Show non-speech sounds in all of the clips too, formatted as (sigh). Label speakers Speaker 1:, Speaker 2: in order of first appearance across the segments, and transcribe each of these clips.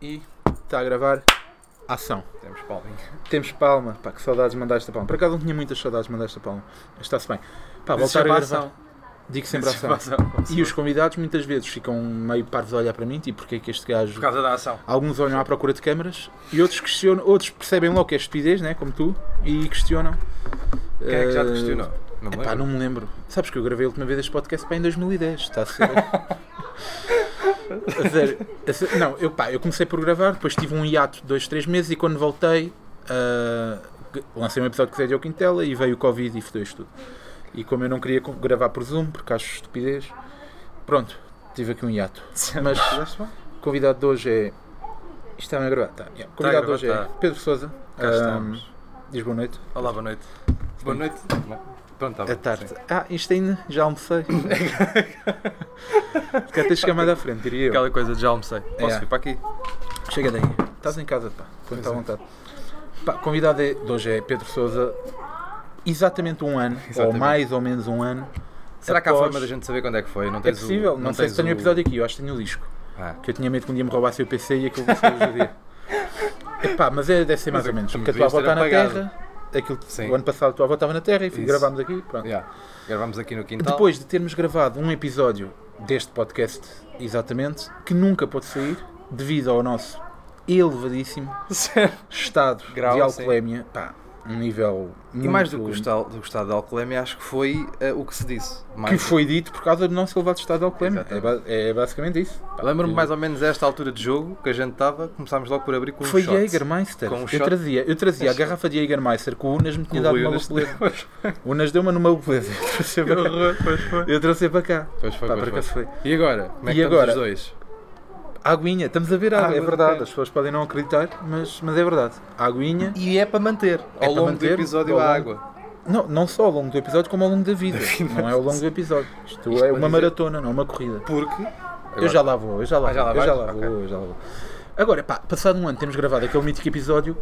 Speaker 1: E está a gravar. Ação.
Speaker 2: Temos palminha.
Speaker 1: Temos palma. Pá, que saudades mandaste a palma. Por acaso não tinha muitas saudades mandaste a palma. Mas está-se bem. Pá,
Speaker 2: Dizes
Speaker 1: voltar a
Speaker 2: sempre
Speaker 1: gravar.
Speaker 2: ação.
Speaker 1: Digo sempre
Speaker 2: Dizes
Speaker 1: ação.
Speaker 2: sempre ação, como se
Speaker 1: E os convidados muitas vezes ficam meio parvos a olhar para mim, tipo, porque é que este gajo.
Speaker 2: Por causa da ação.
Speaker 1: Alguns olham à procura de câmaras e outros questionam, outros percebem logo que é estupidez, né? Como tu, e questionam.
Speaker 2: Quem é que já te
Speaker 1: Eh,
Speaker 2: questionou? Não me
Speaker 1: Epá,
Speaker 2: lembro.
Speaker 1: não me lembro. Sabes que eu gravei a última vez este podcast pá, em 2010, está a ser.
Speaker 2: (laughs)
Speaker 1: A sério, a sério, não, eu, pá, eu comecei por gravar, depois tive um hiato de 2, 3 meses e quando voltei ah, g- lancei um episódio que Zé Diogo Quintela e veio o Covid e fodeu isto tudo. E como eu não queria co- gravar por Zoom, porque acho estupidez, pronto, tive aqui um hiato. Mas
Speaker 2: Fizeste bem?
Speaker 1: o convidado de hoje é. Isto está a gravar? Tá, yeah. O
Speaker 2: Está a
Speaker 1: convidado de hoje
Speaker 2: gravar,
Speaker 1: é Pedro Souza.
Speaker 2: tá. Cá estamos.
Speaker 1: diz boa noite.
Speaker 2: Olá, boa noite. Boa noite. Não. Pronto, tá bom.
Speaker 1: É tarde. Ah, isto ainda já almocei. Quer ter chegado mais à frente, diria eu.
Speaker 2: Aquela coisa de já almocei. Posso
Speaker 1: Yeah. É
Speaker 2: vir para aqui?
Speaker 1: Chega daí. Estás em casa, pá. Quando está à vontade. Pá, convidado é- de hoje é Pedro Souza. Exatamente um ano, ou
Speaker 2: Exatamente.
Speaker 1: mais ou menos um ano.
Speaker 2: Será que há
Speaker 1: após-
Speaker 2: forma da gente saber quando é que foi? Não
Speaker 1: É
Speaker 2: tens o-
Speaker 1: possível, não, sei
Speaker 2: tens
Speaker 1: se tenho o
Speaker 2: o-
Speaker 1: episódio aqui, eu acho que tenho o disco.
Speaker 2: Ah,
Speaker 1: Que eu tinha medo que um dia me roubasse o PC e aquilo fosse hoje o dia. Epá, mas é, deve ser mais
Speaker 2: Mas
Speaker 1: ou menos.
Speaker 2: tu me
Speaker 1: Porque a tua avó está
Speaker 2: devias
Speaker 1: na
Speaker 2: ter
Speaker 1: Terra. Aquilo,
Speaker 2: Sim.
Speaker 1: o ano passado a tua avó estava na Terra e fui-
Speaker 2: Isso.
Speaker 1: gravámos aqui. Pronto.
Speaker 2: yeah. Gravámos aqui no quintal. (laughs)
Speaker 1: Depois de termos gravado um episódio deste podcast, exatamente, que nunca pôde sair, devido ao nosso elevadíssimo estado
Speaker 2: Grau,
Speaker 1: de
Speaker 2: sim.
Speaker 1: alcoolemia, pá, um nível
Speaker 2: E mais do que o estado, do que o estado da alcoolemia, acho que foi eh, o que se disse. Mais-
Speaker 1: que foi dito por causa do nosso elevado estado de alcoolemia. É,
Speaker 2: Exatamente.
Speaker 1: ba- é basicamente isso. Pá,
Speaker 2: Lembro-me
Speaker 1: que-
Speaker 2: mais ou menos desta altura de jogo que a gente estava, começámos logo por abrir com um
Speaker 1: Foi
Speaker 2: shot.
Speaker 1: Jägermeister.
Speaker 2: Com um
Speaker 1: eu
Speaker 2: shot.
Speaker 1: trazia, eu trazia a garrafa de Jägermeister que o Unas me tinha
Speaker 2: O
Speaker 1: dado
Speaker 2: Rui
Speaker 1: uma
Speaker 2: Unas- (laughs)
Speaker 1: beleza. O Unas deu-me numa beleza. (laughs) Eu trouxe para cá.
Speaker 2: Pois foi.
Speaker 1: Eu trouxe para cá.
Speaker 2: Pois foi,
Speaker 1: Pá,
Speaker 2: pois
Speaker 1: por acaso
Speaker 2: foi.
Speaker 1: foi.
Speaker 2: E agora? Como é
Speaker 1: E
Speaker 2: que estamos
Speaker 1: agora?
Speaker 2: os dois?
Speaker 1: Aguinha, estamos a ver água,
Speaker 2: Água
Speaker 1: é
Speaker 2: de
Speaker 1: verdade.
Speaker 2: pedra.
Speaker 1: As pessoas podem não acreditar, mas, mas é verdade. Aguinha.
Speaker 2: E é para manter.
Speaker 1: É
Speaker 2: ao
Speaker 1: para
Speaker 2: longo
Speaker 1: manter,
Speaker 2: do episódio
Speaker 1: ao
Speaker 2: a
Speaker 1: longo-
Speaker 2: água.
Speaker 1: Não, não só ao longo do episódio, como ao longo da vida. Não é ao longo do episódio. Isto,
Speaker 2: Isto
Speaker 1: é
Speaker 2: para
Speaker 1: uma
Speaker 2: dizer-
Speaker 1: maratona, não uma corrida.
Speaker 2: Porque.
Speaker 1: Eu já lá vou, eu já lá
Speaker 2: Ah, já lá
Speaker 1: vou. Eu já
Speaker 2: vais?
Speaker 1: lá vou,
Speaker 2: Ok.
Speaker 1: eu já lá vou. Agora, pá, passado um ano temos gravado aquele mítico episódio.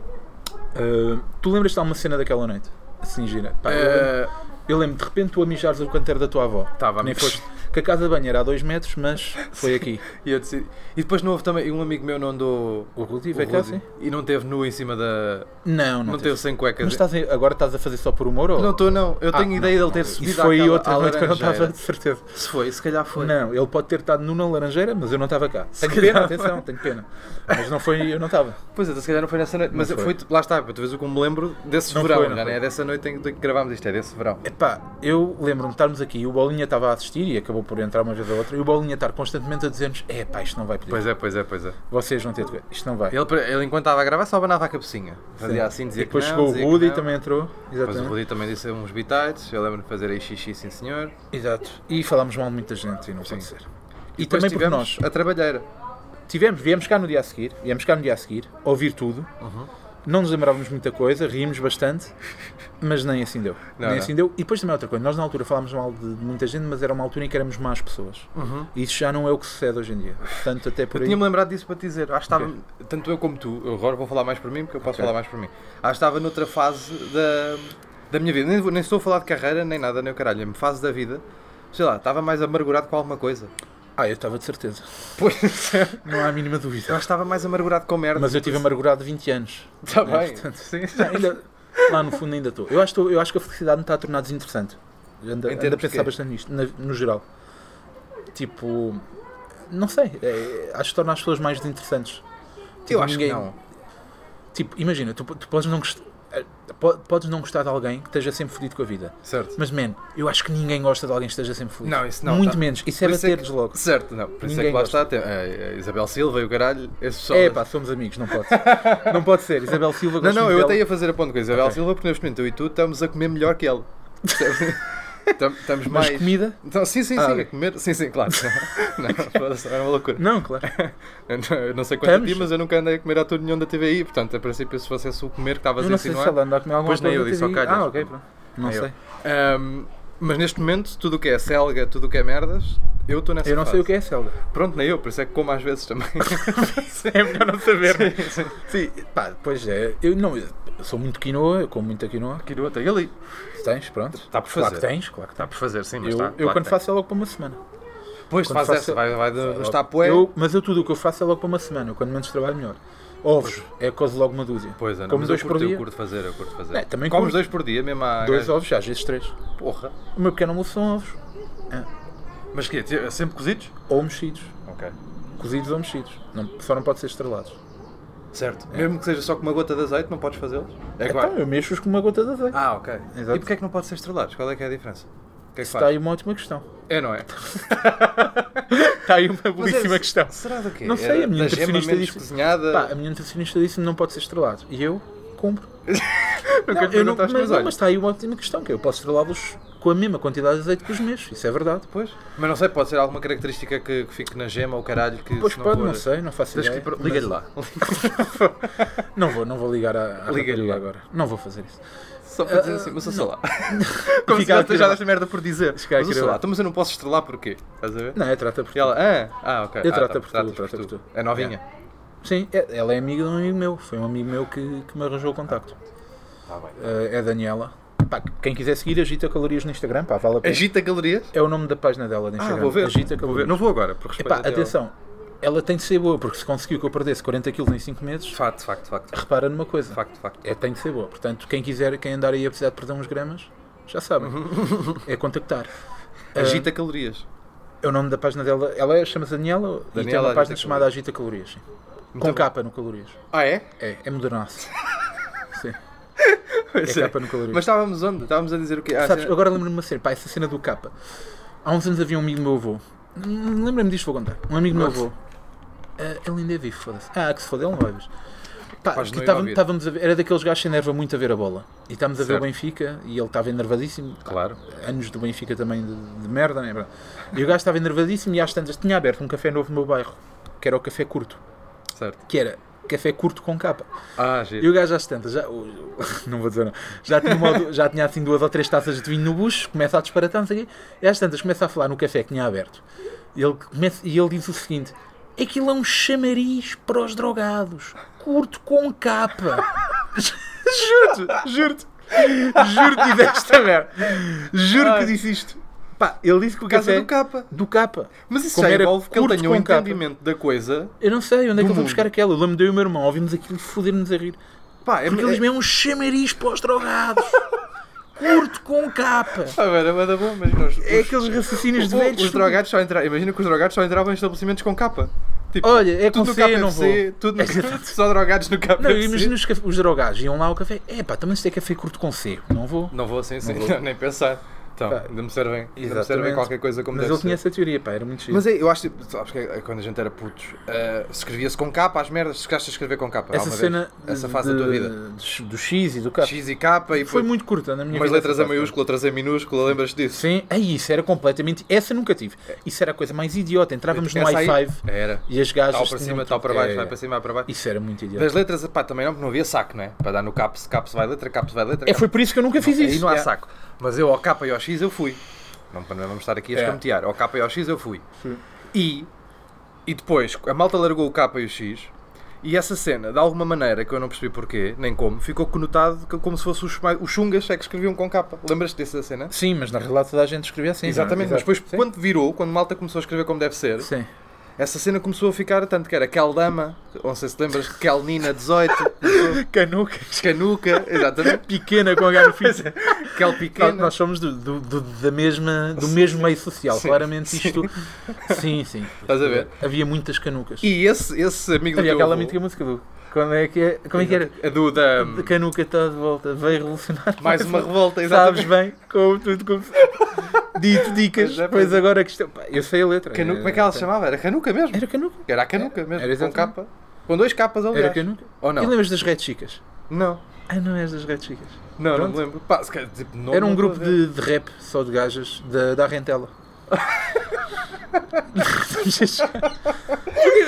Speaker 1: Ah, tu lembras-te de alguma cena daquela noite? Assim, gira. Pá,
Speaker 2: Ah.
Speaker 1: eu lembro-
Speaker 2: eh,
Speaker 1: Eu lembro de repente tu a mijares o canteiro da tua avó.
Speaker 2: Tava a
Speaker 1: Nem
Speaker 2: mijar.
Speaker 1: foste. Que a casa de banho era a 2 metros,
Speaker 2: (laughs)
Speaker 1: mas foi aqui.
Speaker 2: e, eu decidi- e depois não houve também. E um amigo meu não andou.
Speaker 1: O Rudy
Speaker 2: o
Speaker 1: veio cá,
Speaker 2: Rudy,
Speaker 1: sim?
Speaker 2: E não teve nu em cima da.
Speaker 1: assim? Não, não,
Speaker 2: Não,
Speaker 1: teve.
Speaker 2: teve sem cuecas.
Speaker 1: Mas estás a- agora estás a fazer só por humor ou?
Speaker 2: Não estou, não. Eu
Speaker 1: Ah,
Speaker 2: tenho ideia
Speaker 1: não,
Speaker 2: dele ter
Speaker 1: não.
Speaker 2: subido
Speaker 1: Isso foi
Speaker 2: àquela-
Speaker 1: outra
Speaker 2: à
Speaker 1: noite que eu não estava,
Speaker 2: laranjeira.
Speaker 1: de certeza.
Speaker 2: Se foi, se calhar foi.
Speaker 1: Não, ele pode ter estado nu na laranjeira, mas eu não estava cá. Tenho pena,
Speaker 2: calhar
Speaker 1: atenção, tenho pena. Mas não foi, eu não estava.
Speaker 2: Pois é, se calhar não foi nessa noite. Mas
Speaker 1: foi.
Speaker 2: foi. lá está, tu vês o que eu me lembro desse
Speaker 1: Não
Speaker 2: verão.
Speaker 1: foi,
Speaker 2: já
Speaker 1: não
Speaker 2: não
Speaker 1: foi.
Speaker 2: é dessa noite em que que gravámos isto, é desse verão.
Speaker 1: Epá, eu lembro-me de estarmos aqui, o Bolinha estava a assistir e acabou por entrar uma vez ou outra, e o Bolinha estar constantemente a dizer-nos: é pá, isto não vai poder.
Speaker 2: Pois é, pois é, pois é.
Speaker 1: Vocês vão ter de ver, isto não vai.
Speaker 2: Ele, ele enquanto estava a gravar, só abanava a cabecinha. Fazia assim,
Speaker 1: e
Speaker 2: dizia
Speaker 1: depois
Speaker 2: que não,
Speaker 1: chegou
Speaker 2: dizia
Speaker 1: o
Speaker 2: que
Speaker 1: Rudy e
Speaker 2: não.
Speaker 1: também entrou.
Speaker 2: Depois o
Speaker 1: Exatamente.
Speaker 2: Rudi também disse uns bitites, eu lembro-me de fazer aí xixi, sim senhor.
Speaker 1: Exato. E falámos mal de muita gente e não pode
Speaker 2: Sim.
Speaker 1: ser. E, também porque
Speaker 2: tivemos
Speaker 1: nós
Speaker 2: a trabalheira.
Speaker 1: tivemos, viemos cá no dia a seguir, viemos cá no dia a seguir, ouvir tudo, não nos lembrávamos muita coisa, rimos bastante, mas nem assim deu.
Speaker 2: Não,
Speaker 1: nem
Speaker 2: não.
Speaker 1: assim deu. E depois também outra coisa, nós na altura falámos mal de muita gente, mas era uma altura em que éramos más pessoas. E isso já não é o que sucede hoje em dia. Portanto, até por
Speaker 2: Eu
Speaker 1: aí.
Speaker 2: tinha-me lembrado disso para te dizer. Acho que estava, tanto eu como tu, eu agora vou falar mais por mim porque eu posso
Speaker 1: Ok.
Speaker 2: falar mais por mim. Acho que estava noutra fase da, da minha vida. Nem, vou- nem estou a falar de carreira, nem nada, nem o caralho. É uma fase da vida. Sei lá, estava mais amargurado com alguma coisa.
Speaker 1: Ah, eu estava de certeza.
Speaker 2: (laughs) Pois é. Eu
Speaker 1: Não há a mínima
Speaker 2: acho
Speaker 1: dúvida.
Speaker 2: que estava mais amargurado com merda.
Speaker 1: Mas eu tive amargurado 20 anos.
Speaker 2: Está
Speaker 1: Não é?
Speaker 2: bem.
Speaker 1: Portanto,
Speaker 2: (laughs) Sim.
Speaker 1: Ainda- lá no fundo ainda estou. Eu acho, que estou- eu acho que a felicidade me está a tornar desinteressante. Eu Ando,
Speaker 2: Em
Speaker 1: ando a
Speaker 2: termos de
Speaker 1: pensar
Speaker 2: quê?
Speaker 1: bastante nisto, na- no geral. Tipo, não sei. é, acho que torna as pessoas mais desinteressantes.
Speaker 2: Eu acho
Speaker 1: ninguém-
Speaker 2: que não.
Speaker 1: Tipo, imagina, tu, tu podes, não gost- eh, po- podes não gostar de alguém que esteja sempre fodido com a vida.
Speaker 2: Certo.
Speaker 1: Mas, man, eu acho que ninguém gosta de alguém que esteja sempre fodido.
Speaker 2: Não, isso não,
Speaker 1: Muito
Speaker 2: tá.
Speaker 1: menos. Isso é
Speaker 2: Por isso é que-
Speaker 1: bater-lhes logo.
Speaker 2: Certo, não. Por isso é
Speaker 1: Ninguém
Speaker 2: que lá
Speaker 1: gosta.
Speaker 2: está. Tem, a, a Isabel Silva e o caralho. Esse pessoal.
Speaker 1: É pá, somos amigos, não pode. não pode ser. Isabel Silva
Speaker 2: Não,
Speaker 1: gosta
Speaker 2: não,
Speaker 1: muito
Speaker 2: eu
Speaker 1: dela.
Speaker 2: até ia fazer a ponto com a Isabel
Speaker 1: Ok.
Speaker 2: Silva, porque neste momento eu e tu estamos a comer melhor que ele.
Speaker 1: (laughs)
Speaker 2: Percebes? Tam- Estamos
Speaker 1: Mas
Speaker 2: mais.
Speaker 1: comida?
Speaker 2: Então, sim, sim,
Speaker 1: Ah,
Speaker 2: sim,
Speaker 1: ok.
Speaker 2: a comer. Sim, sim, claro. (laughs) não, foda-se, era uma loucura.
Speaker 1: Não, claro.
Speaker 2: Eu não- Eu não sei quanto a ti,
Speaker 1: Estamos-
Speaker 2: mas eu nunca andei a comer à tua nenhum da TVI, portanto, a princípio, se fosse esse o comer que estavas
Speaker 1: Eu
Speaker 2: a
Speaker 1: assim, não é? sei se
Speaker 2: insinuar.
Speaker 1: ela anda a comer alguma
Speaker 2: Pois nem
Speaker 1: coisa.
Speaker 2: eu disse ao
Speaker 1: TV.
Speaker 2: calhas.
Speaker 1: Ah, ok, pronto. Não
Speaker 2: Nem eu.
Speaker 1: sei.
Speaker 2: Ahm, mas neste momento, tudo o que é selga, tudo o que é merdas, eu estou nessa
Speaker 1: Eu não
Speaker 2: fase.
Speaker 1: sei o que é Zelda.
Speaker 2: Pronto, nem eu, por isso é que como às
Speaker 1: (laughs)
Speaker 2: vezes também.
Speaker 1: É melhor não saber. Sim, pá, pois é. Eu não, eu sou muito quinoa, eu como muita quinoa.
Speaker 2: Aqui do outro, e ali.
Speaker 1: Tens, pronto.
Speaker 2: Está Tá por
Speaker 1: Claro Tá
Speaker 2: fazer.
Speaker 1: que tens, claro que tens.
Speaker 2: por fazer, sim,
Speaker 1: Eu, eu quando faço é logo para uma semana.
Speaker 2: Depois tu
Speaker 1: Quando
Speaker 2: fazes
Speaker 1: faço-
Speaker 2: essa, vai, vai do- do Estapué.
Speaker 1: Eu, mas eu tudo o que eu faço é logo para uma semana. Eu, quando menos trabalho, melhor. Ovos, é quase logo uma dúzia.
Speaker 2: Pois é, não,
Speaker 1: Como
Speaker 2: mas
Speaker 1: dois
Speaker 2: eu
Speaker 1: por
Speaker 2: curto, eu
Speaker 1: dia.
Speaker 2: curto fazer, eu curto fazer.
Speaker 1: É, também
Speaker 2: Comes
Speaker 1: curto.
Speaker 2: dois por dia mesmo à
Speaker 1: Dois
Speaker 2: gaja.
Speaker 1: ovos, às vezes três.
Speaker 2: Porra.
Speaker 1: O meu pequeno almoço são ovos.
Speaker 2: Mas que sempre cozidos?
Speaker 1: Ou mexidos.
Speaker 2: Ok.
Speaker 1: Cozidos ou mexidos. Não, só não pode ser estrelados.
Speaker 2: Certo.
Speaker 1: É.
Speaker 2: Mesmo que seja só com uma gota de azeite, não podes fazê-los? É
Speaker 1: Então, eu mexo-os com uma gota de azeite.
Speaker 2: Ah, ok.
Speaker 1: Exato.
Speaker 2: E porquê é que não pode ser estrelados? Qual é que é a diferença? O que é que
Speaker 1: Está
Speaker 2: faz?
Speaker 1: aí uma ótima questão. (laughs)
Speaker 2: É, não é?
Speaker 1: Está Tá aí uma
Speaker 2: Mas é-
Speaker 1: belíssima questão.
Speaker 2: Será do quê?
Speaker 1: Não sei,
Speaker 2: Era
Speaker 1: a minha
Speaker 2: da gema
Speaker 1: nutricionista
Speaker 2: menos
Speaker 1: disse-
Speaker 2: cozinhada...
Speaker 1: Pá, a minha nutricionista disse-me não pode ser estrelado. E eu cumpro.
Speaker 2: eu
Speaker 1: Não,
Speaker 2: quero
Speaker 1: eu não,
Speaker 2: perguntar
Speaker 1: mas,
Speaker 2: aos teus
Speaker 1: não,
Speaker 2: olhos.
Speaker 1: mas está aí uma ótima questão, que eu posso estrelá-los com a mesma quantidade de azeite que os meus. Isso é verdade.
Speaker 2: Pois. Mas não sei, pode ser alguma característica que, que fique na gema ou caralho que
Speaker 1: Pois
Speaker 2: se
Speaker 1: pode,
Speaker 2: for-
Speaker 1: não sei, não faço
Speaker 2: Tens que
Speaker 1: ideia.
Speaker 2: ir pro-
Speaker 1: mas-
Speaker 2: Liga-lhe lá.
Speaker 1: Não vou, não vou ligar à, à
Speaker 2: Liga-lhe
Speaker 1: rapariga
Speaker 2: lá.
Speaker 1: agora. Não vou fazer isso.
Speaker 2: Só para dizer assim, mas eu
Speaker 1: (laughs)
Speaker 2: sei lá. Como
Speaker 1: Ah, Fica a
Speaker 2: se já
Speaker 1: querer-
Speaker 2: desta merda por dizer. Mas
Speaker 1: a
Speaker 2: eu sei
Speaker 1: querer-
Speaker 2: lá, então, mas eu não posso estrelar porquê? Estás a ver?
Speaker 1: Não, é trata por
Speaker 2: E ela, ah, ah, ok.
Speaker 1: Eu
Speaker 2: ah,
Speaker 1: trato
Speaker 2: tá,
Speaker 1: por tu,
Speaker 2: tratas
Speaker 1: trato por tu.
Speaker 2: É novinha.
Speaker 1: Sim, é- ela é amiga de um amigo meu. Foi um amigo meu que, que me arranjou o contacto.
Speaker 2: Tá bem.
Speaker 1: Eh, é a Daniela. Pá, quem quiser seguir, agita calorias no Instagram. Pá, vale a pena.
Speaker 2: Agita calorias?
Speaker 1: É o nome da página dela no
Speaker 2: Ah,
Speaker 1: Instagram.
Speaker 2: vou ver.
Speaker 1: Agita
Speaker 2: vou ver.
Speaker 1: calorias.
Speaker 2: Não vou agora, por respeito.
Speaker 1: Epá,
Speaker 2: até ao-
Speaker 1: atenção, ela tem de ser boa, porque se conseguiu que eu perdesse 40 quilos em 5 meses,
Speaker 2: Facto, facto, facto.
Speaker 1: repara numa coisa.
Speaker 2: Facto, facto.
Speaker 1: É, tem de ser boa. Portanto, quem quiser, quem andar aí a precisar de perder uns gramas, já
Speaker 2: (laughs)
Speaker 1: sabem. é contactar. Ah.
Speaker 2: Agita calorias.
Speaker 1: É o nome da página dela. Ela é, chama-se Daniela, e tem
Speaker 2: Daniela
Speaker 1: uma
Speaker 2: Agita
Speaker 1: página chamada Agita Calorias. sim. Com
Speaker 2: bem.
Speaker 1: capa no calorias.
Speaker 2: Ah, é?
Speaker 1: É, é modernaço. Sim, é
Speaker 2: Pois é.
Speaker 1: capa no calorias.
Speaker 2: Mas estávamos onde? Estávamos a dizer o quê? Ah,
Speaker 1: Sabes,
Speaker 2: cena-
Speaker 1: agora lembro-me de uma cena, pá, essa cena do capa. Há uns anos havia um amigo do meu avô. Hum, Lembra-me disto, vou contar. Um amigo do meu avô. Ah, ele ainda é vivo, foda-se. Ah, que se foda, ele não vai ver. Pá,
Speaker 2: Capaz de
Speaker 1: que
Speaker 2: não ir
Speaker 1: tava-
Speaker 2: ouvir.
Speaker 1: estávamos a ver- era daqueles gajos que se enerva muito a ver a bola. E estávamos a ver o
Speaker 2: Certo.
Speaker 1: Benfica e ele estava enervadíssimo. Pá,
Speaker 2: Claro.
Speaker 1: Anos do Benfica também de, de merda, não é? E o gajo estava enervadíssimo e às tantas tinha aberto um café novo no meu bairro, que era o Café Curto,
Speaker 2: Certo.
Speaker 1: que era café curto com capa.
Speaker 2: Ah,
Speaker 1: E
Speaker 2: giro.
Speaker 1: o gajo às tantas, já, o- o- (laughs) não vou dizer não, já tinha, uma ou du- já tinha assim duas ou três taças de vinho no bucho, começa a disparatar, não sei o quê, e às tantas começa a falar no café que tinha aberto. E ele, começa, e ele diz o seguinte: aquilo é um chamariz para os drogados, curto com capa. (laughs) juro-te, juro-te, juro-te desta merda, juro
Speaker 2: Ai.
Speaker 1: que disse isto. Pá, ele disse que o
Speaker 2: Casa
Speaker 1: café
Speaker 2: do capa.
Speaker 1: do capa.
Speaker 2: Mas isso
Speaker 1: Como
Speaker 2: já
Speaker 1: era
Speaker 2: envolve que ele
Speaker 1: curto
Speaker 2: tenha um
Speaker 1: com capa.
Speaker 2: entendimento da coisa.
Speaker 1: Eu não sei onde é que
Speaker 2: Do
Speaker 1: ele foi
Speaker 2: mundo.
Speaker 1: buscar aquela. Eu lembro-me eu e o meu irmão, ouvimos aquilo e foder-nos a rir.
Speaker 2: Pá, é
Speaker 1: Porque eles mesmo um chamariz para os drogados. Curto com capa.
Speaker 2: Ah, era bada bom, mas nós.
Speaker 1: É
Speaker 2: os-
Speaker 1: aqueles raciocínios de
Speaker 2: Ou
Speaker 1: velhos.
Speaker 2: Os drogados só entravam. Imagina que os drogados só entravam em estabelecimentos com capa. Tipo,
Speaker 1: Olha, é com
Speaker 2: tudo no
Speaker 1: C, não vou.
Speaker 2: KFC, tudo no...
Speaker 1: Exato.
Speaker 2: (laughs) só drogados no KFC.
Speaker 1: Não, imagina os, caf- os drogados iam lá ao café. É pá, também se tem café curto com C. Não vou.
Speaker 2: Não vou assim, sim,
Speaker 1: vou.
Speaker 2: (laughs) nem pensar. Então,
Speaker 1: Pá,
Speaker 2: ainda me servem, ainda me servem
Speaker 1: Exatamente.
Speaker 2: qualquer coisa como
Speaker 1: Mas
Speaker 2: deve
Speaker 1: ele tinha
Speaker 2: ser.
Speaker 1: essa teoria, pá, era muito chique.
Speaker 2: Mas é, eu acho, tipo, sabes que é, quando a gente era putos, eh, se escrevia-se com capa, as merdas, se chegaste a escrever com capa.
Speaker 1: essa
Speaker 2: alguma
Speaker 1: cena
Speaker 2: vez, essa fase da tua vida.
Speaker 1: de- do X e do capa
Speaker 2: X e capa e
Speaker 1: foi
Speaker 2: foi
Speaker 1: muito curta na minha
Speaker 2: umas
Speaker 1: vida.
Speaker 2: letras
Speaker 1: essa
Speaker 2: a
Speaker 1: fase.
Speaker 2: maiúscula, outras em minúscula, lembras-te disso?
Speaker 1: Sim, aí isso era completamente. Essa nunca tive. Isso era a coisa mais idiota. Entrávamos no
Speaker 2: É. Essa aí-
Speaker 1: i5
Speaker 2: Era.
Speaker 1: e as gajas.
Speaker 2: Tal para
Speaker 1: tinham
Speaker 2: cima,
Speaker 1: tipo-
Speaker 2: tal para baixo,
Speaker 1: é,
Speaker 2: vai para cima, vai para baixo.
Speaker 1: Isso era muito idiota.
Speaker 2: Das letras, pá, também não, porque não havia saco, não é? Para dar no cap, se cap se vai letra, cap se vai letra.
Speaker 1: É,
Speaker 2: cap-
Speaker 1: foi por isso que eu nunca fiz
Speaker 2: Aí
Speaker 1: isso.
Speaker 2: não há
Speaker 1: é.
Speaker 2: saco. Mas eu ao K e ao X eu fui. Não, não vamos estar aqui a
Speaker 1: É.
Speaker 2: escamotear. Ao K e ao X eu fui.
Speaker 1: Sim.
Speaker 2: E, e depois, a malta largou o K e o X. E essa cena, de alguma maneira, que eu não percebi porquê, nem como, ficou conotado que- como se fosse os, mai- os chungas é que escreviam com capa. Lembras-te dessa cena?
Speaker 1: Sim, mas na relata da gente escrevia assim.
Speaker 2: Exatamente,
Speaker 1: não é?
Speaker 2: mas depois
Speaker 1: Sim.
Speaker 2: quando virou, quando a malta começou a escrever como deve ser,
Speaker 1: Sim.
Speaker 2: essa cena começou a ficar tanto que era Keldama, não sei se lembras, Kelnina 18,
Speaker 1: Canuca.
Speaker 2: Escanuca,
Speaker 1: (laughs)
Speaker 2: exatamente,
Speaker 1: Pequena com H no fim.
Speaker 2: Kel
Speaker 1: Nós,
Speaker 2: Pequena.
Speaker 1: nós somos do, do- do- da mesma, do mesmo meio social.
Speaker 2: Sim,
Speaker 1: Claramente
Speaker 2: sim.
Speaker 1: isto. Sim, sim.
Speaker 2: Estás a ver?
Speaker 1: Havia muitas canucas.
Speaker 2: E esse, esse amigo
Speaker 1: Havia
Speaker 2: do teu
Speaker 1: aquela
Speaker 2: avô-
Speaker 1: mítica música do. Como é que, é, como é que era?
Speaker 2: A do da.
Speaker 1: A canuca está (laughs) de volta, veio revolucionar.
Speaker 2: (laughs)
Speaker 1: um.
Speaker 2: Mais uma revolta,
Speaker 1: Sabes
Speaker 2: exatamente.
Speaker 1: bem como tudo começou. Dito dicas,
Speaker 2: Pois é,
Speaker 1: pois,
Speaker 2: pois é.
Speaker 1: agora que isto. pá, eu sei a letra.
Speaker 2: Canu- Como é que ela se chamava? Era Canuca mesmo?
Speaker 1: Era canuca.
Speaker 2: Era a Canuca mesmo.
Speaker 1: Era
Speaker 2: com
Speaker 1: exatamente.
Speaker 2: capa. Com dois capas, aliás.
Speaker 1: Era canuca.
Speaker 2: Ou não?
Speaker 1: E lembras das Red Chicas?
Speaker 2: Não.
Speaker 1: Ah, não és das Red Chicas?
Speaker 2: Não, não
Speaker 1: Pronto.
Speaker 2: me lembro. Pá, se calhar, tipo, não-
Speaker 1: Era
Speaker 2: não
Speaker 1: um
Speaker 2: estou
Speaker 1: grupo
Speaker 2: a ver.
Speaker 1: de, de rap só de gajas da, da Rentela.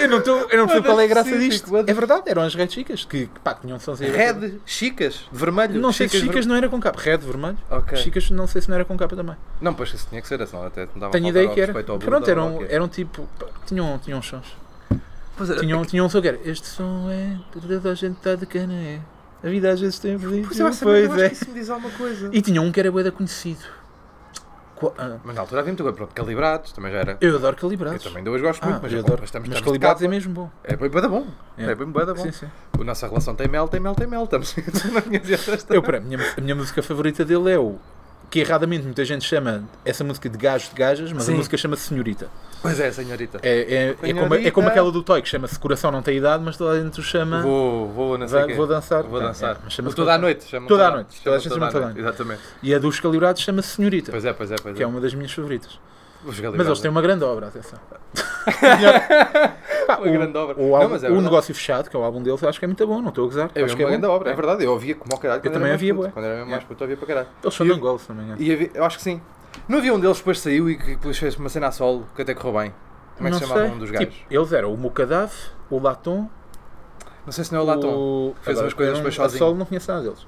Speaker 1: eu não, tô, eu não percebo qual é a graça
Speaker 2: Específico,
Speaker 1: disto.
Speaker 2: what the-
Speaker 1: É verdade, eram as redes chicas que, que, pá, tinham sons aí.
Speaker 2: Red, chicas, vermelho.
Speaker 1: Não sei se
Speaker 2: ver-
Speaker 1: chicas não era com capa. Red, vermelho.
Speaker 2: Ok.
Speaker 1: Chicas, não sei se não era com capa também.
Speaker 2: Não, pois isso tinha que ser, senão até não dava
Speaker 1: Tenho
Speaker 2: a
Speaker 1: ideia
Speaker 2: faltar
Speaker 1: que
Speaker 2: ao
Speaker 1: era.
Speaker 2: respeito ao Buda,
Speaker 1: Pronto,
Speaker 2: ou ao
Speaker 1: eram, (laughs)
Speaker 2: quê.
Speaker 1: eram tipo. pá, tinham, tinham sons.
Speaker 2: Pois é. era-
Speaker 1: Tinham, tinham um som que era. Este som é. Toda a gente está de cana, é. A vida às vezes tem. um
Speaker 2: Pois eu acho que
Speaker 1: Pois é.
Speaker 2: isso me diz alguma coisa.
Speaker 1: E tinha um que era boeda conhecido. qua- ah,
Speaker 2: Mas na altura havia muito bem, pronto, calibrados, também já era.
Speaker 1: eu adoro
Speaker 2: Eu
Speaker 1: calibrados.
Speaker 2: também ainda hoje gosto
Speaker 1: Ah,
Speaker 2: muito, mas
Speaker 1: eu
Speaker 2: é bom,
Speaker 1: adoro.
Speaker 2: mas estamos,
Speaker 1: mas
Speaker 2: estamos de
Speaker 1: calibrados é
Speaker 2: capa.
Speaker 1: mesmo bom.
Speaker 2: É bem bué da bom.
Speaker 1: É.
Speaker 2: É bem bué da bom.
Speaker 1: Sim, sim.
Speaker 2: A nossa relação tem mel, tem mel, tem mel. (laughs) Estamos. não tinha de dizer
Speaker 1: (laughs)
Speaker 2: esta.
Speaker 1: Eu, para, a, minha, a minha música favorita dele é o. Que erradamente muita gente chama essa música de gajos de gajas, mas
Speaker 2: Sim.
Speaker 1: a música chama-se Senhorita.
Speaker 2: Pois é, senhorita.
Speaker 1: É, é, é, como, é como
Speaker 2: Senhorita.
Speaker 1: aquela do Toy que chama-se Coração Não Tem Idade, mas toda a gente o chama.
Speaker 2: Vou, vou, não sei
Speaker 1: é? Vai-
Speaker 2: quê.
Speaker 1: vou dançar.
Speaker 2: Vou
Speaker 1: Tá,
Speaker 2: dançar.
Speaker 1: é, mas chama-se
Speaker 2: toda a noite. chama
Speaker 1: Toda à noite, toda a gente
Speaker 2: chama
Speaker 1: chama toda à
Speaker 2: Exatamente.
Speaker 1: E a dos calibrados chama-se Senhorita,
Speaker 2: Pois é, pois é, pois
Speaker 1: que
Speaker 2: é.
Speaker 1: é uma das minhas favoritas.
Speaker 2: Os galibados,
Speaker 1: Mas eles
Speaker 2: é.
Speaker 1: têm um- uma grande obra, atenção.
Speaker 2: (laughs)
Speaker 1: Melhor- Pá,
Speaker 2: Uma
Speaker 1: o,
Speaker 2: grande obra.
Speaker 1: o
Speaker 2: Não,
Speaker 1: álbum-
Speaker 2: mas é
Speaker 1: o
Speaker 2: verdade.
Speaker 1: Negócio Fechado, que é o álbum deles, eu acho que é muito bom, não estou a gozar.
Speaker 2: É
Speaker 1: acho
Speaker 2: uma
Speaker 1: que é
Speaker 2: grande
Speaker 1: bom.
Speaker 2: obra, é verdade. Eu ouvia como ao caralho. quando
Speaker 1: também
Speaker 2: era
Speaker 1: ouvia,
Speaker 2: mais
Speaker 1: É.
Speaker 2: puto.
Speaker 1: bué.
Speaker 2: Quando era mesmo mais puto, eu ouvia para caralho.
Speaker 1: Eles são
Speaker 2: E
Speaker 1: de
Speaker 2: eu-
Speaker 1: Angola, se não me engano.
Speaker 2: E havia- eu acho que sim. Não havia um deles que depois saiu e que depois fez uma cena a solo que até correu bem. Como é que
Speaker 1: Não
Speaker 2: se chamava
Speaker 1: sei.
Speaker 2: um dos
Speaker 1: Tipo,
Speaker 2: gajos?
Speaker 1: eles eram o Mocadave, o Latom,
Speaker 2: Não sei se não é o Latom.
Speaker 1: o...
Speaker 2: Fez
Speaker 1: Agora,
Speaker 2: umas coisas
Speaker 1: eu não-
Speaker 2: depois sozinho.
Speaker 1: a Solo não conheço nada deles.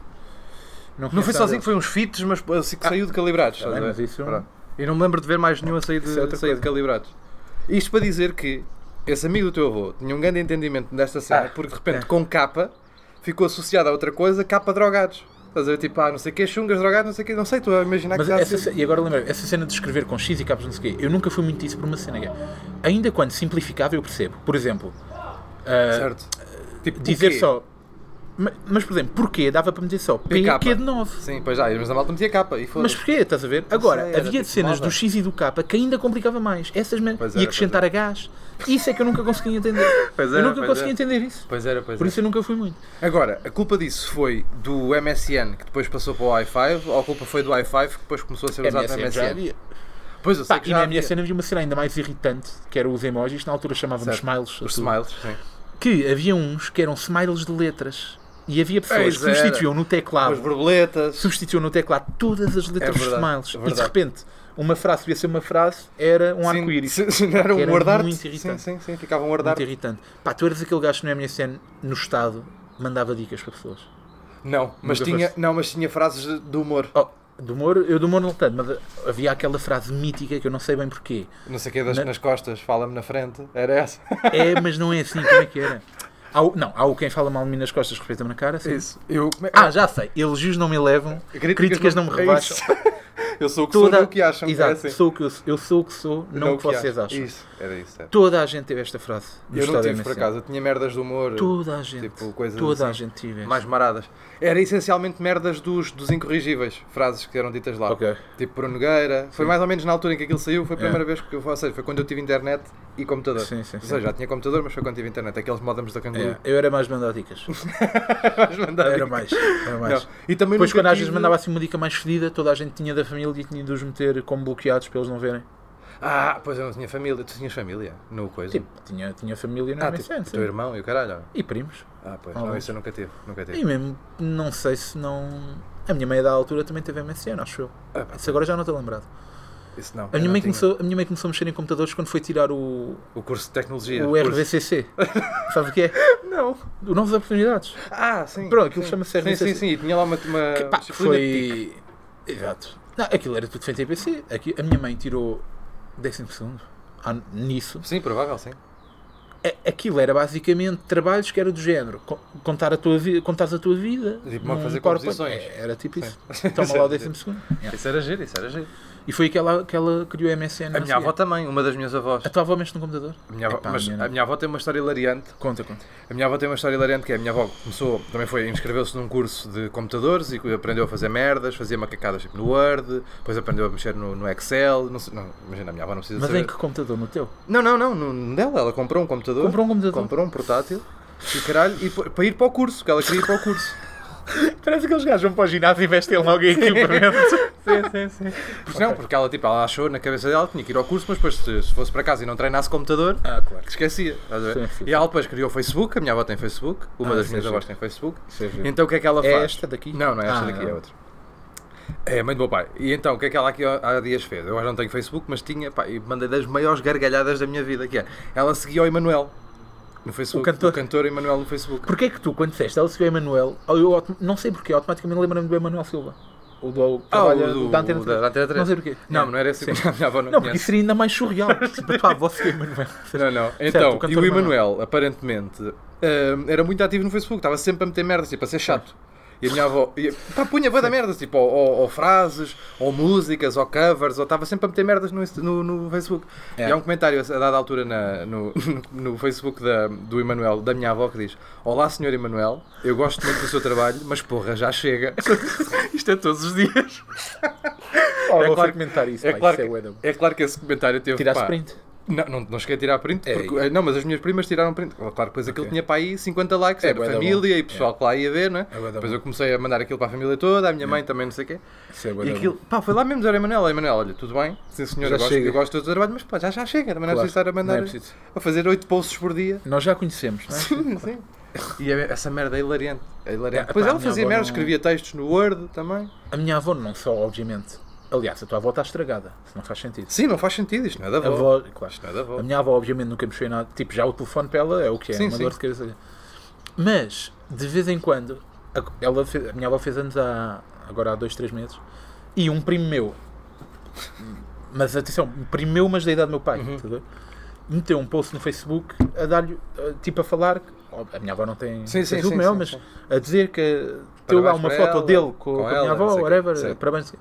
Speaker 2: Não
Speaker 1: conheço
Speaker 2: foi
Speaker 1: nada
Speaker 2: sozinho,
Speaker 1: deles.
Speaker 2: foi uns fits, mas assim que saiu de calibrados.
Speaker 1: Tá bem,
Speaker 2: estás a
Speaker 1: mas
Speaker 2: ver?
Speaker 1: isso-
Speaker 2: Pronto. E não me lembro de ver mais nenhum a sair de,
Speaker 1: Isso é outra
Speaker 2: sair de calibrados. Isto para dizer que esse amigo do teu avô tinha um grande entendimento desta cena,
Speaker 1: Ah,
Speaker 2: porque de repente
Speaker 1: é.
Speaker 2: com capa ficou associado a outra coisa, capa drogados. Estás a ver, tipo, ah, não sei o que, chungas drogados, não sei o que, não sei, estou a imaginar
Speaker 1: Mas
Speaker 2: que está
Speaker 1: essa,
Speaker 2: assim.
Speaker 1: ce- e agora lembrei essa cena de escrever com X e cabos não sei o quê, eu nunca fui muito isso por uma cena. que é, Ainda quando simplificava, eu percebo. Por exemplo, ah,
Speaker 2: Certo. Tipo, o
Speaker 1: dizer
Speaker 2: quê?
Speaker 1: só. Ma- Mas, por exemplo, porquê? Dava para meter só P,
Speaker 2: PK.
Speaker 1: Q de 9.
Speaker 2: Sim, pois já, mas a malta metia capa e foi.
Speaker 1: Mas porquê? Estás a ver? Agora,
Speaker 2: sei, era
Speaker 1: havia
Speaker 2: tipo
Speaker 1: cenas
Speaker 2: moda.
Speaker 1: do X e do K que ainda complicava mais. Essas men-
Speaker 2: Pois
Speaker 1: E
Speaker 2: era,
Speaker 1: acrescentar a gás. Isso é que eu nunca consegui entender.
Speaker 2: (laughs) Pois
Speaker 1: eu
Speaker 2: era,
Speaker 1: nunca
Speaker 2: pois
Speaker 1: consegui
Speaker 2: era.
Speaker 1: entender isso.
Speaker 2: Pois era, pois
Speaker 1: Por
Speaker 2: era.
Speaker 1: isso eu nunca fui muito.
Speaker 2: Agora, a culpa disso foi do MSN que depois passou para o i5 ou a culpa foi do i5 que depois começou a ser usado no
Speaker 1: MSN
Speaker 2: MSN?
Speaker 1: já havia.
Speaker 2: Pois eu sei
Speaker 1: Pá,
Speaker 2: que
Speaker 1: e
Speaker 2: já
Speaker 1: na
Speaker 2: havia.
Speaker 1: MSN havia uma cena ainda mais irritante, que era os emojis. Na altura chamavam-nos
Speaker 2: Certo.
Speaker 1: smiles.
Speaker 2: Os
Speaker 1: aquilo.
Speaker 2: smiles, sim.
Speaker 1: Que havia uns que eram smiles de letras. E havia
Speaker 2: Pois
Speaker 1: pessoas que
Speaker 2: era.
Speaker 1: substituíam no
Speaker 2: As
Speaker 1: teclado
Speaker 2: borboletas.
Speaker 1: substituiu no teclado todas as letras
Speaker 2: É verdade,
Speaker 1: dos
Speaker 2: é
Speaker 1: smiles. e de
Speaker 2: verdade.
Speaker 1: repente, uma frase devia ser uma frase, era um
Speaker 2: Sim,
Speaker 1: arco-íris.
Speaker 2: sim, sim, Era
Speaker 1: Que
Speaker 2: um
Speaker 1: era
Speaker 2: word
Speaker 1: muito
Speaker 2: Sim,
Speaker 1: irritante.
Speaker 2: sim, sim. Ficava um word
Speaker 1: Muito irritante. Pá, tu eras aquele gajo no MSN, no Estado, mandava dicas para pessoas.
Speaker 2: Não, mas
Speaker 1: Nunca
Speaker 2: tinha,
Speaker 1: foste.
Speaker 2: não, mas tinha frases de- de humor.
Speaker 1: Oh, do Moro, eu do Moro não tanto, mas havia aquela frase mítica que eu não sei bem porquê.
Speaker 2: Não sei o que das,
Speaker 1: Na-
Speaker 2: nas costas, fala-me na frente. Era essa.
Speaker 1: É, mas não é assim, como é que era? Há o- não, há o quem fala mal de mim nas costas, respeita-me na cara. Sim.
Speaker 2: Isso. Eu, como é-
Speaker 1: Ah, já sei. Elogios não me elevam,
Speaker 2: Críticas
Speaker 1: críticas, não,
Speaker 2: não-
Speaker 1: me
Speaker 2: é
Speaker 1: rebaixam.
Speaker 2: (laughs) eu sou o que
Speaker 1: Toda-
Speaker 2: sou, não o que acham.
Speaker 1: Exato,
Speaker 2: É assim. é
Speaker 1: sou o que eu, sou- eu sou o que sou, não, o que vocês
Speaker 2: acham.
Speaker 1: acham.
Speaker 2: Isso, era isso. era.
Speaker 1: Toda a gente teve esta frase. no
Speaker 2: Eu não
Speaker 1: Estado
Speaker 2: tive, por
Speaker 1: MSN.
Speaker 2: acaso. Eu tinha merdas de humor.
Speaker 1: Toda a gente.
Speaker 2: Tipo, coisas
Speaker 1: toda a
Speaker 2: assim.
Speaker 1: gente tive.
Speaker 2: mais maradas. Era essencialmente merdas dos, dos incorrigíveis, frases que eram ditas lá.
Speaker 1: Ok. É.
Speaker 2: Tipo Bruno Nogueira. Foi mais ou menos na altura em que aquilo saiu, foi a primeira vez que eu ou seja, foi quando eu tive internet e computador.
Speaker 1: Sim, sim,
Speaker 2: Ou
Speaker 1: sim.
Speaker 2: seja, já tinha computador, mas foi quando tive internet. Aqueles modems da canguru.
Speaker 1: É, eu era mais mandar dicas.
Speaker 2: (laughs) Vais mandar
Speaker 1: Era
Speaker 2: vir.
Speaker 1: mais. Era mais.
Speaker 2: Não. E também
Speaker 1: Depois,
Speaker 2: nunca
Speaker 1: quando às vezes
Speaker 2: tive-
Speaker 1: mandava assim uma dica mais fedida, toda a gente tinha da família e tinha de os meter como bloqueados para eles não verem.
Speaker 2: Ah, pois eu não tinha família. Tu tinhas família? No coisa?
Speaker 1: Tipo, tinha, tinha família no
Speaker 2: ah, tipo,
Speaker 1: MSN.
Speaker 2: o teu
Speaker 1: sim.
Speaker 2: irmão e o caralho.
Speaker 1: E primos.
Speaker 2: Ah, pois.
Speaker 1: Ah,
Speaker 2: não,
Speaker 1: bom.
Speaker 2: isso eu nunca tive. Nunca tive.
Speaker 1: E mesmo, não sei se não. A minha mãe da altura também teve MSN, acho eu.
Speaker 2: Ah, pá,
Speaker 1: Isso agora já não estou lembrado.
Speaker 2: isso não.
Speaker 1: A
Speaker 2: eu
Speaker 1: minha,
Speaker 2: não
Speaker 1: mãe
Speaker 2: tinha.
Speaker 1: começou, a minha mãe começou a mexer em computadores quando foi tirar o,
Speaker 2: O curso de tecnologia.
Speaker 1: o
Speaker 2: curso- (laughs)
Speaker 1: RVCC. Sabe o que é?
Speaker 2: Não.
Speaker 1: O Novas Oportunidades.
Speaker 2: Ah, sim.
Speaker 1: Pronto, aquilo
Speaker 2: sim.
Speaker 1: chama-se
Speaker 2: Sim,
Speaker 1: RVCC.
Speaker 2: sim, sim. E tinha lá uma. uma
Speaker 1: Que, pá, que
Speaker 2: disciplina de TIC.
Speaker 1: foi. Exato. Não, aquilo era tudo feito em PC. Aqui, a minha mãe tirou 12 segundo ah, nisso.
Speaker 2: Sim, provável, sim.
Speaker 1: A- aquilo era basicamente trabalhos que era do género. co- Contar a tua vida, contares a tua vida.
Speaker 2: Tipo, mas
Speaker 1: num
Speaker 2: fazer
Speaker 1: PowerPoint.
Speaker 2: composições.
Speaker 1: É, era tipo isso. Toma
Speaker 2: (laughs)
Speaker 1: lá o 12 segundo. Yeah.
Speaker 2: Isso era giro, isso era giro.
Speaker 1: E foi aquela que ela criou a MSN.
Speaker 2: A
Speaker 1: não sei
Speaker 2: minha
Speaker 1: o
Speaker 2: avó
Speaker 1: quê.
Speaker 2: também, uma das minhas avós.
Speaker 1: A tua avó mexe no computador?
Speaker 2: A minha avó,
Speaker 1: Epá,
Speaker 2: mas
Speaker 1: não.
Speaker 2: a minha avó tem uma história hilariante.
Speaker 1: Conta, conta.
Speaker 2: A minha avó tem uma história hilariante que é a minha avó começou, também foi, inscreveu-se num curso de computadores e aprendeu a fazer merdas, fazia macacadas tipo no Word, depois aprendeu a mexer no, no Excel. Não, sei- não, imagina, a minha avó não precisa
Speaker 1: Mas
Speaker 2: saber.
Speaker 1: em que computador? No teu?
Speaker 2: Não, não, não, no dela. Ela comprou um computador.
Speaker 1: Comprou um computador.
Speaker 2: Comprou um portátil e caralho, e pô- para ir para o curso, que ela queria ir para o (laughs) curso.
Speaker 1: Parece que eles gajos vão para o ginásio e investem logo em (laughs) equipamento.
Speaker 2: sim, sim, sim. Porque não, porque ela, tipo, ela achou na cabeça dela que tinha que ir ao curso, mas depois se, se fosse para casa e não treinasse computador,
Speaker 1: ah, claro.
Speaker 2: que esquecia. estás a ver?
Speaker 1: Sim, sim,
Speaker 2: E ela depois criou o Facebook, a minha avó tem Facebook, uma
Speaker 1: Ah,
Speaker 2: das
Speaker 1: sim,
Speaker 2: minhas
Speaker 1: sim.
Speaker 2: avós tem Facebook.
Speaker 1: Isso é giro.
Speaker 2: Então o que é que ela
Speaker 1: É
Speaker 2: faz?
Speaker 1: esta daqui?
Speaker 2: Não, não é esta
Speaker 1: Ah,
Speaker 2: daqui, é
Speaker 1: não.
Speaker 2: outra. É a mãe do meu pai. E então, o que é que ela aqui há dias fez? Eu agora não tenho Facebook, mas tinha, pá, e mandei das maiores gargalhadas da minha vida, que é, ela seguia o Emanuel no Facebook.
Speaker 1: O cantor.
Speaker 2: Emanuel no Facebook.
Speaker 1: Porquê é que tu, quando disseste ela se o Emanuel, eu autom- não sei porquê, automaticamente lembro-me do Emanuel Silva. O do que
Speaker 2: Ah, o
Speaker 1: trabalha
Speaker 2: do-
Speaker 1: da Antena
Speaker 2: da-
Speaker 1: 3.
Speaker 2: da Antena 3.
Speaker 1: Não sei porquê.
Speaker 2: Não, não era esse que a minha avó não,
Speaker 1: Não, porque
Speaker 2: conhece.
Speaker 1: isso seria ainda mais (laughs) surreal. tipo, a tua avó se o (laughs) Emanuel.
Speaker 2: Não, não.
Speaker 1: Certo,
Speaker 2: Então,
Speaker 1: o
Speaker 2: e
Speaker 1: cantor
Speaker 2: o Emanuel, aparentemente, hum, era muito ativo no Facebook, estava sempre a meter merdas, tipo, a ser chato. E a minha avó. E, pá, punha boa da merdas, tipo, ou, ou- ou frases, ou músicas, ou covers, ou estava sempre a meter merdas no, Insta- no, no Facebook.
Speaker 1: É.
Speaker 2: E há um comentário a dada altura na- no, (laughs) no Facebook da, do Emanuel, da minha avó, que diz: Olá, senhor Emanuel, eu gosto muito do seu trabalho, mas porra, já chega. Isto é todos os dias.
Speaker 1: Oh, vou
Speaker 2: claro-
Speaker 1: fragmentar isso,
Speaker 2: É
Speaker 1: pá,
Speaker 2: claro,
Speaker 1: isso é bué da bom.
Speaker 2: que, é claro que esse comentário teve.
Speaker 1: Tirar
Speaker 2: pá,
Speaker 1: sprint.
Speaker 2: Não, não, não cheguei a tirar print,
Speaker 1: É
Speaker 2: porque- eh, não, mas as minhas primas tiraram print. Claro, que depois aquilo
Speaker 1: Ok.
Speaker 2: tinha para aí 50 likes,
Speaker 1: É,
Speaker 2: era
Speaker 1: bué da
Speaker 2: família
Speaker 1: bom.
Speaker 2: e pessoal que lá ia ver, né?
Speaker 1: É bué da
Speaker 2: depois
Speaker 1: bom.
Speaker 2: eu comecei a mandar aquilo para a família toda, a minha mãe também, não sei o quê.
Speaker 1: Isso é bué
Speaker 2: E
Speaker 1: da bom.
Speaker 2: aquilo, pá, foi lá mesmo dizer a Emanuel, Emanuel, olha, tudo bem, sim senhor,
Speaker 1: Já
Speaker 2: eu gosto,
Speaker 1: chega.
Speaker 2: eu gosto do teu trabalho, mas pá, já, já chega, também não é
Speaker 1: Claro,
Speaker 2: preciso estar a
Speaker 1: Não é
Speaker 2: mandar,
Speaker 1: preciso.
Speaker 2: a fazer 8 posts por dia. (laughs)
Speaker 1: Nós já conhecemos, não é?
Speaker 2: Sim, sim. E é- essa merda é hilariante. É hilariante.
Speaker 1: É,
Speaker 2: depois
Speaker 1: pá,
Speaker 2: ela
Speaker 1: a minha
Speaker 2: fazia
Speaker 1: avó
Speaker 2: merda,
Speaker 1: não-
Speaker 2: escrevia textos no Word também.
Speaker 1: A minha avó não só, obviamente. Aliás, a tua avó está estragada, isso não faz sentido.
Speaker 2: Sim, não faz sentido, isto não é da
Speaker 1: A
Speaker 2: avó.
Speaker 1: avó, claro.
Speaker 2: Isto não é da avó.
Speaker 1: A minha avó, obviamente, nunca mexeu em nada. Tipo, já o telefone para ela é o que é,
Speaker 2: Sim,
Speaker 1: uma
Speaker 2: sim.
Speaker 1: dor de cabeça. Mas, de vez em quando, a, ela fez- a minha avó fez anos há, agora há dois, três meses, e um primo meu, mas atenção, um primo meu, mas da idade do meu pai,
Speaker 2: Uhum.
Speaker 1: estás a ver? meteu um post no Facebook a dar-lhe, eh, tipo, a falar. que- ó, A minha avó não tem
Speaker 2: Sim, sim,
Speaker 1: Facebook,
Speaker 2: sim,
Speaker 1: não é?
Speaker 2: sim,
Speaker 1: mas
Speaker 2: sim.
Speaker 1: a dizer que teu lá
Speaker 2: Parabéns
Speaker 1: uma
Speaker 2: para
Speaker 1: foto
Speaker 2: ela,
Speaker 1: dele com,
Speaker 2: com
Speaker 1: com a
Speaker 2: ela,
Speaker 1: minha
Speaker 2: não
Speaker 1: avó,
Speaker 2: sei o quê.
Speaker 1: whatever,
Speaker 2: Sim.
Speaker 1: parabéns.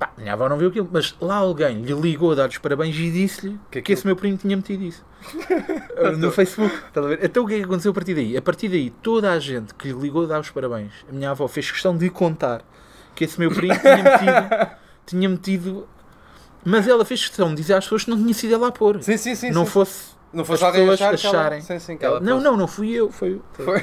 Speaker 1: Pá, minha avó não viu aquilo, mas lá alguém lhe ligou a dar-lhe os parabéns e disse-lhe
Speaker 2: Que é
Speaker 1: que,
Speaker 2: aquilo- Então.
Speaker 1: esse meu primo tinha metido
Speaker 2: (laughs)
Speaker 1: isso no Facebook. Estás a ver? Então o que é que aconteceu a partir daí? A partir daí, toda a gente que lhe ligou a dar os parabéns, a minha avó fez questão de contar que esse meu primo tinha
Speaker 2: (laughs)
Speaker 1: metido. tinha metido mas ela fez questão de dizer às pessoas que não tinha sido ela a pôr.
Speaker 2: Sim, sim, sim.
Speaker 1: não
Speaker 2: sim.
Speaker 1: fosse.
Speaker 2: não
Speaker 1: as
Speaker 2: fosse alguém
Speaker 1: pessoas
Speaker 2: achar que ela-
Speaker 1: acharem.
Speaker 2: Sim, sim, que ela
Speaker 1: não,
Speaker 2: fosse-
Speaker 1: não, não fui eu, foi. foi.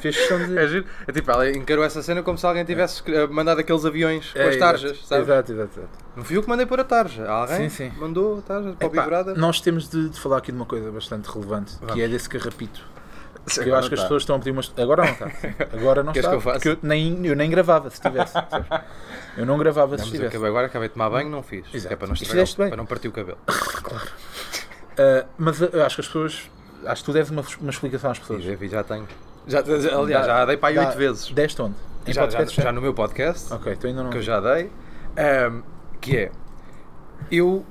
Speaker 1: Fez questão de dizer.
Speaker 2: É giro. É tipo, ela encarou essa cena como se alguém tivesse eh, mandado aqueles aviões (laughs) com
Speaker 1: É,
Speaker 2: as
Speaker 1: exato,
Speaker 2: tarjas, sabe?
Speaker 1: Exato, exato, exato.
Speaker 2: Não fui eu que mandei pôr a tarja. Alguém
Speaker 1: Sim, sim.
Speaker 2: mandou a tarja para o
Speaker 1: Epá,
Speaker 2: Big Brother.
Speaker 1: nós temos de, de falar aqui de uma coisa bastante relevante,
Speaker 2: Vamos.
Speaker 1: que é desse carrapito.
Speaker 2: Sim,
Speaker 1: Que eu acho que as
Speaker 2: tá.
Speaker 1: pessoas estão a pedir umas. Agora
Speaker 2: (laughs)
Speaker 1: não está. Agora não
Speaker 2: Queres
Speaker 1: está.
Speaker 2: que eu faça?
Speaker 1: porque eu nem, eu nem gravava se
Speaker 2: (laughs)
Speaker 1: tivesse. percebes? Eu não gravava
Speaker 2: Não,
Speaker 1: se
Speaker 2: mas eu
Speaker 1: tivesse.
Speaker 2: acabei- agora acabei de tomar banho, não fiz.
Speaker 1: Exato.
Speaker 2: Que É para não
Speaker 1: E
Speaker 2: estragar,
Speaker 1: fizeste bem.
Speaker 2: para não partir o cabelo.
Speaker 1: Ah, mas eu acho que as pessoas. Acho que tu deves uma, uma explicação às pessoas.
Speaker 2: E vi, já tenho. Já, já- aliás, já dei para aí
Speaker 1: Dá-
Speaker 2: oito vezes.
Speaker 1: Deste onde? Em
Speaker 2: Já, já,
Speaker 1: podcast?
Speaker 2: já no meu podcast,
Speaker 1: Ok, tu ainda não.
Speaker 2: que eu já dei, ahm, que é, eu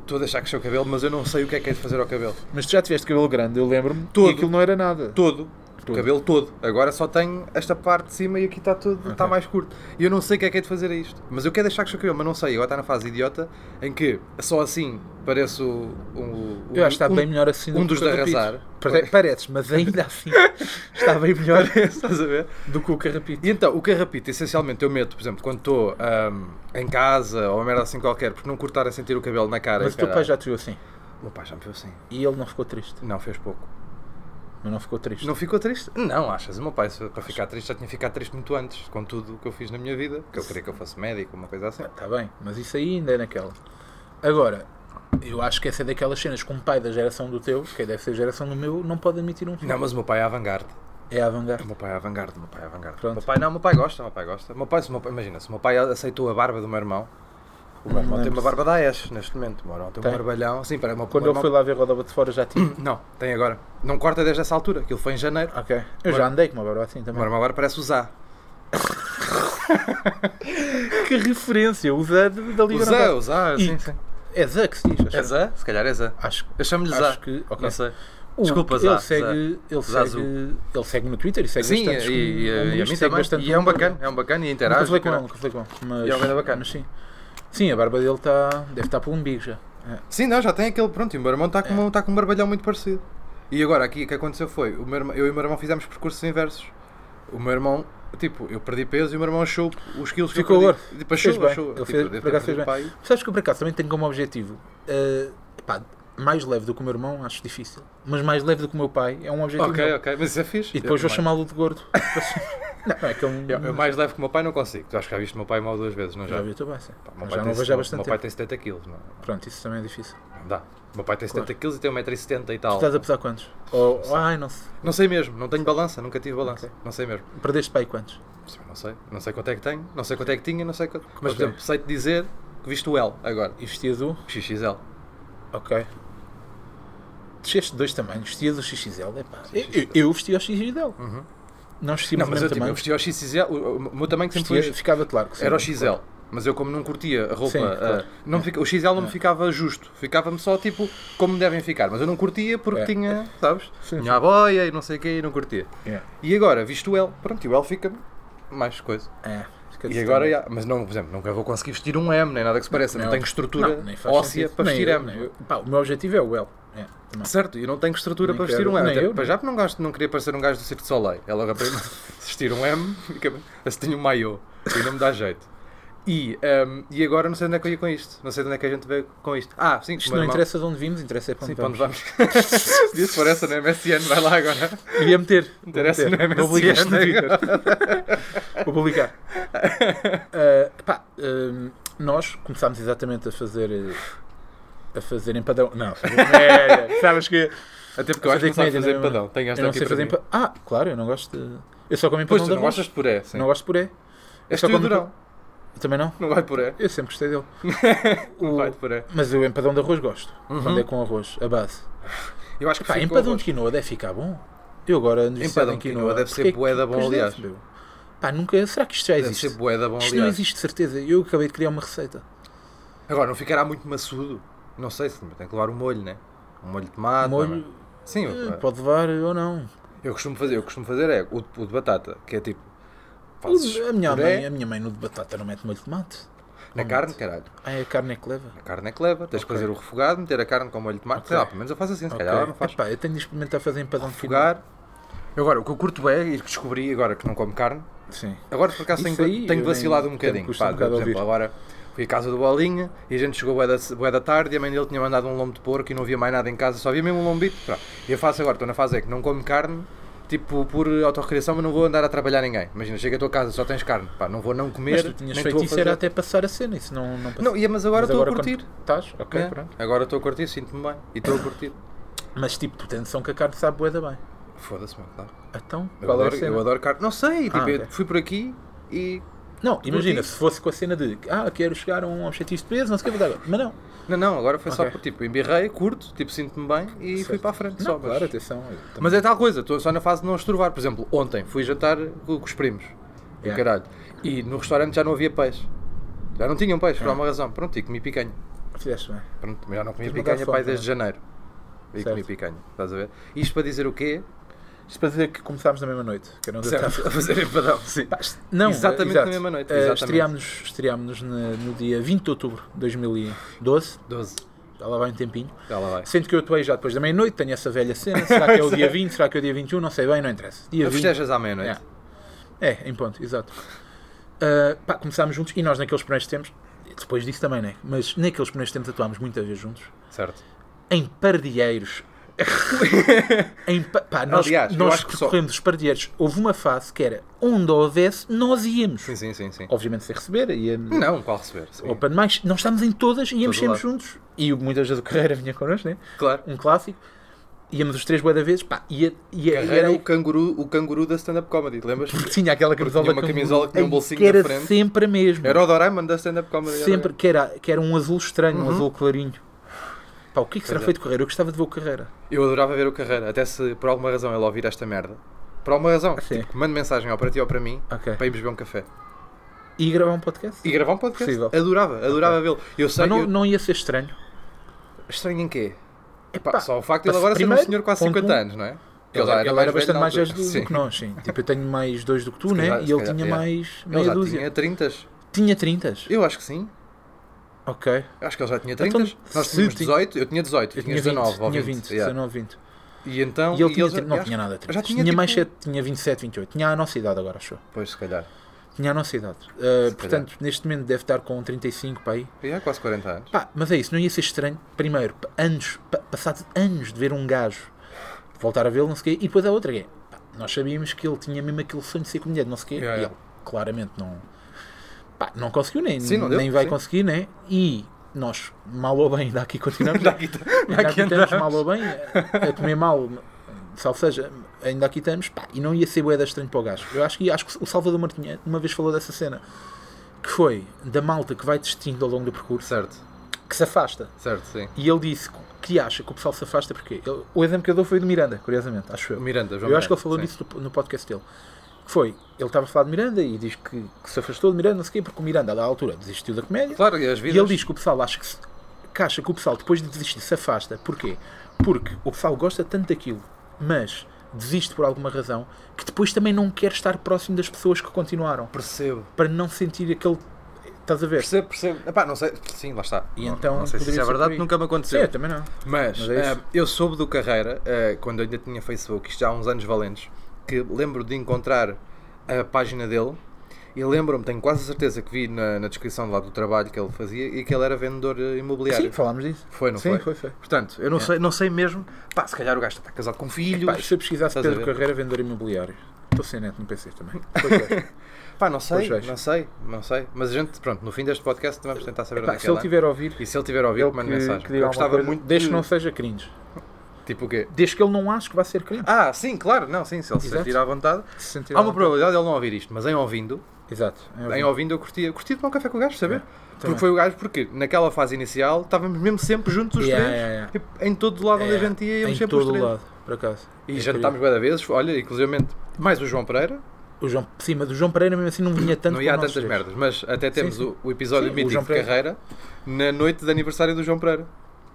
Speaker 2: estou a deixar crescer o cabelo, mas eu não sei o que é que é de fazer ao cabelo.
Speaker 1: Mas tu já tiveste cabelo grande, eu lembro-me.
Speaker 2: Todo.
Speaker 1: E aquilo não era nada.
Speaker 2: todo. O
Speaker 1: Todo.
Speaker 2: cabelo todo. Agora só tenho esta parte de cima e aqui está tudo, está mais curto. E eu não sei o que é que é de fazer a isto. Mas eu quero deixar crescer o cabelo, mas não sei. Agora está na fase idiota em que só assim pareço um. um
Speaker 1: Eu acho que está
Speaker 2: um-
Speaker 1: bem
Speaker 2: (laughs)
Speaker 1: melhor assim do
Speaker 2: um
Speaker 1: que
Speaker 2: dos
Speaker 1: o
Speaker 2: de
Speaker 1: carrapito.
Speaker 2: arrasar.
Speaker 1: Pare- Pareces, mas ainda
Speaker 2: (laughs)
Speaker 1: assim está bem melhor
Speaker 2: Estás a ver?
Speaker 1: do que o carrapito.
Speaker 2: E então, o carrapito, essencialmente, eu meto, por exemplo, quando estou ahm, em casa ou uma merda assim qualquer, porque não cortar a sentir o cabelo na cara.
Speaker 1: Mas
Speaker 2: e
Speaker 1: o teu pai
Speaker 2: caralho.
Speaker 1: já te viu assim.
Speaker 2: Meu pai já me viu assim.
Speaker 1: E ele não ficou triste.
Speaker 2: Não, fez pouco.
Speaker 1: Mas não ficou triste.
Speaker 2: Não ficou triste? Não, achas? O meu pai, se- para ficar triste, já tinha ficado triste muito antes, com tudo o que eu fiz na minha vida. Que eu queria que eu fosse médico, uma coisa assim.
Speaker 1: Está Tá bem, mas isso aí ainda é naquela. Agora, eu acho que essa é daquelas cenas que um pai da geração do teu, que deve ser a geração do meu, não pode admitir um filho.
Speaker 2: Não, mas o meu pai é avant-garde.
Speaker 1: É a
Speaker 2: O
Speaker 1: vanguarda.
Speaker 2: meu pai é avant-garde, o meu pai é avant-garde.
Speaker 1: Pronto.
Speaker 2: O meu pai não, o meu pai gosta, o meu pai gosta. O meu pai, se o meu pai- imagina, se o meu pai aceitou a barba do meu irmão, o meu
Speaker 1: Não
Speaker 2: irmão tem
Speaker 1: lembro-se.
Speaker 2: uma barba da Ash neste momento. O meu irmão tem um
Speaker 1: Tem?
Speaker 2: barbalhão. Sim, para o meu,
Speaker 1: Quando
Speaker 2: meu
Speaker 1: eu fui
Speaker 2: irmão-
Speaker 1: lá ver Rodova de Fora já
Speaker 2: (coughs)
Speaker 1: tinha.
Speaker 2: Não, tem agora. Não corta desde essa altura, aquilo foi em janeiro.
Speaker 1: ok. Eu já andei com uma barba assim
Speaker 2: O meu
Speaker 1: também.
Speaker 2: irmão agora parece usar.
Speaker 1: Que referência, o Zé de- da Liga
Speaker 2: Usar,
Speaker 1: Nacional.
Speaker 2: usar, sim,
Speaker 1: E-
Speaker 2: sim.
Speaker 1: É Zé que se diz. acho.
Speaker 2: É Zé? Se calhar é Zé.
Speaker 1: Acho,
Speaker 2: Eu chamo-lhe É. Zé.
Speaker 1: acho que. ok.
Speaker 2: Não sei.
Speaker 1: O-
Speaker 2: Desculpa, Zé,
Speaker 1: ele segue, ele,
Speaker 2: Zé
Speaker 1: segue, ele segue no Twitter e segue
Speaker 2: Sim,
Speaker 1: bastantes
Speaker 2: e, e, e a
Speaker 1: humoristas,
Speaker 2: mim
Speaker 1: segue
Speaker 2: também.
Speaker 1: bastante
Speaker 2: E é um
Speaker 1: humor.
Speaker 2: bacana, é um bacana e
Speaker 1: Nunca
Speaker 2: interage.
Speaker 1: falei com ele,
Speaker 2: caralho.
Speaker 1: nunca falei com ele. Mas,
Speaker 2: E é um gajo bacana.
Speaker 1: mas sim. Sim, a barba dele tá, deve estar pelo umbigo já. É.
Speaker 2: Sim, não, já tem aquele. Pronto, e o meu irmão está com, um- tá com um barbalhão muito parecido. E agora, aqui o que aconteceu foi: o meu irmão- eu e o meu irmão fizemos percursos inversos. O meu irmão, tipo, eu perdi peso e o meu irmão achou os quilos
Speaker 1: Ficou
Speaker 2: que eu
Speaker 1: gordo.
Speaker 2: perdi. Tipo, achou,
Speaker 1: Fez bem.
Speaker 2: achou.
Speaker 1: Ele
Speaker 2: Tipo,
Speaker 1: fez-
Speaker 2: deve
Speaker 1: por
Speaker 2: ter
Speaker 1: acaso fez
Speaker 2: perdido
Speaker 1: bem.
Speaker 2: para aí.
Speaker 1: Sabes que eu por acaso também tenho como objetivo. eh, pá, mais leve do que o meu irmão, acho difícil. Mas mais leve do que o meu pai é um objetivo.
Speaker 2: Ok,
Speaker 1: meu.
Speaker 2: ok, mas isso é fixe.
Speaker 1: E depois
Speaker 2: eu
Speaker 1: vou chamá-lo de
Speaker 2: (laughs)
Speaker 1: gordo. não, não, é que ele.
Speaker 2: Eu, eu mais leve que o meu pai não consigo. Tu acho que já viste o meu pai uma ou duas vezes, não já?
Speaker 1: já vi o teu pai, sim.
Speaker 2: Pá, o meu
Speaker 1: Mas
Speaker 2: pai
Speaker 1: já
Speaker 2: tem-
Speaker 1: não vejo há bastante
Speaker 2: O meu pai
Speaker 1: tempo.
Speaker 2: tem 70 quilos, não, não
Speaker 1: Pronto, isso também é difícil.
Speaker 2: dá. O meu pai tem 70 quilos e tem 1,70m e tal.
Speaker 1: Tu estás a pesar quantos? Ou, ai, não sei.
Speaker 2: Não sei mesmo, não tenho balança, nunca tive balança. Não sei mesmo.
Speaker 1: Perdeste pai quantos?
Speaker 2: Sim, Não sei, não sei quanto é que tenho, não sei quanto é que tinha, não sei quanto. Mas, por
Speaker 1: Ok.
Speaker 2: exemplo, sei-te dizer que viste o L agora, tipo,
Speaker 1: E vestia do.
Speaker 2: XXL.
Speaker 1: Ok. Desceste dois tamanhos, vestia do XXL. Epá. Eu, eu vestia o XXL. Não vestimos
Speaker 2: Uhum. Não,
Speaker 1: o
Speaker 2: mas
Speaker 1: mesmo
Speaker 2: eu, tipo, eu
Speaker 1: tamanho.
Speaker 2: vesti ao XXL, o, o- o meu tamanho sempre foi.
Speaker 1: Vestia, ficava claro que sim.
Speaker 2: Era o XL. Mas eu, como não curtia a roupa,
Speaker 1: Sim, claro. É.
Speaker 2: ah, não me fica- o XL não me ficava justo. Ficava-me só tipo como devem ficar. Mas eu não curtia porque
Speaker 1: É.
Speaker 2: tinha, sabes?
Speaker 1: Sim,
Speaker 2: tinha a boia e não sei o quê e não curtia.
Speaker 1: Yeah.
Speaker 2: E agora, visto o L, pronto, e o L fica mais coisa.
Speaker 1: É,
Speaker 2: E agora, já- mas não, por exemplo, nunca vou conseguir vestir um M, nem nada que se pareça. Não,
Speaker 1: Não.
Speaker 2: tenho estrutura
Speaker 1: nem faz
Speaker 2: óssea
Speaker 1: sentido.
Speaker 2: para
Speaker 1: Nem
Speaker 2: vestir
Speaker 1: eu,
Speaker 2: M.
Speaker 1: nem eu. Pá, o meu objetivo é o L. É, também.
Speaker 2: Certo, eu não tenho estrutura
Speaker 1: Nem
Speaker 2: para vestir
Speaker 1: quero,
Speaker 2: um M.
Speaker 1: nem
Speaker 2: Até
Speaker 1: eu,
Speaker 2: para já porque não, gasto, não queria parecer um gajo do Circo de Soleil. É logo a primeira. (laughs) se vestir um M, fica- se tenho um maiô, e não me dá jeito. E, hum, e agora não sei onde é que eu ia com isto. Não sei de onde é que a gente veio com isto. Ah, sim,
Speaker 1: Isto
Speaker 2: o meu
Speaker 1: não
Speaker 2: irmão-
Speaker 1: interessa de onde vimos, interessa é para
Speaker 2: Sim,
Speaker 1: onde
Speaker 2: para onde
Speaker 1: vamos.
Speaker 2: vamos? (laughs) Dia se parece no MSN, vai lá agora.
Speaker 1: Ia meter. Vou
Speaker 2: Interessa é
Speaker 1: meter.
Speaker 2: no
Speaker 1: Vou publicar isto no
Speaker 2: MSN.
Speaker 1: Twitter. Vou
Speaker 2: (laughs)
Speaker 1: publicar. Ah, pá, hum, nós começámos exatamente a fazer. eh, A fazer empadão. Não, a fazer
Speaker 2: (laughs)
Speaker 1: comédia. Sabes que.
Speaker 2: Até (laughs) porque eu
Speaker 1: Fazer
Speaker 2: acho que não sabes
Speaker 1: comédia,
Speaker 2: fazer
Speaker 1: não é?
Speaker 2: empadão. Tenho
Speaker 1: Eu
Speaker 2: esta
Speaker 1: não
Speaker 2: aqui
Speaker 1: sei
Speaker 2: para
Speaker 1: fazer
Speaker 2: mim.
Speaker 1: empadão. Ah, claro, eu não gosto de. Eu só como
Speaker 2: Pois,
Speaker 1: empadão
Speaker 2: tu
Speaker 1: de
Speaker 2: não
Speaker 1: arroz.
Speaker 2: gostas de puré, sim.
Speaker 1: Não gosto de puré.
Speaker 2: És
Speaker 1: só
Speaker 2: tu,
Speaker 1: como-
Speaker 2: Durão.
Speaker 1: Também não.
Speaker 2: Não vai de puré.
Speaker 1: Eu sempre gostei dele.
Speaker 2: Não
Speaker 1: O-
Speaker 2: vai de puré.
Speaker 1: Mas o empadão de arroz gosto.
Speaker 2: Uhum.
Speaker 1: Quando é com arroz, a base.
Speaker 2: Eu acho que
Speaker 1: Pá,
Speaker 2: ficou
Speaker 1: empadão
Speaker 2: bom.
Speaker 1: de quinoa deve ficar bom. Eu agora ando viciado
Speaker 2: Empadão
Speaker 1: em
Speaker 2: de quinoa
Speaker 1: quinoa.
Speaker 2: deve ser
Speaker 1: Porquê que-
Speaker 2: bué da bom,
Speaker 1: Pois deve,
Speaker 2: aliás.
Speaker 1: meu. Pá, nunca. Será que isto já
Speaker 2: Deve
Speaker 1: existe?
Speaker 2: ser bué da bom,
Speaker 1: Isto não
Speaker 2: aliás.
Speaker 1: existe, de certeza. Eu acabei de criar uma receita.
Speaker 2: Agora, não ficará muito maçudo? Não sei, se tem que levar um molho, né? Um molho de tomate. não é?
Speaker 1: Molho,
Speaker 2: Sim,
Speaker 1: eh,
Speaker 2: eu,
Speaker 1: pode levar ou não.
Speaker 2: eu costumo fazer, eu costumo fazer é o, de- o de batata, que é tipo. fazes
Speaker 1: A minha,
Speaker 2: puré
Speaker 1: mãe, é a minha mãe no de batata não mete molho de tomate.
Speaker 2: na carne, caralho.
Speaker 1: Ah, é a carne é que leva.
Speaker 2: A carne é que leva, tens
Speaker 1: Ok.
Speaker 2: que fazer o refogado, meter a carne com molho de tomate. Sei lá, pelo menos eu faço assim, se calhar ela não
Speaker 1: Ok.
Speaker 2: faz.
Speaker 1: Epá, eu tenho de experimentar fazer empadão de quinoa.
Speaker 2: Refogar. Agora, o que eu curto é, e que descobri agora que não como carne,
Speaker 1: Sim.
Speaker 2: Agora por acaso
Speaker 1: Isso
Speaker 2: tenho,
Speaker 1: aí
Speaker 2: tenho
Speaker 1: eu
Speaker 2: vacilado
Speaker 1: nem-
Speaker 2: um
Speaker 1: até me
Speaker 2: bocadinho.
Speaker 1: custa
Speaker 2: Pá,
Speaker 1: um
Speaker 2: por
Speaker 1: bocado
Speaker 2: exemplo,
Speaker 1: ouvir.
Speaker 2: agora fui à casa do Bolinha e a gente chegou bué da, bué da tarde e a mãe dele tinha mandado um lombo de porco e não havia mais nada em casa, só havia mesmo um lombito. Pá, E eu faço agora, estou na fase é que não como carne, tipo por autorrecriação, mas não vou andar a trabalhar ninguém. Imagina, chega à tua casa, só tens carne, pá, não vou não comer.
Speaker 1: Mas tu tinhas
Speaker 2: nem
Speaker 1: feito
Speaker 2: vou
Speaker 1: isso
Speaker 2: fazer-
Speaker 1: era até passar a cena, isso não, não
Speaker 2: Não, ia, mas agora
Speaker 1: Mas
Speaker 2: estou a
Speaker 1: agora
Speaker 2: curtir.
Speaker 1: quando Estás? né? Ok,
Speaker 2: É,
Speaker 1: pronto.
Speaker 2: agora estou a curtir, sinto-me bem. E estou a curtir.
Speaker 1: Mas tipo, atenção que a carne sabe bué da bem.
Speaker 2: Foda-se, meu, claro.
Speaker 1: Então,
Speaker 2: Eu,
Speaker 1: qual é a
Speaker 2: adoro, eu
Speaker 1: cena?
Speaker 2: adoro carne. Não sei, tipo,
Speaker 1: Ah,
Speaker 2: eu
Speaker 1: ok.
Speaker 2: fui por aqui e.
Speaker 1: Não, imagina,
Speaker 2: Curti.
Speaker 1: se fosse com a cena de ah, quero chegar a um objetivo de peso, não sei o que, blá, blá, blá. mas não.
Speaker 2: Não, não, agora foi só
Speaker 1: Ok.
Speaker 2: por tipo, embirrei, curto, tipo, sinto-me bem e fui para a frente
Speaker 1: Não,
Speaker 2: só. mas-
Speaker 1: claro, atenção. eu também-
Speaker 2: Mas é tal coisa, estou só na fase de não estorvar. Por exemplo, ontem fui jantar com, com os primos. E o
Speaker 1: Yeah.
Speaker 2: caralho. E no restaurante já não havia peixe. Já não tinham peixe, por alguma razão. Pronto, e comi picanha.
Speaker 1: Fizeste bem.
Speaker 2: Pronto, já não comia
Speaker 1: Tens mandado
Speaker 2: picanha pai
Speaker 1: fome,
Speaker 2: desde janeiro. E
Speaker 1: é? Certo.
Speaker 2: comi picanha, estás a ver? Isto para dizer o quê?
Speaker 1: Isto para dizer que começámos na mesma noite. Que era um
Speaker 2: Certo, a fazer empadão, sim.
Speaker 1: Pá, est- Não,
Speaker 2: Exatamente
Speaker 1: eh, exato.
Speaker 2: na mesma noite,
Speaker 1: Eh,
Speaker 2: exatamente.
Speaker 1: Estreámos-nos estreámos na- no dia 20 de outubro de 2012.
Speaker 2: 12.
Speaker 1: Já lá vai um tempinho.
Speaker 2: Já lá vai.
Speaker 1: Sendo que eu atuei já depois da meia-noite, tenho essa velha
Speaker 2: (laughs)
Speaker 1: cena. Será que é o dia 20? Será que é o dia 21? Não sei bem, não interessa. Dia
Speaker 2: Tu
Speaker 1: 20.
Speaker 2: festejas à meia-noite.
Speaker 1: É, em ponto, exato. Ah, pá, começámos juntos e nós naqueles primeiros tempos, depois disso também, né? Mas naqueles primeiros tempos atuámos muitas vezes juntos,
Speaker 2: Certo.
Speaker 1: em
Speaker 2: (laughs)
Speaker 1: pardieiros. em, pa- pá, nós,
Speaker 2: Aliás, eu
Speaker 1: nós
Speaker 2: acho que só-
Speaker 1: percorremos os pardieiros. Houve uma fase que era onde houvesse, nós íamos.
Speaker 2: Sim, sim, sim, sim.
Speaker 1: Obviamente sem receber, íamos
Speaker 2: Não, qual receber? Sim.
Speaker 1: open mics. Nós estávamos em todas, íamos
Speaker 2: Todo
Speaker 1: sempre juntos. E muitas vezes o Carreira vinha connosco, né?
Speaker 2: Claro.
Speaker 1: Um clássico. Íamos os três bué da vez, pá, ia, ia,
Speaker 2: Carreira é
Speaker 1: era
Speaker 2: o canguru, o canguru da stand-up comedy, te lembras?
Speaker 1: Porque (laughs) tinha aquela camisola,
Speaker 2: tinha uma
Speaker 1: canguru,
Speaker 2: camisola que tinha um
Speaker 1: em
Speaker 2: bolsinho
Speaker 1: que
Speaker 2: na
Speaker 1: era
Speaker 2: frente.
Speaker 1: sempre a mesma.
Speaker 2: Era o Doraemon da stand-up comedy.
Speaker 1: sempre que era, que era um azul estranho, um azul clarinho. Pá, o que é que será
Speaker 2: Uhum. Pois é.
Speaker 1: feito Carreira? Eu gostava de ver o Carreira.
Speaker 2: Eu adorava ver o Carreira, até se por alguma razão ele ouvir esta merda. Por alguma razão,
Speaker 1: Ah, Sim.
Speaker 2: tipo, manda mensagem ou para ti ou para mim,
Speaker 1: Ok.
Speaker 2: para irmos beber um café.
Speaker 1: E gravar um podcast?
Speaker 2: E gravar um podcast.
Speaker 1: Possível.
Speaker 2: Adorava, adorava vê-lo. Eu sei,
Speaker 1: Mas não,
Speaker 2: eu-
Speaker 1: não ia ser estranho.
Speaker 2: estranho em quê? Epá,
Speaker 1: Epá,
Speaker 2: só o facto de ele
Speaker 1: mas
Speaker 2: agora ser um
Speaker 1: primeiro,
Speaker 2: senhor quase
Speaker 1: ponto
Speaker 2: 50
Speaker 1: um.
Speaker 2: anos, não é?
Speaker 1: Ele, ele era,
Speaker 2: velho
Speaker 1: bastante
Speaker 2: na
Speaker 1: mais
Speaker 2: altura.
Speaker 1: velho do, do
Speaker 2: Sim.
Speaker 1: que nós, sim. Tipo, eu tenho mais dois do que tu,
Speaker 2: Se
Speaker 1: né?
Speaker 2: calhar-
Speaker 1: e
Speaker 2: se
Speaker 1: ele
Speaker 2: calhar,
Speaker 1: tinha
Speaker 2: yeah.
Speaker 1: mais
Speaker 2: Ele
Speaker 1: meia
Speaker 2: já
Speaker 1: dúzia.
Speaker 2: tinha 30
Speaker 1: Tinha 30.
Speaker 2: Eu acho que sim.
Speaker 1: Ok.
Speaker 2: Eu Acho que ele já tinha
Speaker 1: Então,
Speaker 2: 30 Nós
Speaker 1: se
Speaker 2: tínhamos
Speaker 1: tinha-
Speaker 2: 18, eu tinha 18,
Speaker 1: Eu
Speaker 2: eu
Speaker 1: tinha
Speaker 2: tinha
Speaker 1: 20,
Speaker 2: 19 ou
Speaker 1: tinha
Speaker 2: 20.
Speaker 1: 20,
Speaker 2: yeah.
Speaker 1: 19, 20.
Speaker 2: E então.
Speaker 1: E ele tinha,
Speaker 2: eles-
Speaker 1: 30, não
Speaker 2: acho-
Speaker 1: tinha nada, 30.
Speaker 2: já
Speaker 1: Tinha,
Speaker 2: tinha,
Speaker 1: mais
Speaker 2: tipo-
Speaker 1: 7, tinha 27, 28. Tinha a nossa idade agora, achou?
Speaker 2: Pois, se calhar.
Speaker 1: Tinha a nossa idade. Uh,
Speaker 2: Se
Speaker 1: portanto, neste momento deve estar com 35 para aí.
Speaker 2: E há quase
Speaker 1: (laughs)
Speaker 2: 40 anos.
Speaker 1: Pá, mas é isso, não ia ser estranho. Primeiro, pa- anos, pa- passados anos de ver um gajo voltar a vê-lo, não sei o quê, e depois a outra que é. pá, Nós sabíamos que ele tinha mesmo aquele sonho de ser comediante, não sei o quê,
Speaker 2: Yeah,
Speaker 1: e
Speaker 2: yeah.
Speaker 1: ele claramente não. Pá, não conseguiu nem,
Speaker 2: Sim, não deu,
Speaker 1: nem vai
Speaker 2: sim.
Speaker 1: conseguir, né? E nós, mal ou bem, ainda aqui
Speaker 2: (laughs)
Speaker 1: continuamos. né?
Speaker 2: Ainda aqui, ainda
Speaker 1: ainda aqui
Speaker 2: aqui
Speaker 1: estamos,
Speaker 2: andamos.
Speaker 1: mal ou bem, a, a comer mal, salvo seja, ainda aqui estamos, pá, e não ia ser boeda estranho para o gajo. Eu acho que, acho que o Salvador Martinha uma vez falou dessa cena, que foi da malta que vai destindo ao longo do percurso,
Speaker 2: Certo,
Speaker 1: que se afasta.
Speaker 2: certo, sim.
Speaker 1: E ele disse que acha que o pessoal se afasta porque ele- o exemplo que eu dou foi do Miranda, curiosamente, acho eu.
Speaker 2: O Miranda, João
Speaker 1: eu acho que
Speaker 2: Miranda,
Speaker 1: ele falou
Speaker 2: sim.
Speaker 1: disso no- no podcast dele. Que foi, ele estava a falar de Miranda e diz que, que se afastou de Miranda, não sei o quê, porque o Miranda, à altura, desistiu da comédia.
Speaker 2: Claro, e as
Speaker 1: E
Speaker 2: vidas.
Speaker 1: ele diz que o pessoal acha que, se- que acha que o pessoal depois de desistir se afasta. Porquê? Porque o pessoal gosta tanto daquilo, mas desiste por alguma razão, que depois também não quer estar próximo das pessoas que continuaram,
Speaker 2: Percebo.
Speaker 1: para não sentir aquele. Estás a ver?
Speaker 2: Percebo, percebo. Epá, não sei. Sim, lá está.
Speaker 1: E
Speaker 2: não,
Speaker 1: então
Speaker 2: não sei se isso
Speaker 1: poderia
Speaker 2: é
Speaker 1: ser por
Speaker 2: verdade,
Speaker 1: aí.
Speaker 2: nunca me
Speaker 1: Sim,
Speaker 2: aconteceu.
Speaker 1: eu também não.
Speaker 2: Mas,
Speaker 1: Mas é
Speaker 2: ah,
Speaker 1: isso.
Speaker 2: eu soube do Carreira, ah, quando eu ainda tinha Facebook, isto já há uns anos valentes, que lembro de encontrar a página dele e lembro-me, tenho quase certeza que vi na, na descrição lá do trabalho que ele fazia e que ele era vendedor eh, imobiliário.
Speaker 1: Sim, falámos disso.
Speaker 2: Foi, não
Speaker 1: Sim,
Speaker 2: foi?
Speaker 1: foi, É. foi.
Speaker 2: Portanto, eu não, sei, não sei mesmo. Pá, se calhar o gajo está casado com filhos.
Speaker 1: Pá, se eu pesquisasse
Speaker 2: Estás a
Speaker 1: Pedro
Speaker 2: ver?
Speaker 1: Carreira, vendedor imobiliário. Estou sem net no PC
Speaker 2: (laughs)
Speaker 1: também. Pois é.
Speaker 2: Pá, não sei,
Speaker 1: Pois vejo.
Speaker 2: não sei, não sei. Mas a gente, pronto, no fim deste podcast vamos tentar saber
Speaker 1: Epá,
Speaker 2: onde é que
Speaker 1: se ele
Speaker 2: anda.
Speaker 1: tiver a ouvir,
Speaker 2: E se ele tiver ouvido,
Speaker 1: ele
Speaker 2: que mande
Speaker 1: que-
Speaker 2: mensagem.
Speaker 1: que diga
Speaker 2: eu
Speaker 1: alguma
Speaker 2: gostava
Speaker 1: coisa,
Speaker 2: muito.
Speaker 1: Desde
Speaker 2: de-
Speaker 1: que não seja cringe.
Speaker 2: Tipo o quê?
Speaker 1: Desde que ele não ache que vai ser cringe.
Speaker 2: Ah, sim, claro, não, sim, se ele (laughs) se
Speaker 1: Exato.
Speaker 2: sentir um à vontade.
Speaker 1: Se sentir
Speaker 2: Há uma
Speaker 1: alguma-
Speaker 2: probabilidade de ele não ouvir isto, mas em ouvindo,
Speaker 1: Exato. É
Speaker 2: em ouvindo eu curtia, curtia tomar um café com o gajo, saber?
Speaker 1: também.
Speaker 2: Porque foi o gajo, porque naquela fase inicial estávamos mesmo sempre juntos os
Speaker 1: Yeah,
Speaker 2: três.
Speaker 1: yeah, yeah.
Speaker 2: Tipo, Em todo lado onde a
Speaker 1: É,
Speaker 2: gente ia, íamos
Speaker 1: em
Speaker 2: sempre os
Speaker 1: todo o
Speaker 2: três.
Speaker 1: lado, por acaso.
Speaker 2: E
Speaker 1: É
Speaker 2: jantámos várias vezes, olha, inclusive mais o João Pereira,
Speaker 1: curioso. O João, sim, mas o João Pereira mesmo assim não vinha tanto
Speaker 2: não ia a
Speaker 1: como nós
Speaker 2: tantas
Speaker 1: três.
Speaker 2: merdas, mas até temos
Speaker 1: sim.
Speaker 2: o- O, episódio
Speaker 1: Sim, o
Speaker 2: mítico
Speaker 1: João
Speaker 2: de
Speaker 1: Pereira.
Speaker 2: carreira na noite de aniversário do João Pereira.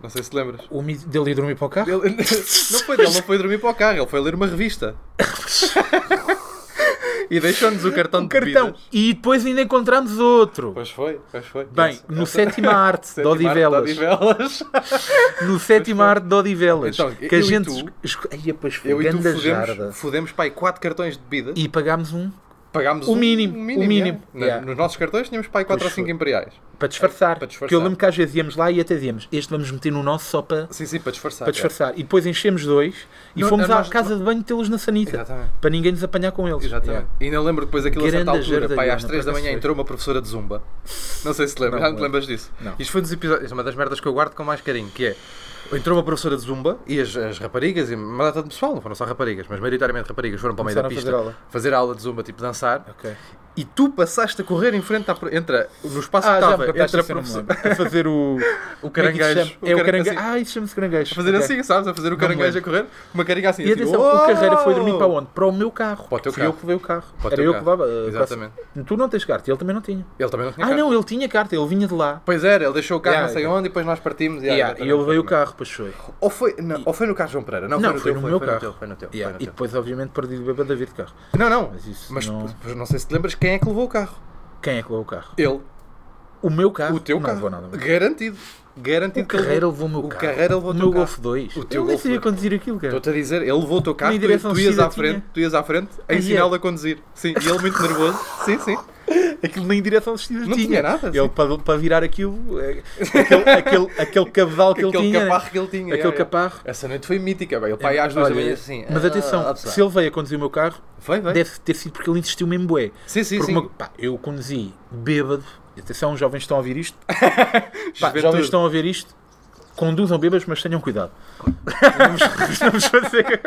Speaker 2: Não sei se te lembras.
Speaker 1: O mi- dele ir dormir para o carro?
Speaker 2: Ele- (laughs) não foi dele, não foi dormir para o carro, ele foi ler uma revista. (laughs) e deixou-nos o cartão
Speaker 1: Um
Speaker 2: de bebidas.
Speaker 1: cartão. E depois ainda encontramos outro.
Speaker 2: Pois foi, pois foi.
Speaker 1: Bem,
Speaker 2: Esse-
Speaker 1: no
Speaker 2: esse- (laughs)
Speaker 1: Sétima Arte de
Speaker 2: Sétima Arte de
Speaker 1: Odivelas. (laughs)
Speaker 2: Odivelas.
Speaker 1: No Sétima Arte de Odivelas.
Speaker 2: Então,
Speaker 1: que
Speaker 2: eu
Speaker 1: a
Speaker 2: e
Speaker 1: gente.
Speaker 2: tu-
Speaker 1: esco- Ai, pois, foi
Speaker 2: Eu e tu
Speaker 1: ganda jarda.
Speaker 2: fudemos, fudemos pai, 4 cartões de bebida
Speaker 1: E pagámos um
Speaker 2: pagámos
Speaker 1: o
Speaker 2: um-
Speaker 1: mínimo,
Speaker 2: um
Speaker 1: o mínimo,
Speaker 2: é. Na-
Speaker 1: yeah.
Speaker 2: Nos nossos cartões tínhamos pai 4 ou
Speaker 1: Pois
Speaker 2: 5
Speaker 1: foi.
Speaker 2: imperiais.
Speaker 1: para disfarçar.
Speaker 2: Para disfarçar.
Speaker 1: Que eu lembro que às vezes íamos lá e até dizíamos: Este vamos meter no nosso só para,
Speaker 2: Sim, sim, para disfarçar. é.
Speaker 1: para disfarçar. é. E depois enchemos dois e
Speaker 2: Não,
Speaker 1: fomos
Speaker 2: não,
Speaker 1: à
Speaker 2: nós-
Speaker 1: casa de banho tê-los na
Speaker 2: é.
Speaker 1: sanita.
Speaker 2: Exatamente.
Speaker 1: Para ninguém nos apanhar com eles.
Speaker 2: Exatamente.
Speaker 1: Yeah.
Speaker 2: E ainda lembro depois aquilo a certa
Speaker 1: Grande
Speaker 2: altura,
Speaker 1: jarda,
Speaker 2: pai, às
Speaker 1: Iana,
Speaker 2: 3 da
Speaker 1: por acaso
Speaker 2: manhã
Speaker 1: foi.
Speaker 2: entrou uma professora de zumba. Não sei se te lembras,
Speaker 1: Não,
Speaker 2: já não te
Speaker 1: não.
Speaker 2: lembras disso.
Speaker 1: Não.
Speaker 2: Isto foi um dos episódios, é uma das merdas que eu guardo com mais carinho, que é entrou uma professora de zumba e as, as raparigas e uma data de pessoal, não foram só raparigas, mas maioritariamente raparigas foram para o meio da
Speaker 1: Começaram a
Speaker 2: pista
Speaker 1: fazer aula.
Speaker 2: fazer aula de zumba, tipo dançar.
Speaker 1: Ok.
Speaker 2: E tu passaste a correr em frente à, pro- entre a- no espaço
Speaker 1: Ah,
Speaker 2: que
Speaker 1: já
Speaker 2: estava
Speaker 1: me
Speaker 2: entre
Speaker 1: contaste
Speaker 2: a
Speaker 1: isso, eu não me
Speaker 2: professora.
Speaker 1: lembro. Para fazer (laughs) o... Como é que
Speaker 2: O
Speaker 1: isso
Speaker 2: caranguejo.
Speaker 1: se chama? É o
Speaker 2: caranguejo.
Speaker 1: caranguejo. Ah, isso chama-se caranguejo.
Speaker 2: (laughs) A fazer
Speaker 1: Ok.
Speaker 2: assim, sabes? A fazer o
Speaker 1: me
Speaker 2: caranguejo a correr, uma carinha assim.
Speaker 1: E
Speaker 2: assim,
Speaker 1: atenção, o Carreira foi dormir
Speaker 2: "Oh!"
Speaker 1: para onde? Para o meu carro.
Speaker 2: Para o teu
Speaker 1: Fui eu
Speaker 2: carro.
Speaker 1: que levei o carro.
Speaker 2: Para o
Speaker 1: Era
Speaker 2: teu
Speaker 1: eu que
Speaker 2: carro.
Speaker 1: levava. uh,
Speaker 2: Exatamente.
Speaker 1: quase- Tu não tens carta, ele também não tinha.
Speaker 2: Ele também não tinha
Speaker 1: Ah,
Speaker 2: carro.
Speaker 1: não, ele tinha carta, ele vinha de lá.
Speaker 2: Pois era, ele deixou o carro
Speaker 1: Yeah,
Speaker 2: não sei
Speaker 1: yeah.
Speaker 2: onde e depois nós partimos.
Speaker 1: Yeah,
Speaker 2: yeah,
Speaker 1: e eu levei o
Speaker 2: exatamente.
Speaker 1: carro, pois foi.
Speaker 2: Ou Ah, foi, não, ou foi no carro de João Pereira? Não,
Speaker 1: Não,
Speaker 2: foi
Speaker 1: foi
Speaker 2: no, teu,
Speaker 1: no meu
Speaker 2: foi
Speaker 1: carro.
Speaker 2: teu, foi no teu.
Speaker 1: Yeah,
Speaker 2: foi
Speaker 1: E
Speaker 2: no teu.
Speaker 1: depois, obviamente, perdi o bebê da vida de carro.
Speaker 2: Não, não.
Speaker 1: Mas isso
Speaker 2: Mas
Speaker 1: não-
Speaker 2: pois, não sei se te lembras quem é que levou o carro.
Speaker 1: Quem é que levou o carro?
Speaker 2: Ele.
Speaker 1: O meu carro?
Speaker 2: O teu
Speaker 1: Ah, não
Speaker 2: carro.
Speaker 1: levou nada.
Speaker 2: Garantido. Garantido
Speaker 1: O Carreira levou o meu
Speaker 2: o
Speaker 1: carro.
Speaker 2: Carreira levou
Speaker 1: o
Speaker 2: o
Speaker 1: meu
Speaker 2: teu carro.
Speaker 1: Golf 2.
Speaker 2: O teu
Speaker 1: eu nem
Speaker 2: Golf
Speaker 1: sabia
Speaker 2: dois.
Speaker 1: conduzir aquilo, cara.
Speaker 2: Estou-te a dizer, ele levou o teu carro,
Speaker 1: Nem
Speaker 2: tu,
Speaker 1: direção
Speaker 2: tu, ias
Speaker 1: descida
Speaker 2: à frente,
Speaker 1: tinha.
Speaker 2: tu ias à frente, em
Speaker 1: Ai,
Speaker 2: sinal
Speaker 1: é.
Speaker 2: a conduzir. Sim, e ele muito nervoso. Sim,
Speaker 1: (laughs)
Speaker 2: sim.
Speaker 1: Aquilo nem direção assistida
Speaker 2: Não tinha nada,
Speaker 1: Ele para, para virar aquilo, é, aquele, aquele, aquele cabedal que ele
Speaker 2: Aquele
Speaker 1: tinha. né?
Speaker 2: caparro que ele tinha.
Speaker 1: Aquele
Speaker 2: é, é.
Speaker 1: caparro.
Speaker 2: Essa noite foi mítica, bem. Ele pai às duas da
Speaker 1: Olha,
Speaker 2: manhã assim.
Speaker 1: Mas
Speaker 2: ah,
Speaker 1: atenção,
Speaker 2: ah,
Speaker 1: se ele veio a conduzir o meu carro,
Speaker 2: Foi, vai.
Speaker 1: deve ter sido porque ele insistiu mesmo bué.
Speaker 2: Sim, sim,
Speaker 1: Porque
Speaker 2: sim.
Speaker 1: uma- pá, eu conduzi bêbado. E Atenção, jovens que estão a ouvir isto. Pá,
Speaker 2: Juventude.
Speaker 1: jovens que estão a ouvir isto. Conduzam bêbados, mas tenham cuidado. Eu não vos, (laughs) não vos vou dizer,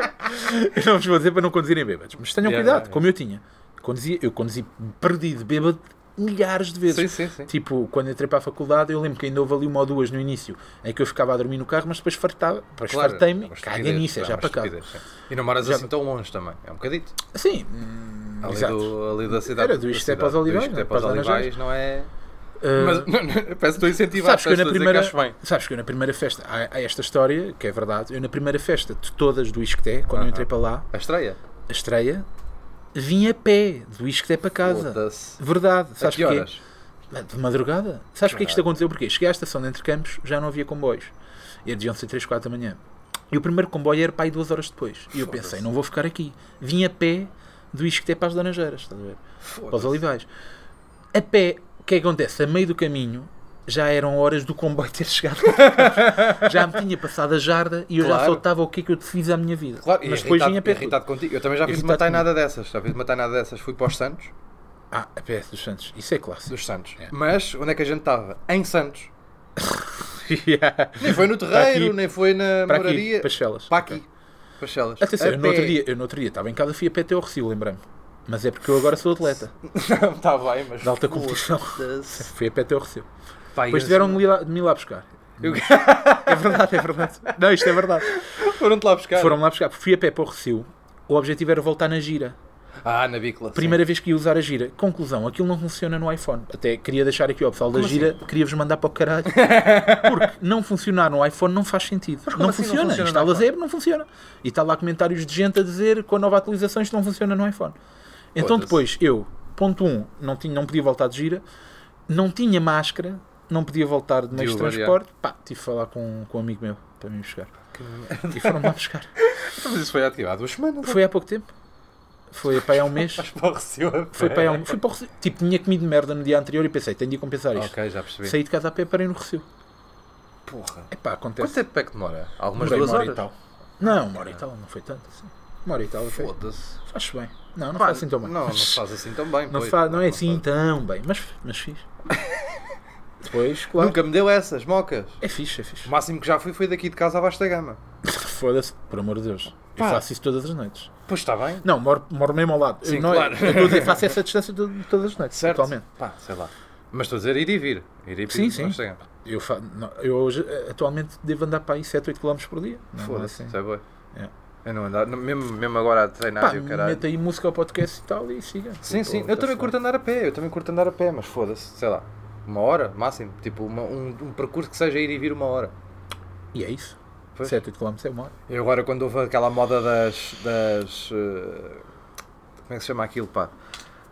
Speaker 1: eu não vos vou dizer para não conduzirem bêbados. Mas tenham
Speaker 2: Yeah,
Speaker 1: cuidado,
Speaker 2: yeah,
Speaker 1: como eu tinha. Conduzia, eu conduzi perdido, bêbado, milhares de vezes.
Speaker 2: Sim, sim, sim.
Speaker 1: Tipo, quando entrei para a faculdade, eu lembro que ainda houve ali uma ou duas no início em que eu ficava a dormir no carro, mas depois fartava. Depois fartei-me,
Speaker 2: é uma
Speaker 1: caga
Speaker 2: estupidez,
Speaker 1: nisso, é
Speaker 2: pá,
Speaker 1: já
Speaker 2: uma
Speaker 1: para cá.
Speaker 2: estupidez, sim. E não moras
Speaker 1: Já-
Speaker 2: assim tão longe também. É um bocadito.
Speaker 1: Sim, hum,
Speaker 2: Ali,
Speaker 1: exato.
Speaker 2: do, ali da cidade.
Speaker 1: Era do
Speaker 2: da
Speaker 1: Isto é
Speaker 2: cidade.
Speaker 1: para os
Speaker 2: Do
Speaker 1: Olivais,
Speaker 2: Isto
Speaker 1: não
Speaker 2: é
Speaker 1: é?
Speaker 2: para os
Speaker 1: Para os
Speaker 2: Olivais, não é.
Speaker 1: Ah,
Speaker 2: Mas (laughs) um não, não, peço que incentivar.
Speaker 1: Sabes que eu na primeira,
Speaker 2: Bem.
Speaker 1: sabes que eu na primeira festa, há, há esta história, que é verdade, eu na primeira festa de todas do Isqueté, quando eu entrei para lá,
Speaker 2: é A estreia.
Speaker 1: a estreia, vim a pé do Isqueté para casa.
Speaker 2: Foda-se.
Speaker 1: Verdade,
Speaker 2: A
Speaker 1: é. sabes
Speaker 2: que
Speaker 1: porquê?
Speaker 2: horas?
Speaker 1: É, De madrugada. Sabes porquê que isto aconteceu? Porque cheguei à estação de Entre Campos, já não havia comboios. E deviam ser 3, 4 da manhã. E o primeiro comboio era para aí duas horas depois. E eu pensei, não vou ficar aqui. Vim a pé do Isqueté para as Laranjeiras, estás a ver? para os
Speaker 2: Foda-se.
Speaker 1: Olivais. A pé, o que é que acontece? A meio do caminho já eram horas do comboio ter chegado.
Speaker 2: (laughs)
Speaker 1: já me tinha passado a jarda e eu já
Speaker 2: Claro.
Speaker 1: só estava o que é que eu te fiz à minha vida.
Speaker 2: Claro, e
Speaker 1: Mas depois
Speaker 2: irritado-
Speaker 1: vinha a pé. tudo.
Speaker 2: irritado contigo. Eu também já fiz
Speaker 1: Irritado
Speaker 2: uma tainada dessas. Já fiz uma tainada dessas. Fui para os Santos.
Speaker 1: Ah, a pé dos Santos. Isso é
Speaker 2: (laughs)
Speaker 1: clássico.
Speaker 2: Dos Santos.
Speaker 1: É.
Speaker 2: Mas onde é que a gente estava?
Speaker 1: (laughs)
Speaker 2: Em Santos.
Speaker 1: Yeah.
Speaker 2: Nem foi no terreiro,
Speaker 1: aqui.
Speaker 2: nem foi na
Speaker 1: Para
Speaker 2: moraria.
Speaker 1: aqui, Pachelas.
Speaker 2: Para aqui. Parcelas.
Speaker 1: Atenção,
Speaker 2: A
Speaker 1: eu no, outro
Speaker 2: pé.
Speaker 1: dia, eu no outro dia estava em casa, fui a pé até ao Recio, lembrei-me. Mas é porque eu agora sou
Speaker 2: (laughs)
Speaker 1: atleta.
Speaker 2: (laughs) Não, está bem, mas.
Speaker 1: De alta competição. assim,
Speaker 2: Foda-se.
Speaker 1: Fui a pé até ao Recio.
Speaker 2: Pá,
Speaker 1: Depois
Speaker 2: e
Speaker 1: tiveram um de lá- de me lá buscar.
Speaker 2: Eu- (laughs)
Speaker 1: É verdade, é verdade. Não, isto é verdade.
Speaker 2: Foram-te lá buscar.
Speaker 1: Foram lá buscar. Fui a pé para o Recio. O objetivo era voltar na gira.
Speaker 2: Ah, na bicla. sim.
Speaker 1: Primeira vez que ia usar a gira. Conclusão, aquilo não funciona no iPhone. Até queria deixar aqui ao pessoal da gira,
Speaker 2: assim?
Speaker 1: queria-vos mandar para o
Speaker 2: (laughs)
Speaker 1: caralho. Porque não funcionar no iPhone não faz sentido.
Speaker 2: como
Speaker 1: não,
Speaker 2: assim não
Speaker 1: funciona.
Speaker 2: funciona no
Speaker 1: Instalas a
Speaker 2: iPhone?
Speaker 1: app, não funciona. E está lá comentários de gente a dizer com a nova atualização isto não funciona no iPhone. Então
Speaker 2: Foda-se.
Speaker 1: depois, eu, ponto 1, um, não, tinha, não podia voltar de gira, não tinha máscara, não podia voltar de meio de
Speaker 2: Uber,
Speaker 1: transporte. Pá, tive de falar com, com um amigo meu para me buscar. E foram lá buscar.
Speaker 2: Mas isso foi há, tipo, há duas semanas.
Speaker 1: Foi há pouco tempo. Foi para aí há um mês.
Speaker 2: Mas para o Recife.
Speaker 1: Foi para aí há um... Fui para o Recio. Tipo, tinha comido merda no dia anterior e pensei, tenho de compensar isto.
Speaker 2: Ok, já percebi.
Speaker 1: Saí de casa a pé, parei no Recio.
Speaker 2: Porra.
Speaker 1: Epá, acontece.
Speaker 2: Quanto tempo é que demora? Algumas
Speaker 1: Demorei
Speaker 2: duas
Speaker 1: uma
Speaker 2: horas?
Speaker 1: hora e tal. Não, uma hora e tal, não foi tanto assim. Uma hora e tal, foi.
Speaker 2: Foda-se.
Speaker 1: Faz bem. Não, não
Speaker 2: Pá,
Speaker 1: faz assim tão bem.
Speaker 2: Não, não se faz assim tão bem.
Speaker 1: Não,
Speaker 2: pois.
Speaker 1: fa- não é
Speaker 2: se
Speaker 1: assim
Speaker 2: faz.
Speaker 1: tão bem, mas, mas
Speaker 2: (laughs)
Speaker 1: fiz. Depois, claro.
Speaker 2: Nunca me deu essas mocas.
Speaker 1: É fixe, é
Speaker 2: O
Speaker 1: fixe.
Speaker 2: máximo que já fui foi daqui de casa à Vasta Gama.
Speaker 1: (laughs) Foda-se, por amor de Deus.
Speaker 2: Pá.
Speaker 1: Eu faço isso todas as noites.
Speaker 2: Pois está bem.
Speaker 1: Não, moro, moro mesmo ao lado.
Speaker 2: Sim,
Speaker 1: eu, não, é-
Speaker 2: claro.
Speaker 1: eu estou a dizer, faço essa distância to- todas as noites.
Speaker 2: Certo?
Speaker 1: Totalmente.
Speaker 2: Pá, sei lá. Mas estou a dizer ir e vir. Ir e vir.
Speaker 1: Sim, sim.
Speaker 2: Vasta Gama.
Speaker 1: Eu, fa- não, eu hoje, eh, atualmente devo andar para aí 7, 8 km por dia. Não,
Speaker 2: Foda-se.
Speaker 1: assim.
Speaker 2: Isso é boi.
Speaker 1: É.
Speaker 2: Eu não andar. não- Mesmo, mesmo agora a treinar
Speaker 1: Pá,
Speaker 2: e o caralho.
Speaker 1: mete aí música ao podcast e tal e siga.
Speaker 2: Sim,
Speaker 1: Tipo,
Speaker 2: sim. Eu
Speaker 1: tá-se
Speaker 2: também
Speaker 1: bem.
Speaker 2: curto andar a pé, eu também curto andar a pé, mas foda-se, sei lá, uma hora máximo. Tipo, uma- um, um percurso que seja ir e vir uma hora.
Speaker 1: E é isso.
Speaker 2: Pois.
Speaker 1: 7, 8 km é uma hora.
Speaker 2: Eu agora, quando houve aquela moda das. das eh, como é que se chama aquilo, pá?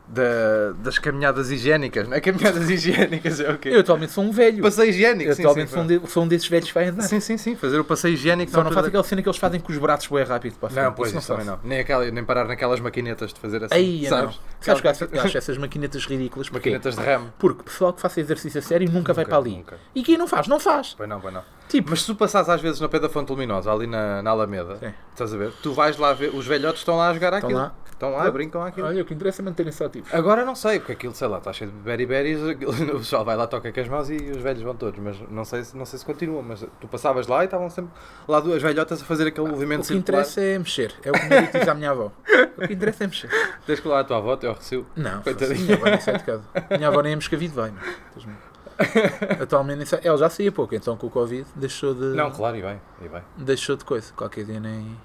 Speaker 2: Da- das caminhadas higiênicas, não é? (laughs) Caminhadas higiênicas é o quê?
Speaker 1: Eu atualmente sou um velho.
Speaker 2: Passeio higiênico,
Speaker 1: Eu
Speaker 2: sim,
Speaker 1: atualmente
Speaker 2: sim,
Speaker 1: sou, um
Speaker 2: pá.
Speaker 1: de- sou um desses velhos que vai andar.
Speaker 2: sim, sim, sim, fazer o passeio higiênico.
Speaker 1: Só não
Speaker 2: na
Speaker 1: faço
Speaker 2: altura
Speaker 1: aquela cena que eles fazem com os braços bem rápido para a
Speaker 2: da-
Speaker 1: frente.
Speaker 2: Não, pois, isso, também
Speaker 1: faço.
Speaker 2: não. Nem, aquela, nem parar naquelas maquinetas de fazer assim,
Speaker 1: Aí,
Speaker 2: sabes?
Speaker 1: sabes? Sabes que eu acho- eu acho essas maquinetas ridículas. Porquê?
Speaker 2: Maquinetas de ramo.
Speaker 1: Porque o pessoal que faça exercício a sério nunca, vai
Speaker 2: Nunca,
Speaker 1: para ali.
Speaker 2: nunca.
Speaker 1: E quem não faz, não faz.
Speaker 2: Pois não, pois não.
Speaker 1: Tipo,
Speaker 2: Mas se tu passares às vezes na pé da Fonte Luminosa, ali na, na Alameda,
Speaker 1: Sim.
Speaker 2: estás a ver? Tu vais lá ver, os velhotes estão lá a jogar aquilo.
Speaker 1: Então lá.
Speaker 2: Estão lá, brincam àquilo.
Speaker 1: olha, o que interessa é manterem-se ativos.
Speaker 2: Agora não sei, porque aquilo, sei lá, está cheio de beribéries, aquilo- (laughs) o pessoal vai lá, toca com as mãos e os velhos vão todos, mas não sei, se- não sei se continua, mas tu passavas lá e estavam sempre lá duas velhotas a fazer aquele
Speaker 1: Ah,
Speaker 2: movimento
Speaker 1: O que
Speaker 2: circular.
Speaker 1: interessa é mexer. É o que me diz à minha avó. O que interessa é mexer.
Speaker 2: Tens que ir lá à tua avó, eu receio.
Speaker 1: Não,
Speaker 2: Coitadinha.
Speaker 1: minha avó nem sai de casa. Minha avó nem é moscavide, vai. Não. Estás mesmo. Atualmente nem sai. Ela já saía pouco, então com o Covid deixou de.
Speaker 2: Não, claro, e bem, e bem.
Speaker 1: Deixou de coisa. Qualquer dia nem,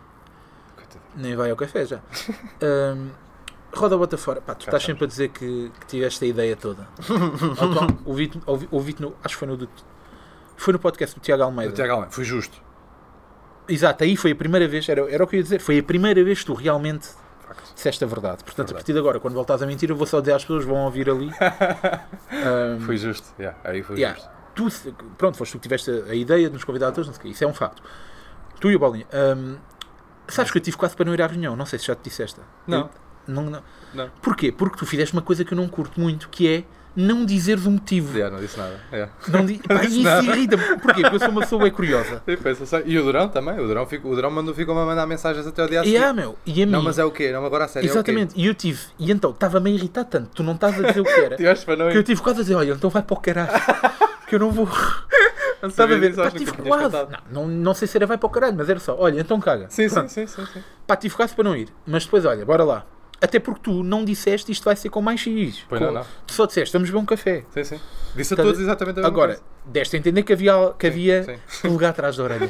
Speaker 2: Coitadinha.
Speaker 1: nem vai ao café já. Ahm, roda bota fora. Pá, tu
Speaker 2: Já
Speaker 1: estás
Speaker 2: sabes.
Speaker 1: sempre a dizer que, que tiveste a ideia
Speaker 2: (laughs)
Speaker 1: toda. Ao qual Ouvi-te ouvi, ouvi-te no. Acho que foi no do. Foi no podcast do Tiago Almeida.
Speaker 2: Do Tiago Almeida, fui justo.
Speaker 1: Exato, aí foi a primeira vez, era, era o que eu ia dizer, foi a primeira vez que tu realmente
Speaker 2: Facto.
Speaker 1: disseste a verdade. Portanto,
Speaker 2: Verdade.
Speaker 1: a partir de agora, quando voltares a mentir, eu vou só dizer às pessoas, vão ouvir ali. Ahm,
Speaker 2: Fui justo, yeah, aí fui
Speaker 1: Hum. yeah,
Speaker 2: justo.
Speaker 1: tu, se- pronto, foste tu que tiveste a, a ideia de nos convidar a todos, não sei o quê, isso é um facto. Tu e o Bolinha, ahm, sabes que eu tive quase para não ir à reunião, não sei se já te disse esta.
Speaker 2: Não.
Speaker 1: Eu- não, não.
Speaker 2: Não.
Speaker 1: Porquê? Porque tu fizeste uma coisa que eu não curto muito, que é não dizeres o motivo.
Speaker 2: Yeah, não disse nada. yeah.
Speaker 1: Não
Speaker 2: (laughs)
Speaker 1: di- Pá,
Speaker 2: disse
Speaker 1: isso
Speaker 2: nada.
Speaker 1: irrita-me. Porquê? Porque eu sou uma pessoa é curiosa.
Speaker 2: E, pensa só- e o Durão também, o Durão, ficou- o Durão mandou, ficou-me a mandar mensagens até ao dia a
Speaker 1: E
Speaker 2: seguir.
Speaker 1: yeah, meu, e a mim,
Speaker 2: Ah, Não, mas é o quê? Não, agora a sério.
Speaker 1: Exatamente, e eu tive, e então estava-me a irritar tanto, tu não estás a dizer o que era,
Speaker 2: (laughs) É o quê? Tiveste para não
Speaker 1: que eu tive quase a dizer: olha, então vai para o caralho, que eu não vou. Estás a ver? Pá, tive quase. Não, não, não sei se era vai para o caralho, mas era só: olha, então caga.
Speaker 2: Sim, sim,
Speaker 1: Pronto.
Speaker 2: sim, sim, sim.
Speaker 1: Pá, tive quase para não ir, mas depois, olha, bora lá. Até porque tu não disseste isto vai ser com mais X.
Speaker 2: Pois
Speaker 1: Com-
Speaker 2: não, não.
Speaker 1: Tu só disseste, vamos beber um café.
Speaker 2: Sim, sim. Disse a
Speaker 1: Tá
Speaker 2: todos
Speaker 1: de-
Speaker 2: exatamente a mesma
Speaker 1: Agora,
Speaker 2: coisa.
Speaker 1: deste a entender que havia, que havia
Speaker 2: sim.
Speaker 1: lugar atrás da
Speaker 2: (laughs)
Speaker 1: orelha.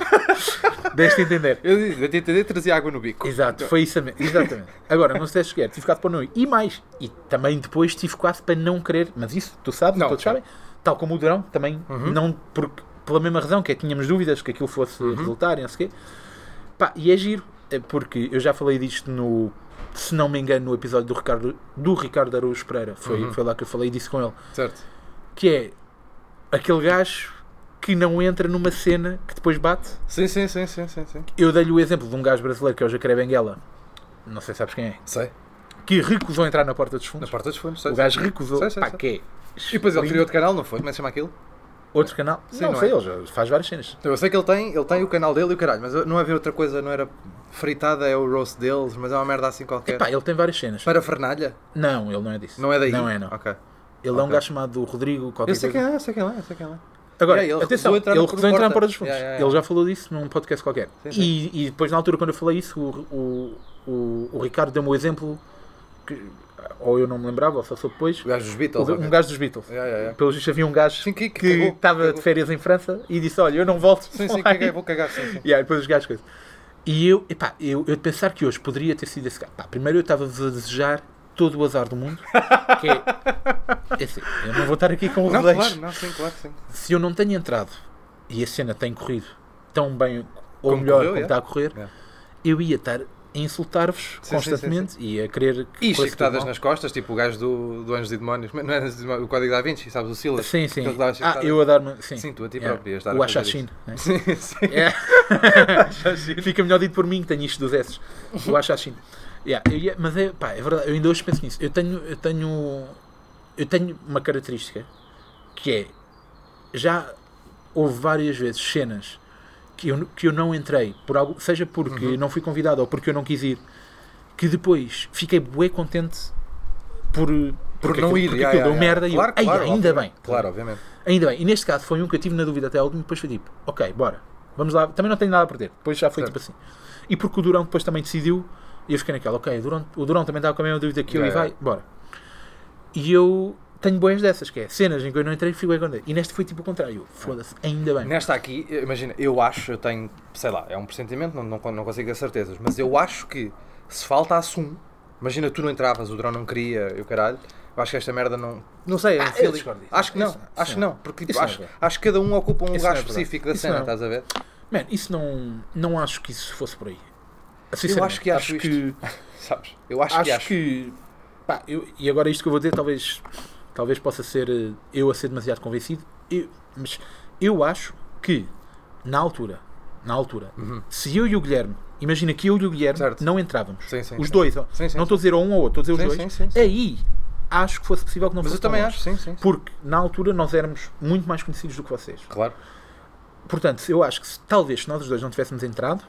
Speaker 1: deste a entender.
Speaker 2: Eu disse, eu tentei trazia água no bico.
Speaker 1: Exato, foi isso mesmo. Exatamente. Agora, não se deixe esquecer, tive quase para não ir. E mais, e também depois tive quase para não querer, mas isso tu sabes,
Speaker 2: Não,
Speaker 1: todos
Speaker 2: sim.
Speaker 1: sabem, tal como o Durão, também, não, porque, pela mesma razão que é, tínhamos dúvidas que aquilo fosse resultar, e não sei o quê. Pá, e é giro, é porque eu já falei disto no, se não me engano, no episódio do Ricardo, do Ricardo Araújo Pereira, foi, foi lá que eu falei disso com ele,
Speaker 2: Certo.
Speaker 1: que é aquele gajo que não entra numa cena que depois bate.
Speaker 2: Sim, sim, sim, sim, sim, sim.
Speaker 1: Eu dei-lhe o exemplo de um gajo brasileiro que é o Jacaré Benguela, não sei se sabes quem é,
Speaker 2: Sei.
Speaker 1: que recusou entrar na porta dos
Speaker 2: Na
Speaker 1: fundos.
Speaker 2: porta dos fundos, sei.
Speaker 1: o gajo recusou.
Speaker 2: Sei, sei,
Speaker 1: pá,
Speaker 2: sei.
Speaker 1: que é.
Speaker 2: E depois ele criou outro canal, não foi? Como é que se chama aquilo?
Speaker 1: outro canal.
Speaker 2: Sim,
Speaker 1: não,
Speaker 2: não
Speaker 1: sei,
Speaker 2: é?
Speaker 1: ele já faz várias cenas.
Speaker 2: Eu sei que ele tem, ele tem o canal dele e o caralho, mas não havia outra coisa, não era fritada, é o roast deles, mas é uma merda assim qualquer.
Speaker 1: Pá, ele tem várias cenas.
Speaker 2: Para Fernalha?
Speaker 1: Não, ele não é disso.
Speaker 2: Não é daí?
Speaker 1: Não é, não.
Speaker 2: Ok.
Speaker 1: Ele é um gajo chamado Rodrigo qualquer
Speaker 2: Eu sei quem
Speaker 1: coisa.
Speaker 2: é, eu sei quem é, eu sei quem é.
Speaker 1: Agora,
Speaker 2: Yeah, ele
Speaker 1: atenção,
Speaker 2: recusou entrar na
Speaker 1: ele recusou entrar na
Speaker 2: porta
Speaker 1: porta dos fundos.
Speaker 2: Yeah, yeah, yeah.
Speaker 1: Ele já falou disso num podcast qualquer.
Speaker 2: Sim, sim.
Speaker 1: E, e depois, na altura, quando eu falei isso, o, o, o, o Ricardo deu-me o exemplo que, ou eu não me lembrava, ou só soube depois.
Speaker 2: O gajo dos Beatles.
Speaker 1: Um gajo dos Beatles.
Speaker 2: Então, Yeah, yeah, yeah.
Speaker 1: Pelos vistos, havia um gajo
Speaker 2: Sim, que- que
Speaker 1: que
Speaker 2: cagou,
Speaker 1: estava
Speaker 2: cagou.
Speaker 1: de férias em França e disse: Olha, eu não volto.
Speaker 2: Sim, sim,
Speaker 1: mais."
Speaker 2: (laughs) caguei, vou cagar, sim, sim.
Speaker 1: E aí depois os gajos coisas. E eu, epá, eu, eu de pensar que hoje poderia ter sido esse gajo. Pá, primeiro eu estava-vos a desejar todo o azar do mundo. Que é, é assim, eu não vou estar aqui com o
Speaker 2: Não,
Speaker 1: relés.
Speaker 2: claro, não, sim, claro, sim.
Speaker 1: Se eu não tenho entrado e a cena tem corrido tão bem, ou
Speaker 2: Como
Speaker 1: melhor,
Speaker 2: correu,
Speaker 1: como
Speaker 2: é.
Speaker 1: está a correr,
Speaker 2: É.
Speaker 1: eu ia estar a insultar-vos
Speaker 2: sim,
Speaker 1: constantemente e a querer que
Speaker 2: E
Speaker 1: corresse
Speaker 2: chicotadas
Speaker 1: tudo mal.
Speaker 2: nas costas, tipo o gajo do, do Anjos e Demónios, mas não é Anjos e Demónios, o Código da Vinci, sabes, o Silas.
Speaker 1: Sim, sim.
Speaker 2: Aquele que dava
Speaker 1: Ah,
Speaker 2: chicotadas.
Speaker 1: eu a dar-me. Sim,
Speaker 2: Sim, tu a ti
Speaker 1: Yeah.
Speaker 2: próprio ias dar a
Speaker 1: O
Speaker 2: fazer
Speaker 1: Achachine. né?
Speaker 2: Sim, sim.
Speaker 1: É. (laughs)
Speaker 2: Achachine.
Speaker 1: Fica melhor dito por mim que tenho isto dos S's. O Achachine. assim. Yeah, eu ia- mas é, pá, é verdade, eu ainda hoje penso nisso. Eu tenho, eu tenho, eu tenho uma característica que é já houve várias vezes cenas que eu, que eu não entrei, por algo, seja porque não fui convidado ou porque eu não quis ir, que depois fiquei bué contente por,
Speaker 2: Por
Speaker 1: porque
Speaker 2: não
Speaker 1: aquilo-
Speaker 2: ir,
Speaker 1: porque
Speaker 2: yeah,
Speaker 1: aquilo deu
Speaker 2: yeah, yeah.
Speaker 1: merda
Speaker 2: Claro,
Speaker 1: e eu, "Ai,
Speaker 2: claro,
Speaker 1: ainda
Speaker 2: obviamente.
Speaker 1: bem.
Speaker 2: Claro, obviamente.
Speaker 1: Ainda bem, e neste caso foi um que eu tive na dúvida até ao último, depois foi tipo, ok, bora, vamos lá, também não tenho nada a perder. Depois já foi
Speaker 2: Certo.
Speaker 1: tipo assim. E porque o Durão depois também decidiu, e eu fiquei naquela, ok, o Durão, o Durão também estava com a mesma dúvida que eu
Speaker 2: Já,
Speaker 1: e
Speaker 2: já.
Speaker 1: vai, bora. E eu tenho boas dessas, que é cenas em que eu não entrei e fui bem contente. E neste foi tipo o contrário, eu, foda-se, ainda bem.
Speaker 2: Nesta aqui, eu- imagina, eu acho, eu tenho, sei lá, é um pressentimento, não, não, con- não consigo ter certezas, mas eu acho que se faltasse um, imagina, tu não entravas, o drone não queria, eu caralho, eu acho que esta merda não. Não sei, é um
Speaker 1: Ah, eu
Speaker 2: feeling.
Speaker 1: discordo disso.
Speaker 2: Acho que não,
Speaker 1: Isso não,
Speaker 2: acho
Speaker 1: isso
Speaker 2: que não, porque tipo,
Speaker 1: Isso não é
Speaker 2: acho,
Speaker 1: verdade.
Speaker 2: acho que cada um ocupa um
Speaker 1: Isso não
Speaker 2: lugar
Speaker 1: é verdade.
Speaker 2: específico da
Speaker 1: Isso
Speaker 2: cena,
Speaker 1: não.
Speaker 2: estás a ver?
Speaker 1: Man, isso não, não acho que isso fosse por aí.
Speaker 2: Eu acho que
Speaker 1: Sinceramente,
Speaker 2: acho,
Speaker 1: que-
Speaker 2: isto. Sabes? Eu acho, que acho.
Speaker 1: acho que pá, eu- e agora isto que eu vou dizer talvez talvez possa ser eh, eu a ser demasiado convencido eu- mas eu acho que na altura na altura se eu e o Guilherme imagina que eu e o Guilherme
Speaker 2: Uhum. Certo.
Speaker 1: não entrávamos
Speaker 2: Sim, sim,
Speaker 1: os
Speaker 2: sim.
Speaker 1: dois ó.
Speaker 2: Sim, sim,
Speaker 1: não
Speaker 2: sim.
Speaker 1: estou a dizer a um ou outro estou a dizer os
Speaker 2: Sim,
Speaker 1: dois
Speaker 2: sim, sim, sim.
Speaker 1: aí acho que fosse possível que não
Speaker 2: Mas
Speaker 1: fosse
Speaker 2: eu também
Speaker 1: tão
Speaker 2: acho,
Speaker 1: longe.
Speaker 2: sim, sim. sim.
Speaker 1: porque na altura nós éramos muito mais conhecidos do que vocês
Speaker 2: Claro,
Speaker 1: portanto eu acho que se- talvez se nós os dois não tivéssemos entrado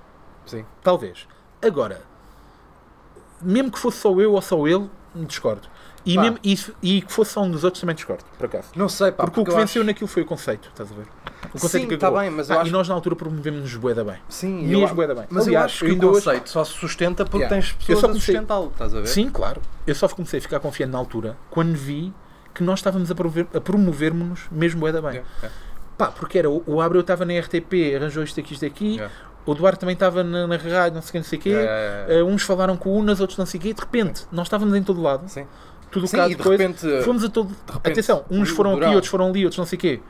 Speaker 2: sim.
Speaker 1: Talvez. Agora, mesmo que fosse só eu ou só ele, discordo. E,
Speaker 2: Pá.
Speaker 1: mesmo, isso, e que fosse só um dos outros, também discordo, por acaso.
Speaker 2: Não sei, pá,
Speaker 1: Porque o que
Speaker 2: eu
Speaker 1: venceu
Speaker 2: acho-
Speaker 1: naquilo foi o conceito, estás a ver? O conceito
Speaker 2: Sim,
Speaker 1: que
Speaker 2: tá
Speaker 1: acabou.
Speaker 2: bem, mas
Speaker 1: Ah,
Speaker 2: eu acho
Speaker 1: E nós na altura promovemos-nos boeda bem.
Speaker 2: Sim,
Speaker 1: Mesmo
Speaker 2: eu, acho-
Speaker 1: bué da bem.
Speaker 2: mas
Speaker 1: Aliás,
Speaker 2: eu acho
Speaker 1: eu
Speaker 2: que o
Speaker 1: ainda hoje-
Speaker 2: conceito só se sustenta porque
Speaker 1: Yeah.
Speaker 2: tens
Speaker 1: Eu
Speaker 2: pessoas
Speaker 1: só
Speaker 2: a
Speaker 1: comecei-
Speaker 2: sustentá-lo, estás a ver?
Speaker 1: Sim, claro. Eu só comecei a ficar confiante na altura quando vi que nós estávamos a, promover, a promovermos-nos mesmo boeda bem.
Speaker 2: Yeah, yeah.
Speaker 1: Pá, porque era o, o Abreu estava na RTP, arranjou isto aqui, isto aqui.
Speaker 2: Yeah.
Speaker 1: O Duarte também estava na, na rádio, não sei o que, não sei o quê.
Speaker 2: Yeah, yeah, yeah.
Speaker 1: Eh, uns falaram com unas, outros não sei o quê. De repente, nós estávamos em todo lado.
Speaker 2: Sim.
Speaker 1: tudo
Speaker 2: Sim,
Speaker 1: cá
Speaker 2: e de
Speaker 1: coisa.
Speaker 2: repente-
Speaker 1: Fomos a todo.
Speaker 2: repente,
Speaker 1: Atenção, uns
Speaker 2: o
Speaker 1: foram aqui,
Speaker 2: Durão.
Speaker 1: outros foram ali, outros não sei o quê.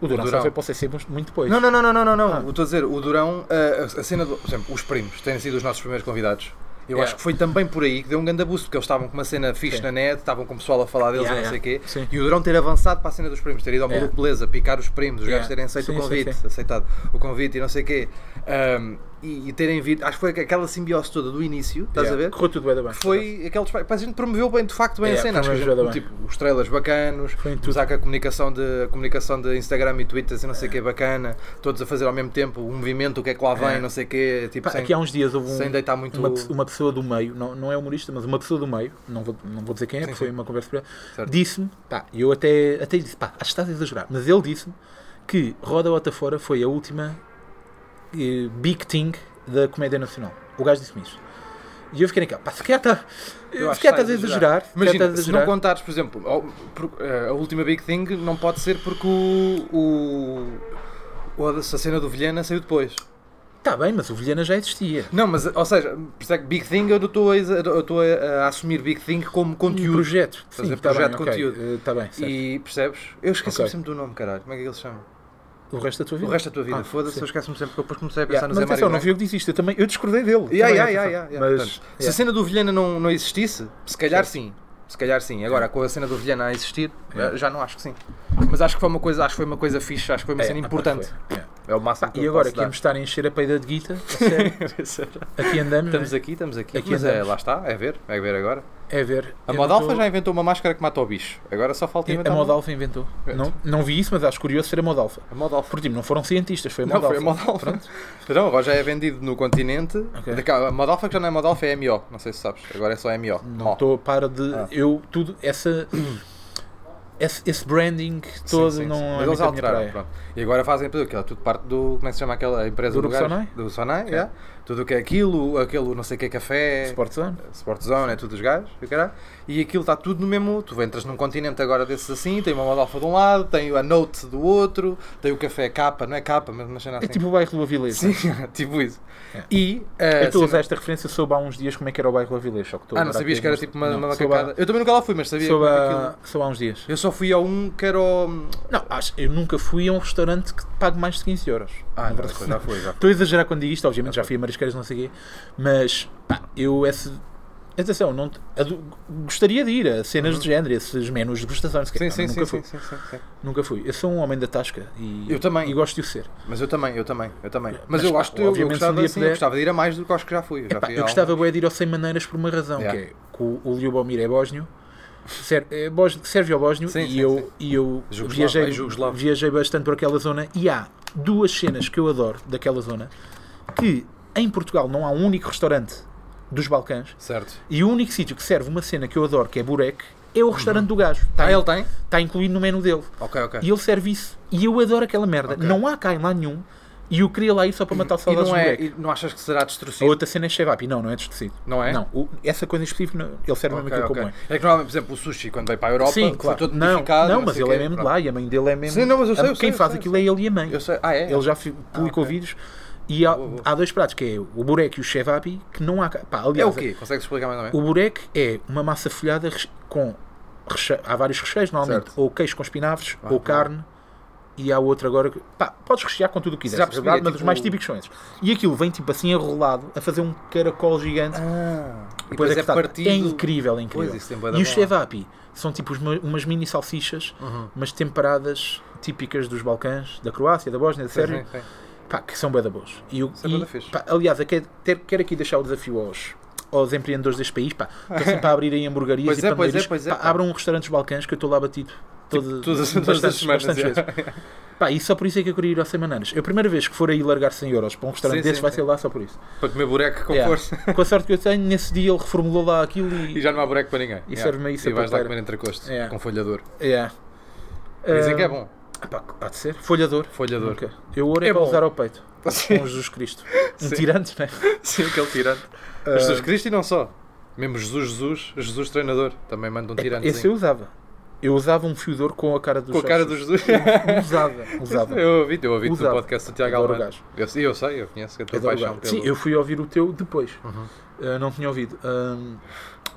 Speaker 1: O Durão,
Speaker 2: Durão.
Speaker 1: só foi para o CC muito- muito depois.
Speaker 2: Não, não, não, não, não, não, não.
Speaker 1: Ah.
Speaker 2: Eu Estou a dizer, o Durão, a, a cena do. Por exemplo, os primos têm sido os nossos primeiros convidados. Eu
Speaker 1: Yeah.
Speaker 2: acho que foi também por aí que deu um grande abuso, porque eles estavam com uma cena fixe
Speaker 1: Sim.
Speaker 2: na net, estavam com o pessoal a falar deles
Speaker 1: Yeah,
Speaker 2: e não sei o
Speaker 1: yeah.
Speaker 2: quê.
Speaker 1: Sim.
Speaker 2: E o Durão ter avançado para a cena dos primos, ter ido ao
Speaker 1: Yeah.
Speaker 2: Maluco Beleza, picar os primos, os
Speaker 1: Yeah.
Speaker 2: gajos terem aceito
Speaker 1: Sim,
Speaker 2: o
Speaker 1: sim,
Speaker 2: convite,
Speaker 1: sim.
Speaker 2: aceitado o convite e não sei o quê. Ahm, e, e terem vindo. Acho que foi aquela simbiose toda do início, estás
Speaker 1: Yeah.
Speaker 2: a ver?
Speaker 1: É, Correu tudo bem, bem.
Speaker 2: Foi aqueles. Pá, a gente promoveu bem, de facto, bem
Speaker 1: É,
Speaker 2: a cena. Acho que a gente,
Speaker 1: promoveu bem.
Speaker 2: tipo, os trailers bacanos,
Speaker 1: Foi em tudo.
Speaker 2: usar com a comunicação de, a comunicação de Instagram e Twitter e não sei o que é bacana, todos a fazer ao mesmo tempo o movimento, o que é que lá vem,
Speaker 1: É.
Speaker 2: não sei o que, tipo,
Speaker 1: Pá,
Speaker 2: sem,
Speaker 1: aqui há uns dias houve um-
Speaker 2: sem deitar muito.
Speaker 1: uma, pe- uma pessoa do meio, não, não é humorista, mas uma pessoa do meio, não vou, não vou dizer quem é, porque foi uma conversa por ele,
Speaker 2: Certo.
Speaker 1: disse-me, pá, eu até, até lhe disse, pá, acho que estás a exagerar, mas ele disse-me que Roda Bota Fora foi a última eh, big thing da comédia nacional. O gajo disse-me isso. E eu fiquei naquela, pá, se calhar tá-
Speaker 2: Eu
Speaker 1: se
Speaker 2: acho que
Speaker 1: calhar estás
Speaker 2: está
Speaker 1: a exagerar, se calhar
Speaker 2: Imagina,
Speaker 1: estás a
Speaker 2: se não
Speaker 1: exagerar.
Speaker 2: contares, por exemplo, ao- por- eh, a última Big Thing não pode ser porque o. o, o a cena do Vilhena saiu depois.
Speaker 1: Está Tá bem, mas o Vilhena já existia. Um
Speaker 2: Não, mas, ou seja, percebe que Big Thing eu não estou a, exa- eu estou a- a assumir Big Thing como
Speaker 1: Um
Speaker 2: conteúdo.
Speaker 1: projeto.
Speaker 2: Fazer
Speaker 1: tá bem,
Speaker 2: projeto de
Speaker 1: ok,
Speaker 2: conteúdo.
Speaker 1: eh, tá bem, certo.
Speaker 2: E percebes? Eu esqueci-me
Speaker 1: Ok.
Speaker 2: sempre do nome, caralho. Como é que ele se chama?
Speaker 1: o resto da tua vida.
Speaker 2: O resto da tua vida.
Speaker 1: Ah,
Speaker 2: Foda-se,
Speaker 1: sim.
Speaker 2: eu esqueço-me sempre que eu depois comecei a pensar
Speaker 1: Yeah,
Speaker 2: no
Speaker 1: mas
Speaker 2: Zé
Speaker 1: atenção,
Speaker 2: Mário.
Speaker 1: não
Speaker 2: Branco.
Speaker 1: viu que disse isto, eu também, eu discordei dele.
Speaker 2: Yeah,
Speaker 1: também,
Speaker 2: yeah, yeah,
Speaker 1: atenção.
Speaker 2: yeah, yeah.
Speaker 1: Mas,
Speaker 2: Portanto, Se a
Speaker 1: yeah.
Speaker 2: cena do Vilhena não, não existisse, se calhar sim. Se calhar sim. Agora, com a cena do Vilhena a existir,
Speaker 1: Yeah.
Speaker 2: já não acho que sim. Mas acho que foi uma coisa, acho que foi uma coisa fixe, acho que foi uma
Speaker 1: É,
Speaker 2: cena
Speaker 1: ah, pá,
Speaker 2: importante.
Speaker 1: foi. Yeah.
Speaker 2: É o máximo que
Speaker 1: E
Speaker 2: eu
Speaker 1: agora,
Speaker 2: posso
Speaker 1: que íamos estar a encher a peida de guita, a sério,
Speaker 2: (laughs) dar. Estamos
Speaker 1: aqui andamos, né?
Speaker 2: aqui, estamos aqui.
Speaker 1: Aqui
Speaker 2: mas é,
Speaker 1: andamos.
Speaker 2: lá está, é ver, é ver agora.
Speaker 1: é ver.
Speaker 2: A
Speaker 1: eu
Speaker 2: Moda
Speaker 1: não
Speaker 2: Alfa
Speaker 1: tô-
Speaker 2: já inventou uma máscara que mata o bicho. Agora só falta
Speaker 1: A
Speaker 2: inventar
Speaker 1: Moda
Speaker 2: uma-
Speaker 1: Alfa inventou. Não, não vi isso, mas acho curioso ser a Moda Alfa.
Speaker 2: A Moda Alfa.
Speaker 1: Por tipo, não foram cientistas, foi a
Speaker 2: Não,
Speaker 1: Moda
Speaker 2: foi
Speaker 1: Alfa.
Speaker 2: a Moda Alfa. (laughs) Não, agora já é vendido no continente.
Speaker 1: Ok.
Speaker 2: Daqui A Moda Alfa que já não é Moda Alfa, é MO. Não sei se sabes. Agora é só MO.
Speaker 1: Não estou para de.
Speaker 2: Ah.
Speaker 1: Eu, tudo,
Speaker 2: (clears throat)
Speaker 1: essa. Esse, esse branding todo não é
Speaker 2: Mas eles
Speaker 1: muito a minha
Speaker 2: alteraram,
Speaker 1: praia.
Speaker 2: pronto. E agora fazem tudo aquilo. Tudo parte do. Como é que se é chama aquela empresa
Speaker 1: Do
Speaker 2: do
Speaker 1: Grupo
Speaker 2: gajo?
Speaker 1: Sonai?
Speaker 2: Do Sonai, yeah. tudo o que é aquilo, aquele não sei o que é café,
Speaker 1: Sport Zone.
Speaker 2: Sport Zone, é tudo os gajos, e o caralho. E aquilo está tudo no mesmo. Tu entras num continente agora desses assim, tem uma Modalfa de um lado, tem a Note do outro, tem o café K, não é K, mas uma cena assim.
Speaker 1: É tipo o bairro do Avilés.
Speaker 2: Sim, (laughs) tipo isso.
Speaker 1: É.
Speaker 2: E. ah,
Speaker 1: Eu estou a
Speaker 2: cena-
Speaker 1: usar esta referência, soube há uns dias como é que era o bairro do Avilés. Só que estou
Speaker 2: Ah, não
Speaker 1: agora
Speaker 2: sabias
Speaker 1: aqui
Speaker 2: que era
Speaker 1: a
Speaker 2: tipo uma,
Speaker 1: mostrar-
Speaker 2: uma
Speaker 1: Não, soube há-
Speaker 2: macacada? Eu também nunca lá fui, mas sabia.
Speaker 1: soube
Speaker 2: como é que
Speaker 1: há-
Speaker 2: aquilo-
Speaker 1: soube há uns dias.
Speaker 2: Eu só fui a um que era o.
Speaker 1: Não, acho- eu nunca fui a um restaurante que pague mais de 15 euros.
Speaker 2: Ah,
Speaker 1: Na
Speaker 2: não,
Speaker 1: verdade,
Speaker 2: depois já fui, já fui.
Speaker 1: Estou a exagerar quando digo isto, obviamente já fui a marisqueiras, não sei o quê, mas pá, eu esse. Atenção, não, te- a do- gostaria de ir a cenas de género, esses menus de degustação, não sei o quê.
Speaker 2: Sim,
Speaker 1: Pá,
Speaker 2: sim, sim,
Speaker 1: nunca,
Speaker 2: sim,
Speaker 1: fui,
Speaker 2: sim, sim, sim.
Speaker 1: nunca fui. Eu sou um homem da tasca e,
Speaker 2: Eu também.
Speaker 1: e gosto de o ser.
Speaker 2: Mas eu também, eu também, eu também. Mas,
Speaker 1: Mas,
Speaker 2: eu
Speaker 1: pá,
Speaker 2: acho que eu, eu,
Speaker 1: obviamente, se um
Speaker 2: gostava,
Speaker 1: dia
Speaker 2: assim, eu
Speaker 1: puder-
Speaker 2: gostava de ir a mais do que aos que já fui. Eu, já
Speaker 1: Epá,
Speaker 2: fui
Speaker 1: eu
Speaker 2: a
Speaker 1: gostava
Speaker 2: alguns.
Speaker 1: bué de ir ao Sem Maneiras por uma razão,
Speaker 2: Yeah.
Speaker 1: que é que o, o Ljubomir é bósnio, ser, é bós- serve ao bósnio
Speaker 2: Sim,
Speaker 1: e,
Speaker 2: sim,
Speaker 1: eu,
Speaker 2: sim.
Speaker 1: e eu
Speaker 2: Jugoslavo, é
Speaker 1: viajei,
Speaker 2: jugoslavo.
Speaker 1: viajei bastante por aquela zona e há duas cenas que eu adoro daquela zona que em Portugal não há um único restaurante dos Balcãs
Speaker 2: Certo.
Speaker 1: e o único sítio que serve uma cena que eu adoro, que é burek, é o restaurante do gajo. Está
Speaker 2: Ah, ele tem?
Speaker 1: tá incluído no menu dele.
Speaker 2: Ok, ok.
Speaker 1: E ele serve isso. E eu adoro aquela merda.
Speaker 2: Ok.
Speaker 1: Não há cá em lá nenhum. E eu queria lá ir só um para matar
Speaker 2: E
Speaker 1: saudades
Speaker 2: não,
Speaker 1: de
Speaker 2: é,
Speaker 1: burek.
Speaker 2: e não achas que será
Speaker 1: A
Speaker 2: destruído?
Speaker 1: outra cena é shave up. Não, não é destorcido.
Speaker 2: Não é?
Speaker 1: Não, o- essa coisa em específico, não- ele serve
Speaker 2: Ok,
Speaker 1: mesmo aquilo
Speaker 2: ok.
Speaker 1: como é.
Speaker 2: É que normalmente, por exemplo, o sushi, quando veio para a Europa, foi todo
Speaker 1: não,
Speaker 2: modificado.
Speaker 1: não, mas
Speaker 2: sei
Speaker 1: ele é
Speaker 2: quê.
Speaker 1: mesmo de
Speaker 2: Pronto.
Speaker 1: lá e a mãe dele é mesmo.
Speaker 2: Sim, não, mas eu sei, eu
Speaker 1: Quem
Speaker 2: sei, eu
Speaker 1: faz
Speaker 2: sei,
Speaker 1: aquilo é ele e a mãe.
Speaker 2: Eu sei. Ah, é?
Speaker 1: Ele já fi- publicou
Speaker 2: ok.
Speaker 1: vídeos e há,
Speaker 2: Boa, boa.
Speaker 1: há dois pratos, que é o burek e o shevapi, que não há. cá. Pá,
Speaker 2: É
Speaker 1: aliás,
Speaker 2: o quê? Consegues explicar mais ou menos?
Speaker 1: o burek é uma massa folhada res- com. reche- Há vários recheios, normalmente.
Speaker 2: Certo.
Speaker 1: Ou queijo com espinafres,
Speaker 2: Ah,
Speaker 1: ou
Speaker 2: bom.
Speaker 1: carne. E há outro agora que. Pá, podes rechear com tudo o que quiseres.
Speaker 2: Já
Speaker 1: na
Speaker 2: percebi,
Speaker 1: verdade,
Speaker 2: é
Speaker 1: mas os
Speaker 2: tipo-
Speaker 1: mais típicos são esses. E aquilo vem tipo assim enrolado a fazer um caracol gigante.
Speaker 2: Ah, e
Speaker 1: Pois
Speaker 2: depois é,
Speaker 1: cortado.
Speaker 2: partido.
Speaker 1: É incrível, é incrível.
Speaker 2: Pois, isso tem bué da
Speaker 1: e os
Speaker 2: bola.
Speaker 1: cevapi são tipo uma- umas mini salsichas,
Speaker 2: Uhum.
Speaker 1: mas temperadas típicas dos Balcãs, da Croácia, da Bósnia, da
Speaker 2: Sim,
Speaker 1: Sérvia,
Speaker 2: sim, sim.
Speaker 1: pá, que são bué da boas. E, o-
Speaker 2: Isso é bué da fixe.
Speaker 1: pá, aliás, eu quero, ter- quero aqui deixar o desafio aos, aos empreendedores deste país, pá,
Speaker 2: (laughs)
Speaker 1: estão sempre a abrir aí hamburguerias
Speaker 2: Pois
Speaker 1: e
Speaker 2: é, pois
Speaker 1: pandeiros,
Speaker 2: é, pois é,
Speaker 1: pá,
Speaker 2: pá. Tipo,
Speaker 1: abram um restaurante dos Balcãs que eu estou lá batido. Todo,
Speaker 2: Todas as-
Speaker 1: bastantes-
Speaker 2: todas as semanas.
Speaker 1: bastantes
Speaker 2: yeah.
Speaker 1: vezes. Pá, e só por isso é que eu queria ir ao Semaneiras. Eu, a primeira vez que for aí largar 100 euros para um restaurante
Speaker 2: Sim,
Speaker 1: desses,
Speaker 2: sim,
Speaker 1: vai
Speaker 2: sim.
Speaker 1: ser lá só por isso.
Speaker 2: Para comer bureco com
Speaker 1: Yeah.
Speaker 2: força.
Speaker 1: (laughs) Com a sorte que eu tenho, nesse dia ele reformulou lá aquilo e,
Speaker 2: E já não há bureco para ninguém.
Speaker 1: E serve-me isso
Speaker 2: E
Speaker 1: a
Speaker 2: vais lá
Speaker 1: papeira.
Speaker 2: comer entrecosto.
Speaker 1: Yeah.
Speaker 2: Com folhador.
Speaker 1: É.
Speaker 2: Dizem que é
Speaker 1: Ah,
Speaker 2: bom.
Speaker 1: Pá, há de ser. Folhador.
Speaker 2: Folhador.
Speaker 1: Nunca. Eu ouro é,
Speaker 2: É
Speaker 1: para
Speaker 2: bom.
Speaker 1: usar ao peito.
Speaker 2: (laughs) Sim.
Speaker 1: Com Jesus Cristo. Um
Speaker 2: Sim.
Speaker 1: tirante, né?
Speaker 2: Sim, aquele tirante.
Speaker 1: Eh,
Speaker 2: Mas Jesus Cristo e não só. Mesmo Jesus, Jesus, Jesus treinador. Também manda um tirante.
Speaker 1: É, Esse eu usava. Eu usava um fiodor com a cara do
Speaker 2: Com a cara do
Speaker 1: Jesus.
Speaker 2: Jesus.
Speaker 1: Usava.
Speaker 2: (laughs)
Speaker 1: Usava.
Speaker 2: Eu ouvi, eu ouvi no
Speaker 1: Usava.
Speaker 2: podcast do Tiago
Speaker 1: Adoro o
Speaker 2: Almeida. Eu, eu sei, eu conheço é a tua
Speaker 1: Adoro
Speaker 2: paixão
Speaker 1: o gajo.
Speaker 2: pelo...
Speaker 1: Sim, eu fui ouvir o teu depois.
Speaker 2: Uhum.
Speaker 1: Ah, não tinha ouvido. Ahm,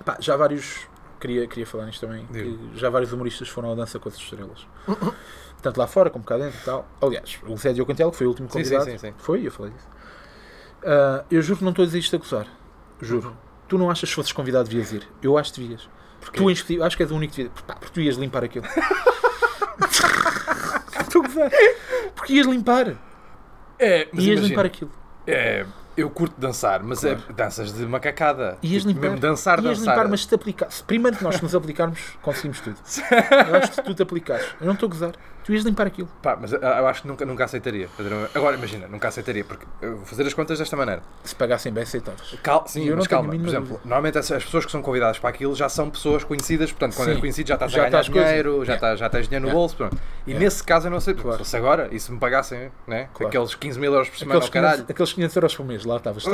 Speaker 1: pá, já vários. Queria, queria falar nisto também.
Speaker 2: Diga.
Speaker 1: que Já vários humoristas foram à dança com as estrelas. Tanto lá fora como cá dentro e tal. Aliás, o Zé Diocantel, que foi o último
Speaker 2: Sim, sim,
Speaker 1: convidado.
Speaker 2: sim, sim.
Speaker 1: Foi, eu falei disso. Ah, eu juro que não estou a dizer isto a gozar.
Speaker 2: Uhum.
Speaker 1: Juro. Tu não achas que fosses convidado devias ir? Eu acho que devias.
Speaker 2: Porquê?
Speaker 1: Tu em específico- acho que és o único que devias. Pá, porque tu ias limpar
Speaker 2: (laughs)
Speaker 1: aquilo. Estou a gozar. Porque ias limpar.
Speaker 2: É, mas
Speaker 1: ias
Speaker 2: imagina,
Speaker 1: limpar aquilo.
Speaker 2: é, eu curto dançar, mas é danças de macacada.
Speaker 1: Ias
Speaker 2: Tipo,
Speaker 1: limpar.
Speaker 2: Mesmo dançar,
Speaker 1: Ias
Speaker 2: dançar.
Speaker 1: limpar, mas se te aplicasse. Primeiro que nós nos
Speaker 2: (laughs)
Speaker 1: aplicarmos, conseguimos tudo. Eu acho que se tu te aplicares. Eu não estou a gozar. Tu ias limpar aquilo.
Speaker 2: Pá, mas ah, eu- eu acho que nunca, nunca aceitaria. fazer uma- Agora imagina, nunca aceitaria, porque eu vou fazer as contas desta maneira.
Speaker 1: Se pagassem bem, aceitavas.
Speaker 2: Cal sim,
Speaker 1: Eu não tenho
Speaker 2: mas
Speaker 1: a
Speaker 2: calma. Por
Speaker 1: mínima
Speaker 2: exemplo,
Speaker 1: dúvida.
Speaker 2: normalmente as, as pessoas que são convidadas para aquilo já são pessoas conhecidas, portanto, quando
Speaker 1: Sim.
Speaker 2: és conhecido já estás
Speaker 1: Já
Speaker 2: a ganhar
Speaker 1: estás coisa.
Speaker 2: dinheiro, já,
Speaker 1: Yeah.
Speaker 2: estás, já tens dinheiro no
Speaker 1: Yeah.
Speaker 2: bolso. Pronto. E nesse caso eu não aceito.
Speaker 1: Claro.
Speaker 2: Se fosse agora, e se me pagassem né?
Speaker 1: Claro.
Speaker 2: aqueles 15 mil euros por semana
Speaker 1: Aqueles
Speaker 2: ao caralho.
Speaker 1: 500, aqueles 500 euros por mês, lá estavas. tu.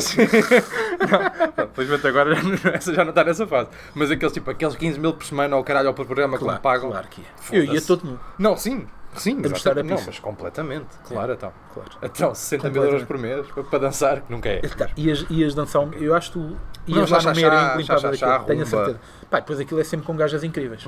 Speaker 2: Não, Felizmente agora já não- (laughs) essa já não está nessa fase. Mas aqueles tipo, aqueles 15 mil por semana ou caralho ou por programa que
Speaker 1: Claro,
Speaker 2: me pagam.
Speaker 1: claro que é. Eu
Speaker 2: Foda-se.
Speaker 1: ia todo nu.
Speaker 2: Não, sim, sim,
Speaker 1: A gostar da
Speaker 2: exatamente. Não,
Speaker 1: pizza.
Speaker 2: mas completamente, claro, então.
Speaker 1: Claro.
Speaker 2: Então, 60 mil euros por mês para- para dançar,
Speaker 1: (laughs)
Speaker 2: que nunca é.
Speaker 1: Tá, ias, ias dançar um. Eu acho que tu
Speaker 2: Não,
Speaker 1: ias
Speaker 2: já,
Speaker 1: lá
Speaker 2: já,
Speaker 1: no meio
Speaker 2: já,
Speaker 1: e limpavas
Speaker 2: já,
Speaker 1: aquilo.
Speaker 2: já,
Speaker 1: tenho a
Speaker 2: rumba. Uhum,
Speaker 1: certeza. Pá, depois aquilo é sempre com gajas incríveis.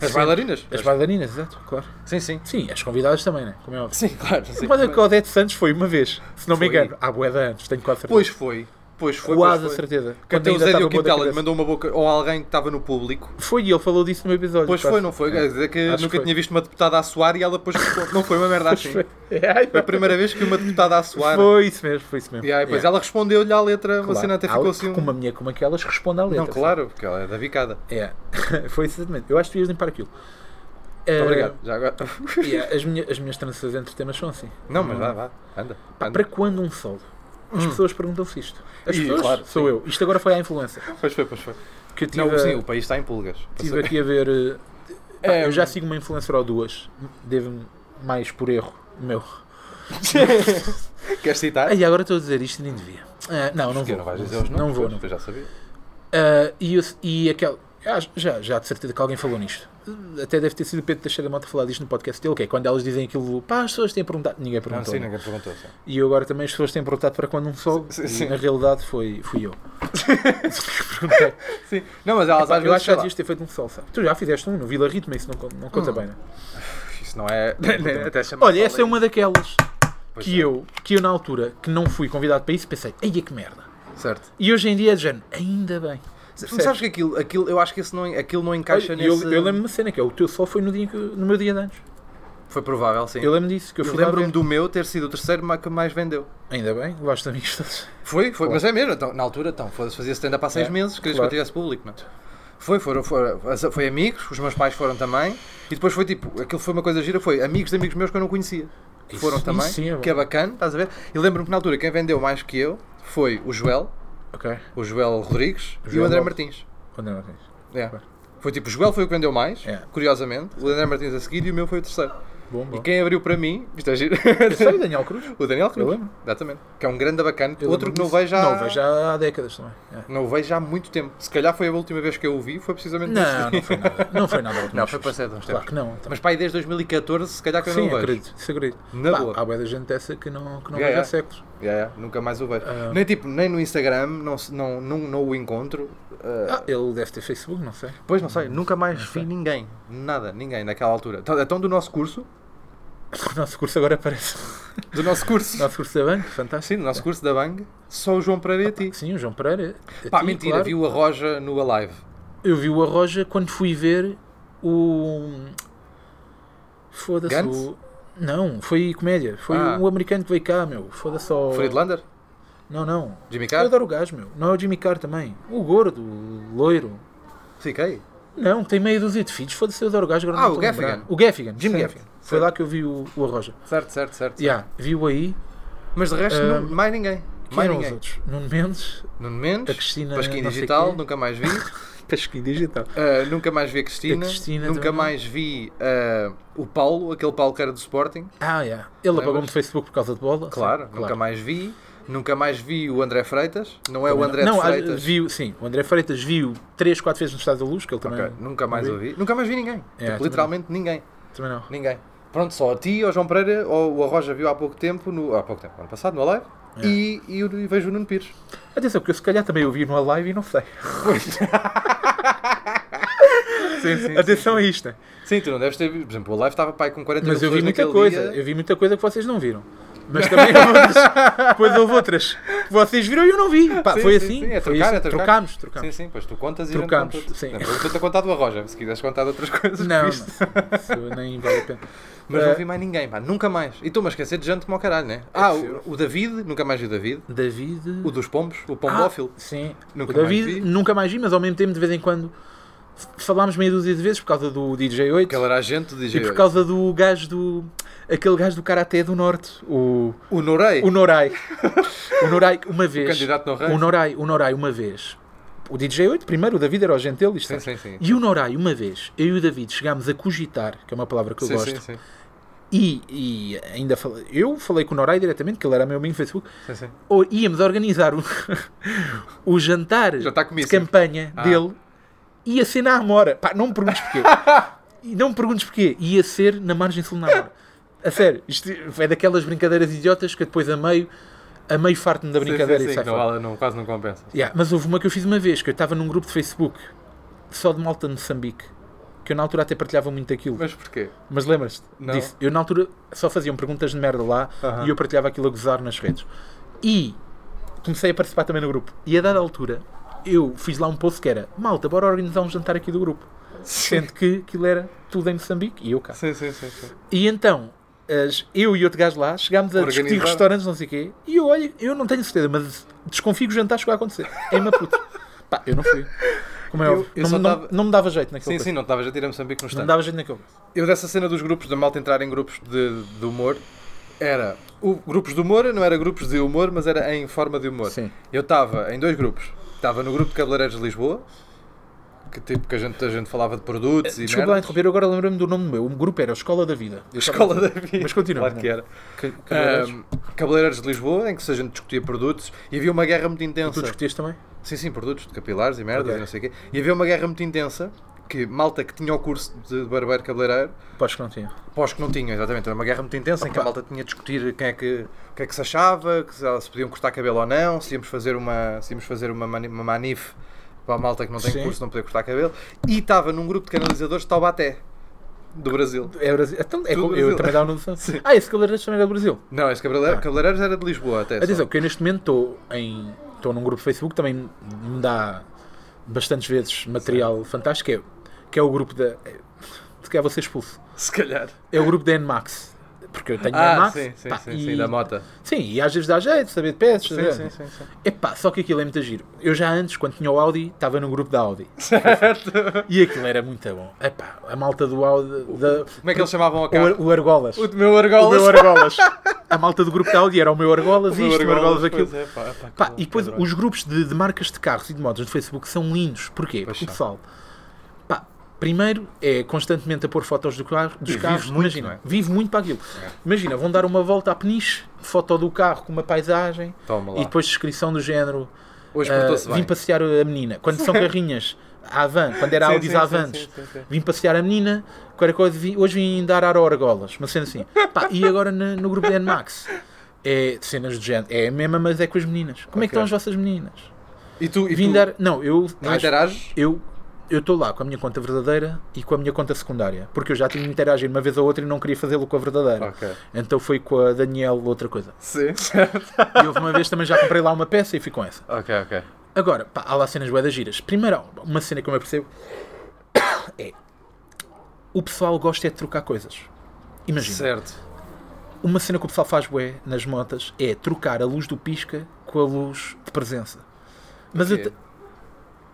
Speaker 2: As bailarinas?
Speaker 1: As bailarinas, exato, claro.
Speaker 2: Sim, sim.
Speaker 1: Sim, as convidadas também, né? Como é óbvio.
Speaker 2: Sim, claro. Sim.
Speaker 1: Mas é que o Odete Santos foi uma vez, se não me
Speaker 2: Foi.
Speaker 1: engano. Há boé de anos, tenho quase certeza.
Speaker 2: Pois foi, pois foi.
Speaker 1: quase a
Speaker 2: pois foi.
Speaker 1: certeza.
Speaker 2: Que
Speaker 1: Quando
Speaker 2: até o
Speaker 1: ainda
Speaker 2: Zé
Speaker 1: estava
Speaker 2: Diogo
Speaker 1: boa da
Speaker 2: Quintela lhe
Speaker 1: cabeça.
Speaker 2: mandou uma boca, ou alguém que estava no público.
Speaker 1: Foi e ele falou disso no episódio.
Speaker 2: Pois
Speaker 1: quase. (laughs)
Speaker 2: foi, não foi? Quer dizer que
Speaker 1: Acho que
Speaker 2: nunca
Speaker 1: foi.
Speaker 2: tinha visto uma deputada a suar e
Speaker 1: (laughs)
Speaker 2: ela depois. Não foi uma merda assim.
Speaker 1: Foi.
Speaker 2: Foi a primeira vez que uma deputada a suar.
Speaker 1: Foi isso mesmo, foi isso mesmo. É.
Speaker 2: E aí, pois ela respondeu-lhe à letra,
Speaker 1: Claro.
Speaker 2: a cena até
Speaker 1: Há
Speaker 2: ficou
Speaker 1: outro-
Speaker 2: assim. um-
Speaker 1: Com uma mulher como aquelas responde à letra.
Speaker 2: Não, claro, porque ela é da vicada. Muito
Speaker 1: É, (laughs) foi exatamente. Eu acho que tu ias limpar aquilo. Eh,
Speaker 2: obrigado. Já agora.
Speaker 1: (laughs) yeah, as, minha, as minhas tranças entre temas são assim.
Speaker 2: Não, mas vá, vá. Anda.
Speaker 1: Pá,
Speaker 2: anda.
Speaker 1: para quando um solo? As pessoas perguntam-se isto. As
Speaker 2: Hum. E,
Speaker 1: pessoas?
Speaker 2: claro,
Speaker 1: sou
Speaker 2: sim.
Speaker 1: eu. Isto agora foi à influência.
Speaker 2: Pois foi, pois foi.
Speaker 1: Que eu tive,
Speaker 2: Não,
Speaker 1: a-
Speaker 2: sim, o país está em pulgas.
Speaker 1: tive aqui a ver. eh, pá,
Speaker 2: É,
Speaker 1: eu já sigo uma influencer ou duas. Devo-me mais por erro meu.
Speaker 2: Queres citar?
Speaker 1: Aí agora estou a dizer isto e nem devia. Ah, não, não
Speaker 2: Porque
Speaker 1: vou.
Speaker 2: não vais dizer os nomes,
Speaker 1: Não vou,
Speaker 2: pois,
Speaker 1: não
Speaker 2: pois já sabia.
Speaker 1: Ah, e, eu- e aquele. ah, já, já de certeza que alguém falou nisto. Até deve ter sido o Pedro Teixeira Mota a falar disto no podcast dele, que é quando elas dizem aquilo, pá, as pessoas têm perguntado. Ninguém
Speaker 2: Não,
Speaker 1: perguntou.
Speaker 2: Ah, sim,
Speaker 1: né?
Speaker 2: ninguém perguntou. sim.
Speaker 1: E eu agora também as pessoas têm perguntado para quando um sou.
Speaker 2: Sim, sim.
Speaker 1: e Na realidade foi, fui eu.
Speaker 2: Sim. Não, mas elas às
Speaker 1: eu
Speaker 2: vezes.
Speaker 1: acho que
Speaker 2: sei
Speaker 1: já
Speaker 2: lá, Hum,
Speaker 1: devias ter feito um sol, sabe? Tu já fizeste um no Vila Ritmo, isso não, con- não conta bem, né?
Speaker 2: Isso não é. Até
Speaker 1: (laughs)
Speaker 2: chamar
Speaker 1: Olha, essa é
Speaker 2: Paulo
Speaker 1: uma daquelas
Speaker 2: aí. Pois
Speaker 1: que
Speaker 2: é.
Speaker 1: eu, que eu na altura, que não fui convidado para isso, pensei, ai que merda.
Speaker 2: Certo.
Speaker 1: E hoje em dia é de género, ainda bem.
Speaker 2: Mas sabes que aquilo, aquilo eu acho que isso não, aquilo não encaixa
Speaker 1: Olha, e
Speaker 2: nesse.
Speaker 1: eu, eu lembro-me uma cena que é o teu sol foi no, dia em que- no meu dia de anos.
Speaker 2: Foi provável, sim.
Speaker 1: Eu lembro disso, que eu,
Speaker 2: Eu,
Speaker 1: fui lá
Speaker 2: lembro-me
Speaker 1: ver.
Speaker 2: do meu ter sido o terceiro ma- que mais vendeu.
Speaker 1: Ainda bem, levaste amigos todos.
Speaker 2: Foi, foi. Mas é mesmo, então, na altura, então, foda-se, fazia stand-up há seis
Speaker 1: É,
Speaker 2: meses, querias
Speaker 1: claro.
Speaker 2: que eu tivesse público, não é? Foi, foram, foram, foi amigos, os meus pais foram também, e depois foi tipo, aquilo foi uma coisa gira, foi amigos de amigos meus que eu não conhecia, que
Speaker 1: Isso-
Speaker 2: foram também,
Speaker 1: isso sim é bom.
Speaker 2: que é bacana, estás a ver? E lembro-me que na altura quem vendeu mais que eu foi o Joel,
Speaker 1: Ok.
Speaker 2: o Joel Rodrigues e o
Speaker 1: Joel
Speaker 2: André
Speaker 1: Lopes.
Speaker 2: Martins.
Speaker 1: Onde é que tens?
Speaker 2: É.
Speaker 1: Claro.
Speaker 2: Foi tipo, o Joel foi o que vendeu mais,
Speaker 1: É.
Speaker 2: curiosamente, o André Martins a seguir e o meu foi o terceiro.
Speaker 1: Bom, bom.
Speaker 2: E quem abriu para mim, isto é giro,
Speaker 1: Eu sei, Daniel Cruz.
Speaker 2: (laughs) o Daniel Cruz.
Speaker 1: Eu lembro.
Speaker 2: Exatamente. Que é um grande bacana.
Speaker 1: Eu
Speaker 2: Outro
Speaker 1: lembro
Speaker 2: que não
Speaker 1: disso.
Speaker 2: vejo há.
Speaker 1: Não, vejo há décadas também. É.
Speaker 2: Não o vejo há muito tempo. Se calhar foi a última vez que eu o vi, foi precisamente
Speaker 1: Não,
Speaker 2: nesse
Speaker 1: não
Speaker 2: dia.
Speaker 1: foi nada. (laughs) Não foi nada.
Speaker 2: (laughs) Não, foi para ser de uns
Speaker 1: Claro
Speaker 2: tempos.
Speaker 1: que não. então.
Speaker 2: Mas pai, desde 2014, se calhar que eu
Speaker 1: Sim,
Speaker 2: não o vejo.
Speaker 1: acredito. Isso acredito.
Speaker 2: Na
Speaker 1: Pá,
Speaker 2: boa.
Speaker 1: Há boa da gente dessa que não, que não vejo
Speaker 2: Yeah, yeah.
Speaker 1: há séculos.
Speaker 2: Já, já, nunca mais o vejo.
Speaker 1: Ah.
Speaker 2: Nem tipo, nem no Instagram, não, se- não, não, não o encontro. Ah,
Speaker 1: Ah, ele deve ter Facebook, não sei. (laughs)
Speaker 2: Pois não sei, nunca mais vi ninguém. Nada, ninguém naquela altura. Então, então do nosso curso.
Speaker 1: O nosso curso agora aparece.
Speaker 2: Do nosso
Speaker 1: O (laughs)
Speaker 2: curso.
Speaker 1: nosso curso da banca, fantástico.
Speaker 2: Sim, do nosso curso da Bang, só o João Pereira e a ti.
Speaker 1: Sim, o João Pereira. a
Speaker 2: Pá,
Speaker 1: ti,
Speaker 2: mentira,
Speaker 1: claro.
Speaker 2: viu a Roja no Alive.
Speaker 1: Eu vi o Arroja quando fui ver o. Foda-se.
Speaker 2: Gantz?
Speaker 1: O... Não, foi comédia. Foi
Speaker 2: Ah.
Speaker 1: um americano que veio cá, meu. Foda-se ao.
Speaker 2: Friedlander?
Speaker 1: Não, não.
Speaker 2: Jimmy
Speaker 1: Eu
Speaker 2: Carr?
Speaker 1: adoro o gajo, meu. Não é o Jimmy Carr também. O gordo, o loiro.
Speaker 2: Fiquei.
Speaker 1: Não, tem meia dúzia de filhos. Foda-se, eu adoro o gajo. Agora
Speaker 2: Ah,
Speaker 1: não
Speaker 2: o
Speaker 1: estou a lembrar.
Speaker 2: Gaffigan.
Speaker 1: O Gaffigan, Jim
Speaker 2: Certo,
Speaker 1: Gaffigan. Foi
Speaker 2: certo.
Speaker 1: lá que eu vi o, o Arroja.
Speaker 2: Certo, certo, certo.
Speaker 1: Yeah, vi-o aí.
Speaker 2: Mas de resto,
Speaker 1: Ah,
Speaker 2: não- mais ninguém.
Speaker 1: Quem
Speaker 2: Mais
Speaker 1: eram os
Speaker 2: ninguém.
Speaker 1: outros? Nuno
Speaker 2: (laughs)
Speaker 1: Mendes,
Speaker 2: Nuno
Speaker 1: A
Speaker 2: Mendes,
Speaker 1: Cristina,
Speaker 2: Pasquim
Speaker 1: não sei
Speaker 2: Digital,
Speaker 1: quê.
Speaker 2: nunca mais vi.
Speaker 1: Pasquim Digital.
Speaker 2: Ah, nunca mais vi a Cristina.
Speaker 1: A Cristina
Speaker 2: nunca
Speaker 1: também.
Speaker 2: mais vi ah, o Paulo, aquele Paulo que era do Sporting.
Speaker 1: Ah, yeah. Ele apagou-me do Facebook por causa de bola.
Speaker 2: Claro,
Speaker 1: Sim,
Speaker 2: nunca mais vi. Nunca mais vi o André Freitas. Não é o
Speaker 1: Também
Speaker 2: André
Speaker 1: não,
Speaker 2: de
Speaker 1: Não, ah,
Speaker 2: Freitas.
Speaker 1: Viu, sim, o André Freitas viu 3, 4 vezes no Estado da Luz, que ele
Speaker 2: Ok,
Speaker 1: também,
Speaker 2: Nunca mais
Speaker 1: não vi.
Speaker 2: ouvi. Nunca mais vi ninguém. Tipo,
Speaker 1: também
Speaker 2: literalmente ninguém.
Speaker 1: também não.
Speaker 2: Ninguém. Pronto, só a ti, ou João Pereira, ou o Arroja viu há pouco tempo, no, há pouco tempo, ano passado, no Alive,
Speaker 1: É.
Speaker 2: e, e, o- e vejo o Nuno Pires.
Speaker 1: Atenção, porque eu se calhar também ouvi numa live e não sei.
Speaker 2: Sim, sim.
Speaker 1: Atenção a isto. né?
Speaker 2: Sim, tu não deves ter visto. Por exemplo, o Alive estava pai com 40 mil
Speaker 1: Mas eu vi
Speaker 2: pessoas
Speaker 1: muita
Speaker 2: naquele
Speaker 1: coisa,
Speaker 2: dia.
Speaker 1: eu vi muita coisa que vocês não viram. Mas também houve
Speaker 2: (laughs)
Speaker 1: outras, depois houve outras que vocês viram e eu não vi. Pá,
Speaker 2: Sim,
Speaker 1: foi
Speaker 2: sim,
Speaker 1: assim,
Speaker 2: sim, é
Speaker 1: foi
Speaker 2: trocar,
Speaker 1: assim.
Speaker 2: é trocar.
Speaker 1: Trocámos, trocámos.
Speaker 2: Sim, sim, pois tu contas e
Speaker 1: Trocamos,
Speaker 2: eu
Speaker 1: sim.
Speaker 2: É, Eu estou-te a contar do arroja, se quiseres contar de outras (laughs) coisas.
Speaker 1: Não, não,
Speaker 2: viste.
Speaker 1: isso nem vale a pena.
Speaker 2: (laughs) Mas não
Speaker 1: Eh,
Speaker 2: vi mais ninguém, pá, nunca mais. E estou-me a esquecer de gente como ao caralho, né? Ah,
Speaker 1: É possível.
Speaker 2: o, o David, nunca mais vi o David.
Speaker 1: David.
Speaker 2: O dos pombos, o pombófilo.
Speaker 1: Ah, sim.
Speaker 2: Nunca
Speaker 1: o David
Speaker 2: mais vi.
Speaker 1: nunca mais vi, mas ao mesmo tempo, de vez em quando, f- falámos meia dúzia de vezes por causa do DJ 8.
Speaker 2: Que ele era agente do
Speaker 1: E
Speaker 2: DJ.
Speaker 1: Tipo, por causa do gajo do. aquele gajo do Karaté do Norte, o,
Speaker 2: O Norei,
Speaker 1: o Norai. o Norai, uma vez.
Speaker 2: candidato no rei.
Speaker 1: o Norai, o Norai, uma vez. O DJ 8, primeiro, o David era o gentil, isto
Speaker 2: Sim,
Speaker 1: é.
Speaker 2: sim, sim.
Speaker 1: E o Norai, uma vez, eu e o David chegámos a cogitar, que é uma palavra que eu
Speaker 2: Sim,
Speaker 1: gosto,
Speaker 2: sim, sim.
Speaker 1: E, e ainda falei, eu falei com o Norai diretamente, que ele era meu amigo no Facebook,
Speaker 2: sim, sim.
Speaker 1: ou íamos organizar o, (laughs) o jantar,
Speaker 2: Jantar
Speaker 1: de
Speaker 2: comício.
Speaker 1: campanha
Speaker 2: Ah.
Speaker 1: dele ia ser na Amora. Pá, não me perguntes
Speaker 2: (laughs)
Speaker 1: porquê. E não me perguntes porquê. Ia ser na margem sul na Amora. A sério, isto é daquelas brincadeiras idiotas que eu depois a meio, a meio farto-me da brincadeira
Speaker 2: Sim, sim,
Speaker 1: e
Speaker 2: sim,
Speaker 1: sai
Speaker 2: que não,
Speaker 1: fora.
Speaker 2: vale- não, quase não compensa.
Speaker 1: Yeah, mas houve uma que eu fiz uma vez, que eu estava num grupo de Facebook só de malta de Moçambique, que eu na altura até partilhava muito aquilo. Mas,
Speaker 2: Mas porquê?
Speaker 1: lembras-te
Speaker 2: Não.
Speaker 1: disso? Eu na altura só faziam perguntas de merda lá
Speaker 2: Aham.
Speaker 1: e eu partilhava aquilo a gozar nas redes. E comecei a participar também no grupo. E a dada altura eu fiz lá um post que era malta, bora organizar um jantar aqui do grupo. Sendo que aquilo era tudo em Moçambique e eu cá.
Speaker 2: Sim, sim, sim. sim.
Speaker 1: E então, as- eu e outro gajo lá chegámos a
Speaker 2: Organizar.
Speaker 1: discutir restaurantes, não sei o quê, e eu olho, eu não tenho certeza, mas desconfio que o jantar chegou a acontecer. Em Maputo. Pá, eu não fui. Como é
Speaker 2: Eu-
Speaker 1: óbvio.
Speaker 2: eu
Speaker 1: não,
Speaker 2: só
Speaker 1: não-
Speaker 2: tava-
Speaker 1: não me dava jeito naquele
Speaker 2: Sim, sim, não estavas a tirar Moçambique no
Speaker 1: Não me
Speaker 2: stand.
Speaker 1: dava jeito naquele
Speaker 2: Eu dessa cena dos grupos, da malta entrar em grupos de, de humor, era o, grupos de humor, não era grupos de humor, mas era em forma de humor.
Speaker 1: Sim.
Speaker 2: Eu estava em dois grupos. Estava no grupo de cabeleireiros de Lisboa, Que tipo que a gente, a gente falava de produtos e
Speaker 1: Desculpa lá
Speaker 2: merdas.
Speaker 1: interromper, eu agora lembro-me do nome do meu. O grupo era Escola da Vida. Eu estava-
Speaker 2: Escola da vida.
Speaker 1: Mas continua. é?
Speaker 2: Claro que era.
Speaker 1: Que- que eras?
Speaker 2: Ahm, Cabeleireiros de Lisboa, em que a gente discutia produtos e havia uma guerra muito
Speaker 1: tu
Speaker 2: intensa.
Speaker 1: discutias também?
Speaker 2: Sim, sim, produtos de capilares e merdas
Speaker 1: Ok.
Speaker 2: e não sei o quê. E havia uma guerra muito intensa que malta que tinha o curso de barbeiro cabeleireiro,
Speaker 1: Pois que não tinha.
Speaker 2: pós que não tinha, exatamente. Era uma guerra muito intensa em que a malta tinha de discutir quem é que, o que é que se achava, que se, ela- se podiam cortar cabelo ou não, se íamos fazer uma, se íamos fazer uma, mani- uma manif para a malta que não tem
Speaker 1: Sim.
Speaker 2: curso não poder cortar cabelo. E estava num grupo de canalizadores de Taubaté, do Brasil.
Speaker 1: É Brasil. Então, é
Speaker 2: Tudo
Speaker 1: como-
Speaker 2: Brasil.
Speaker 1: eu também dava no.
Speaker 2: (laughs)
Speaker 1: Ah, esse cabeleireiro também era do Brasil.
Speaker 2: Não, esse cabeleireiro, cabeleireiros era de Lisboa até. É só.
Speaker 1: Atenção, que eu neste momento estou em. Estou num grupo de Facebook também me dá bastantes vezes material fantástico, que é, que é o grupo da. Se calhar vou ser expulso.
Speaker 2: Se calhar.
Speaker 1: É o grupo da NMAX. Porque eu tenho
Speaker 2: Ah,
Speaker 1: NMAX.
Speaker 2: sim, sim,
Speaker 1: é pá,
Speaker 2: sim,
Speaker 1: e,
Speaker 2: sim,
Speaker 1: (laughs)
Speaker 2: da mota.
Speaker 1: Sim, e às vezes dá jeito, saber de peças.
Speaker 2: Sim, sim, sim, sim.
Speaker 1: Epá, só que aquilo é muito giro. Eu já antes, quando tinha o Audi, estava num grupo da Audi.
Speaker 2: Certo.
Speaker 1: E aquilo era muito bom. Epá, a malta do Audi. Da,
Speaker 2: Como é que eles chamavam a
Speaker 1: o, Ar-
Speaker 2: carro?
Speaker 1: o Argolas.
Speaker 2: O, meu
Speaker 1: O
Speaker 2: Argolas.
Speaker 1: meu Argolas. A malta do grupo da Audi era o meu
Speaker 2: (laughs)
Speaker 1: Argolas,
Speaker 2: meu
Speaker 1: isto, o meu Argolas, aquilo.
Speaker 2: pois é, pá, pá, que
Speaker 1: Pá,
Speaker 2: bom,
Speaker 1: e depois
Speaker 2: que droga.
Speaker 1: os grupos de, de marcas de carros e de motos no Facebook são lindos. Porquê?
Speaker 2: Pois
Speaker 1: Porque o
Speaker 2: são.
Speaker 1: pessoal, pá, primeiro é constantemente a pôr fotos do carro, dos
Speaker 2: vive
Speaker 1: carros.
Speaker 2: muito,
Speaker 1: imagina,
Speaker 2: não é?
Speaker 1: vive muito para aquilo. Imagina, vão dar uma volta à Peniche, foto do carro com uma paisagem
Speaker 2: Toma lá.
Speaker 1: e depois descrição do género.
Speaker 2: Hoje
Speaker 1: ah,
Speaker 2: portou-se
Speaker 1: vim
Speaker 2: bem.
Speaker 1: passear a menina. Quando
Speaker 2: (laughs)
Speaker 1: são carrinhas, a van, quando era
Speaker 2: Sim,
Speaker 1: Audis
Speaker 2: sim, sim,
Speaker 1: Avantes,
Speaker 2: sim, sim, sim.
Speaker 1: vim passear a menina. Qualquer coisa, vim- hoje vim dar ar ao argolas, mas sendo assim. Pá, e agora no, no grupo da NMAX? É cenas de género. É a mesma, mas é com as meninas. Como é que estão
Speaker 2: Ok.
Speaker 1: as vossas meninas?
Speaker 2: E tu, e
Speaker 1: Vim
Speaker 2: tu
Speaker 1: dar. Não, eu.
Speaker 2: não
Speaker 1: acho-
Speaker 2: interages?
Speaker 1: eu eu estou lá com a minha conta verdadeira e com a minha conta secundária, porque eu já tinha de interagir uma vez ou outra e não queria fazê-lo com a verdadeira.
Speaker 2: Ok.
Speaker 1: Então foi com a Daniel outra coisa.
Speaker 2: Sim, (laughs) certo.
Speaker 1: E houve uma vez também já comprei lá uma peça e fui com essa.
Speaker 2: Ok, ok.
Speaker 1: Agora, pá, há lá cenas bué das giras. Primeiro, uma cena que eu me percebo (coughs) é o pessoal gosta é de trocar coisas. Imagina,
Speaker 2: Certo.
Speaker 1: uma cena que o pessoal faz bué nas motas é trocar a luz do pisca com a luz de presença. Mas, eu,
Speaker 2: quê?
Speaker 1: te-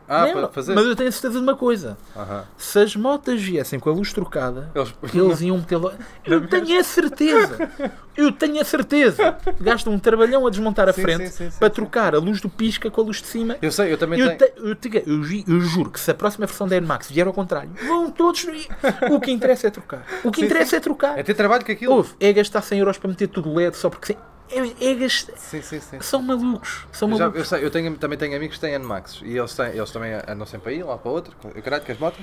Speaker 2: Ah,
Speaker 1: Lembra?
Speaker 2: para fazer?
Speaker 1: mas eu tenho a certeza de uma coisa.
Speaker 2: Aham.
Speaker 1: Se as motas viessem com a luz trocada,
Speaker 2: Eles- (laughs)
Speaker 1: eles iam meter lo... Eu tenho a certeza! Eu tenho a certeza! Gastam um trabalhão a desmontar a
Speaker 2: Sim,
Speaker 1: frente
Speaker 2: sim, sim, sim,
Speaker 1: para
Speaker 2: sim.
Speaker 1: trocar a luz do pisca com a luz de cima.
Speaker 2: Eu sei, eu também
Speaker 1: Eu,
Speaker 2: tenho.
Speaker 1: te- eu te- eu ju- eu juro que se a próxima versão da Air Max vier ao contrário, vão todos. O que interessa é trocar. O que
Speaker 2: Sim,
Speaker 1: interessa
Speaker 2: sim.
Speaker 1: é trocar.
Speaker 2: É ter trabalho com aquilo.
Speaker 1: Ouve, é gastar 100 euros para meter tudo LED só porque. sim. É, é gastar.
Speaker 2: Sim, sim, sim.
Speaker 1: São malucos. São
Speaker 2: Eu já-
Speaker 1: malucos.
Speaker 2: eu sei, eu tenho, também tenho amigos que têm Animax e eles, têm, eles também andam sempre aí, lá para outro, eu caralho, que as motos.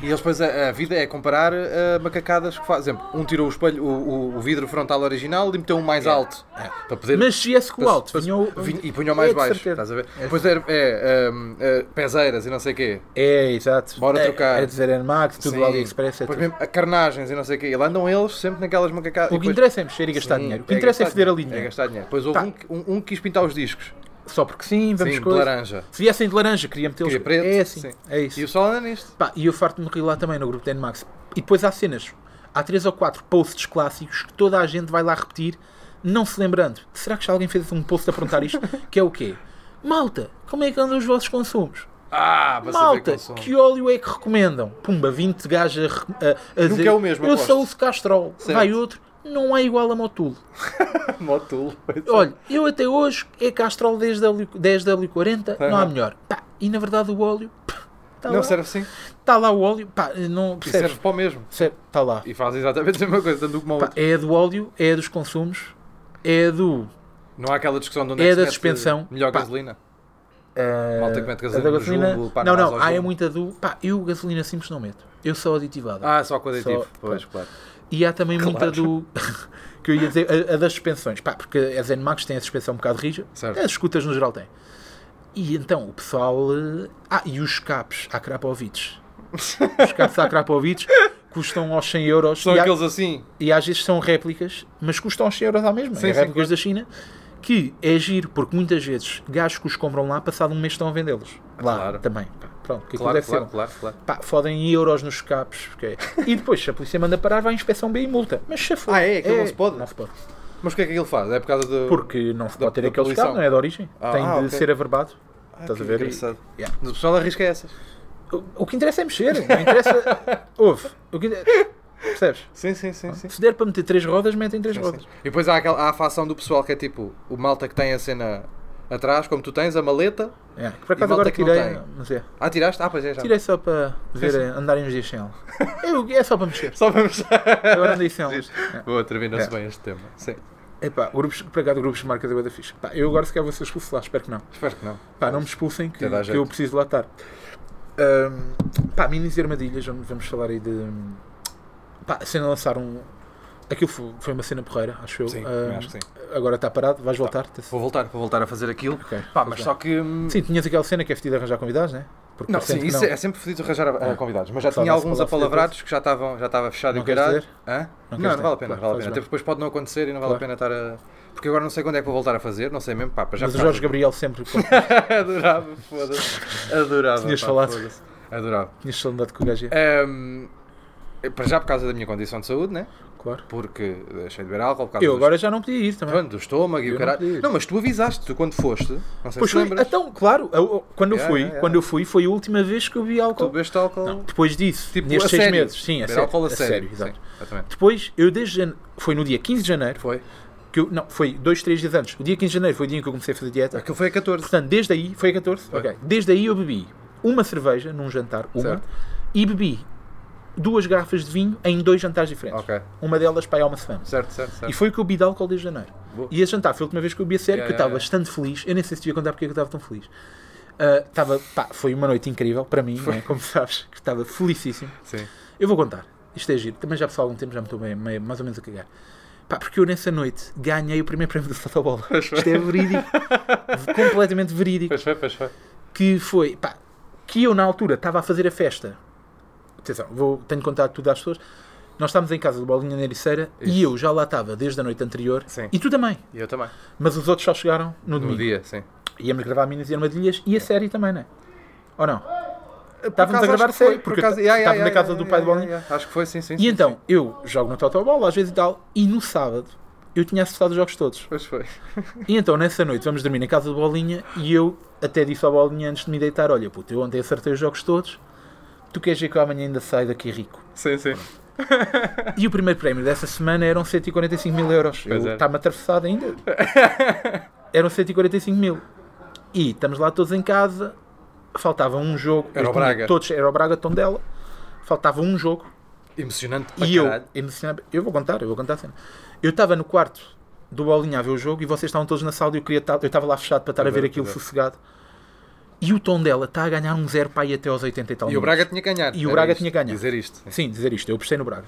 Speaker 2: E eles depois a, a vida é comparar ah, macacadas que fazem. Por exemplo, um tirou o espelho, o, o- o vidro frontal original e meteu um mais alto. Para poder
Speaker 1: É. Mas se viesse com o alto,
Speaker 2: Pois-
Speaker 1: vinham.
Speaker 2: vinha- e punham mais
Speaker 1: É de
Speaker 2: baixo.
Speaker 1: certeza.
Speaker 2: Estás a ver? Depois é, é, hum, é, pezeiras e não sei o quê.
Speaker 1: É, exato.
Speaker 2: Bora
Speaker 1: é,
Speaker 2: trocar.
Speaker 1: É dizer Air Max, tudo
Speaker 2: Sim.
Speaker 1: AliExpress, é
Speaker 2: Depois
Speaker 1: tudo.
Speaker 2: mesmo a carnagens e não sei o quê. E lá andam eles sempre naquelas macacadas.
Speaker 1: O
Speaker 2: e
Speaker 1: que
Speaker 2: depois-
Speaker 1: interessa é mexer e gastar
Speaker 2: Sim,
Speaker 1: dinheiro. O que interessa é
Speaker 2: gastar
Speaker 1: foder a
Speaker 2: dinheiro,
Speaker 1: linha.
Speaker 2: É gastar dinheiro. Depois houve
Speaker 1: Tá.
Speaker 2: um, que- um, um que quis pintar os discos.
Speaker 1: Só porque sim, vamos
Speaker 2: Sim, de
Speaker 1: coisa.
Speaker 2: laranja.
Speaker 1: Se viessem de laranja, queria metê-los.
Speaker 2: Queria preto,
Speaker 1: É assim.
Speaker 2: sim.
Speaker 1: É isso.
Speaker 2: E o pessoal anda nisto.
Speaker 1: Pá, e eu farto-me de rir lá também no grupo da Max. E depois há cenas. Há três ou quatro posts clássicos que toda a gente vai lá repetir, não se lembrando. Será que já alguém fez um post a perguntar
Speaker 2: (laughs)
Speaker 1: isto? que é o quê? Malta, como é que andam os vossos consumos?
Speaker 2: Ah, para saber
Speaker 1: Malta,
Speaker 2: quem são. (laughs)
Speaker 1: que óleo é que recomendam? Pumba, 20 gajos a, re- a, a
Speaker 2: Nunca
Speaker 1: dizer,
Speaker 2: é o mesmo,
Speaker 1: Eu
Speaker 2: aposto."
Speaker 1: só uso Castrol.
Speaker 2: Certo.
Speaker 1: Vai outro. Não é igual a Motul.
Speaker 2: Motul.
Speaker 1: Olha, eu até hoje é Castrol 10W, 10W40, não há
Speaker 2: Aham.
Speaker 1: melhor. Pá, e na verdade o óleo, está
Speaker 2: Não é
Speaker 1: lá,
Speaker 2: serve sim.
Speaker 1: tá lá o óleo, pá, não
Speaker 2: E serve
Speaker 1: percebes?
Speaker 2: para o mesmo.
Speaker 1: Está tá lá.
Speaker 2: E faz exatamente a mesma coisa, tanto um como o
Speaker 1: Pá,
Speaker 2: outro.
Speaker 1: é a do óleo, é a dos consumos, é a do.
Speaker 2: Não há aquela discussão de onde
Speaker 1: é
Speaker 2: que se
Speaker 1: da
Speaker 2: mete
Speaker 1: suspensão.
Speaker 2: Melhor
Speaker 1: Pá.
Speaker 2: gasolina.
Speaker 1: eh,
Speaker 2: Malta que
Speaker 1: a
Speaker 2: mete É gasolina
Speaker 1: da
Speaker 2: no
Speaker 1: gasolina.
Speaker 2: jumbo, pá,
Speaker 1: não,
Speaker 2: na
Speaker 1: não,
Speaker 2: asa ao
Speaker 1: há é
Speaker 2: jumbo.
Speaker 1: muita do. Pá, eu gasolina simples não meto. Eu sou aditivada.
Speaker 2: Ah, só com aditivo.
Speaker 1: Só-
Speaker 2: Pois, claro.
Speaker 1: E há também muita
Speaker 2: Claro.
Speaker 1: do. (laughs) que eu ia dizer, a, a das suspensões. Pá, porque as NMAX têm a suspensão um bocado rija.
Speaker 2: Certo.
Speaker 1: As escutas no geral têm. E então o pessoal. eh, Ah, e os capos à
Speaker 2: (laughs)
Speaker 1: Krapovich. Os capos à Krapovich custam aos 100 euros.
Speaker 2: São
Speaker 1: e, há-
Speaker 2: aqueles assim.
Speaker 1: e às vezes são réplicas, mas custam aos 100 euros à mesma.
Speaker 2: Sim,
Speaker 1: é
Speaker 2: sim,
Speaker 1: réplicas
Speaker 2: claro.
Speaker 1: da China. Que é giro, porque muitas vezes gajos que os compram lá, passado um mês estão a vendê-los. Lá
Speaker 2: Claro.
Speaker 1: também. Pá, Pronto, que aquilo
Speaker 2: Claro,
Speaker 1: deve ser
Speaker 2: claro,
Speaker 1: bom
Speaker 2: claro, claro.
Speaker 1: pá, fodem euros nos escapes. porque- E depois, se a polícia manda parar, vai à inspeção B e multa. Mas se for.
Speaker 2: Ah, é? Aquilo não se pode?
Speaker 1: Não se pode.
Speaker 2: Mas o que é que ele faz? É por causa do.
Speaker 1: Porque não se
Speaker 2: Da-
Speaker 1: pode ter
Speaker 2: da
Speaker 1: aquele
Speaker 2: poluição.
Speaker 1: escape, não é de origem.
Speaker 2: Ah,
Speaker 1: Tem
Speaker 2: ah,
Speaker 1: de
Speaker 2: ok.
Speaker 1: ser averbado.
Speaker 2: Ah,
Speaker 1: Estás
Speaker 2: que
Speaker 1: a ver?
Speaker 2: engraçado.
Speaker 1: Yeah.
Speaker 2: Mas O pessoal arrisca essas.
Speaker 1: O- O que interessa é mexer. Não
Speaker 2: (laughs)
Speaker 1: interessa. Ouve. O que... Percebes?
Speaker 2: Sim, sim, sim, sim.
Speaker 1: Se der para meter três rodas, metem três
Speaker 2: Sim,
Speaker 1: rodas.
Speaker 2: sim. E depois há, aquela, há a facção do pessoal que é tipo o malta que tem a cena. atrás, como tu tens, a maleta.
Speaker 1: É, Por
Speaker 2: E
Speaker 1: acaso
Speaker 2: malta
Speaker 1: agora
Speaker 2: que não
Speaker 1: tirei,
Speaker 2: tem.
Speaker 1: mas é.
Speaker 2: Ah, tiraste? Ah, pois é, já.
Speaker 1: Tirei só para ver, andarem uns dias sem ela. Eu- é só para mexer.
Speaker 2: Só (laughs) vamos.
Speaker 1: Agora andei sem ela. É.
Speaker 2: Boa, termina-se
Speaker 1: É.
Speaker 2: bem este tema. Sim.
Speaker 1: Epá, grupos, para cá de grupos de marcas é bué da fixe. Pá, eu agora se calhar vou ser expulso lá, espero que não.
Speaker 2: Espero que não.
Speaker 1: Pá, não me expulsem que,
Speaker 2: Até dá
Speaker 1: que
Speaker 2: jeito.
Speaker 1: eu preciso lá estar. Ahm, pá, minis e armadilhas, vamos, vamos falar aí de. Pá, a cena de lançar um. Aquilo foi, foi uma cena porreira, acho eu.
Speaker 2: Sim,
Speaker 1: Ahm,
Speaker 2: também acho que sim.
Speaker 1: Agora está parado, vais voltar? Tá.
Speaker 2: Vou voltar, vou voltar a fazer aquilo.
Speaker 1: Ok,
Speaker 2: Pá,
Speaker 1: pois
Speaker 2: mas
Speaker 1: bem.
Speaker 2: só que. hum,
Speaker 1: Sim, tinhas aquela cena que é fedido arranjar convidados, né? Porque
Speaker 2: Não,
Speaker 1: parecendo
Speaker 2: sim,
Speaker 1: que
Speaker 2: isso
Speaker 1: não. Ah,
Speaker 2: é sempre fodido arranjar a- a convidados, mas já
Speaker 1: Só
Speaker 2: tinha
Speaker 1: dá-se
Speaker 2: alguns
Speaker 1: para lá fazer
Speaker 2: apalavrados que já estavam já estava fechado e
Speaker 1: Não
Speaker 2: o
Speaker 1: queres
Speaker 2: caralho.
Speaker 1: dizer?
Speaker 2: Hã? Não,
Speaker 1: Não
Speaker 2: não,
Speaker 1: queres
Speaker 2: vale a
Speaker 1: dizer? Claro,
Speaker 2: pena, vale a
Speaker 1: fazes
Speaker 2: pena.
Speaker 1: bem.
Speaker 2: Até porque depois pode não acontecer e não vale a
Speaker 1: Claro.
Speaker 2: pena estar a. Porque agora não sei quando é que vou voltar a fazer, não sei mesmo, pá, para já
Speaker 1: Mas o
Speaker 2: ficar-
Speaker 1: Jorge Gabriel sempre com-
Speaker 2: (laughs) Adorava, foda-se. Adorava.
Speaker 1: Tinhas
Speaker 2: pá,
Speaker 1: falado.
Speaker 2: foda-se. Adorava.
Speaker 1: (laughs) tinhas saudade com o gajo é.
Speaker 2: Ahm, para já por causa da minha condição de saúde, né?
Speaker 1: Claro.
Speaker 2: Porque deixei de beber álcool por causa
Speaker 1: Eu
Speaker 2: dos-
Speaker 1: agora já não podia ir também.
Speaker 2: pronto, do estômago e
Speaker 1: Eu
Speaker 2: o
Speaker 1: não
Speaker 2: caralho.
Speaker 1: podia.
Speaker 2: Não, mas tu avisaste, tu quando foste, não sei
Speaker 1: Pois
Speaker 2: se
Speaker 1: foi,
Speaker 2: lembras,
Speaker 1: então, claro, eu- eu- quando eu
Speaker 2: Yeah,
Speaker 1: fui,
Speaker 2: yeah, yeah.
Speaker 1: quando eu fui, foi a última vez que eu vi
Speaker 2: tu
Speaker 1: álcool.
Speaker 2: bebeste álcool.
Speaker 1: Não, depois disso,
Speaker 2: Tipo,
Speaker 1: nestes
Speaker 2: a
Speaker 1: seis
Speaker 2: sério.
Speaker 1: meses, sim, a
Speaker 2: Beber
Speaker 1: sério,
Speaker 2: álcool a
Speaker 1: a
Speaker 2: sério.
Speaker 1: sério,
Speaker 2: sim,
Speaker 1: exato.
Speaker 2: exatamente.
Speaker 1: Depois, eu desde jane- foi no dia 15 de janeiro,
Speaker 2: Foi.
Speaker 1: que eu, não, foi dois, três dias antes. O dia 15 de janeiro foi o dia em que eu comecei a fazer dieta.
Speaker 2: Aquilo foi a 14.
Speaker 1: Portanto, desde aí, foi a 14?
Speaker 2: Foi.
Speaker 1: Ok. Desde aí eu bebi uma cerveja num jantar, uma,
Speaker 2: Certo.
Speaker 1: e bebi duas garrafas de vinho em dois jantares diferentes.
Speaker 2: Ok.
Speaker 1: Uma delas para aí há uma semana.
Speaker 2: Certo, certo, certo.
Speaker 1: E foi o que eu bebi de álcool desde janeiro.
Speaker 2: Boa.
Speaker 1: E esse jantar foi a última vez que eu bebi a sério,
Speaker 2: Yeah,
Speaker 1: que eu estava
Speaker 2: yeah,
Speaker 1: bastante feliz. Eu nem sei se devia contar porque é que eu estava tão feliz. Ah, estava, pá, foi uma noite incrível para mim, né, como (laughs) sabes, que estava felicíssimo.
Speaker 2: Sim.
Speaker 1: Eu vou contar. Isto é giro. Também já passou algum tempo, já me estou bem, meio- mais ou menos a cagar. Pá, porque eu nessa noite ganhei o primeiro prémio do Sotobola. Isto é
Speaker 2: (laughs)
Speaker 1: verídico. completamente verídico.
Speaker 2: Pois foi, pois foi.
Speaker 1: Que foi, pá, que eu na altura estava a fazer a festa. Atenção, vou, tenho de contar tudo às pessoas. Nós estávamos em casa do Bolinha na Ericeira e
Speaker 2: Isso.
Speaker 1: eu já lá estava desde a noite anterior.
Speaker 2: Sim.
Speaker 1: E tu também.
Speaker 2: E eu também. Hum.
Speaker 1: Mas os outros só chegaram no
Speaker 2: No
Speaker 1: domingo.
Speaker 2: dia, sim.
Speaker 1: Íamos gravar Minas e Armadilhas e a série também, não é? Ou não? Estávamos a gravar a série, porque estava na casa do pai do Bolinha.
Speaker 2: Acho que foi, sim, sim.
Speaker 1: E então, eu jogo no Totobola às vezes e tal, e no sábado eu tinha acertado os jogos todos.
Speaker 2: Pois foi.
Speaker 1: E então, nessa noite, vamos dormir na casa do Bolinha e eu até disse ao Bolinha antes de me deitar: Olha, puto, eu ontem acertei os jogos todos, tu queres ver que eu amanhã ainda saio daqui rico?
Speaker 2: Sim, sim.
Speaker 1: E o primeiro prémio dessa semana eram 145 mil euros.
Speaker 2: Pois é.
Speaker 1: Eu Está-me atravessado
Speaker 2: (laughs)
Speaker 1: ainda. Eram 145 mil. E estamos lá todos em casa. Faltava um jogo.
Speaker 2: Era o
Speaker 1: Eu tinha
Speaker 2: Braga.
Speaker 1: Todos, era o Braga Tondela. Faltava um jogo.
Speaker 2: Emocionante para
Speaker 1: E eu,
Speaker 2: caralho.
Speaker 1: emocionado, eu vou contar, eu vou contar a cena. Eu estava no quarto do Bolinha a ver o jogo e vocês estavam todos na sala e eu queria estar, eu estava lá fechado para estar a
Speaker 2: Pois é,
Speaker 1: ver aquilo
Speaker 2: pois é.
Speaker 1: sossegado. E o tom dela está a ganhar um zero para ir até aos 80 e tal.
Speaker 2: E o
Speaker 1: minutos.
Speaker 2: Braga tinha que ganhar.
Speaker 1: E o
Speaker 2: Era
Speaker 1: Braga
Speaker 2: isto.
Speaker 1: tinha que ganhar.
Speaker 2: Dizer isto. sim.
Speaker 1: Sim, dizer isto, eu apostei no Braga.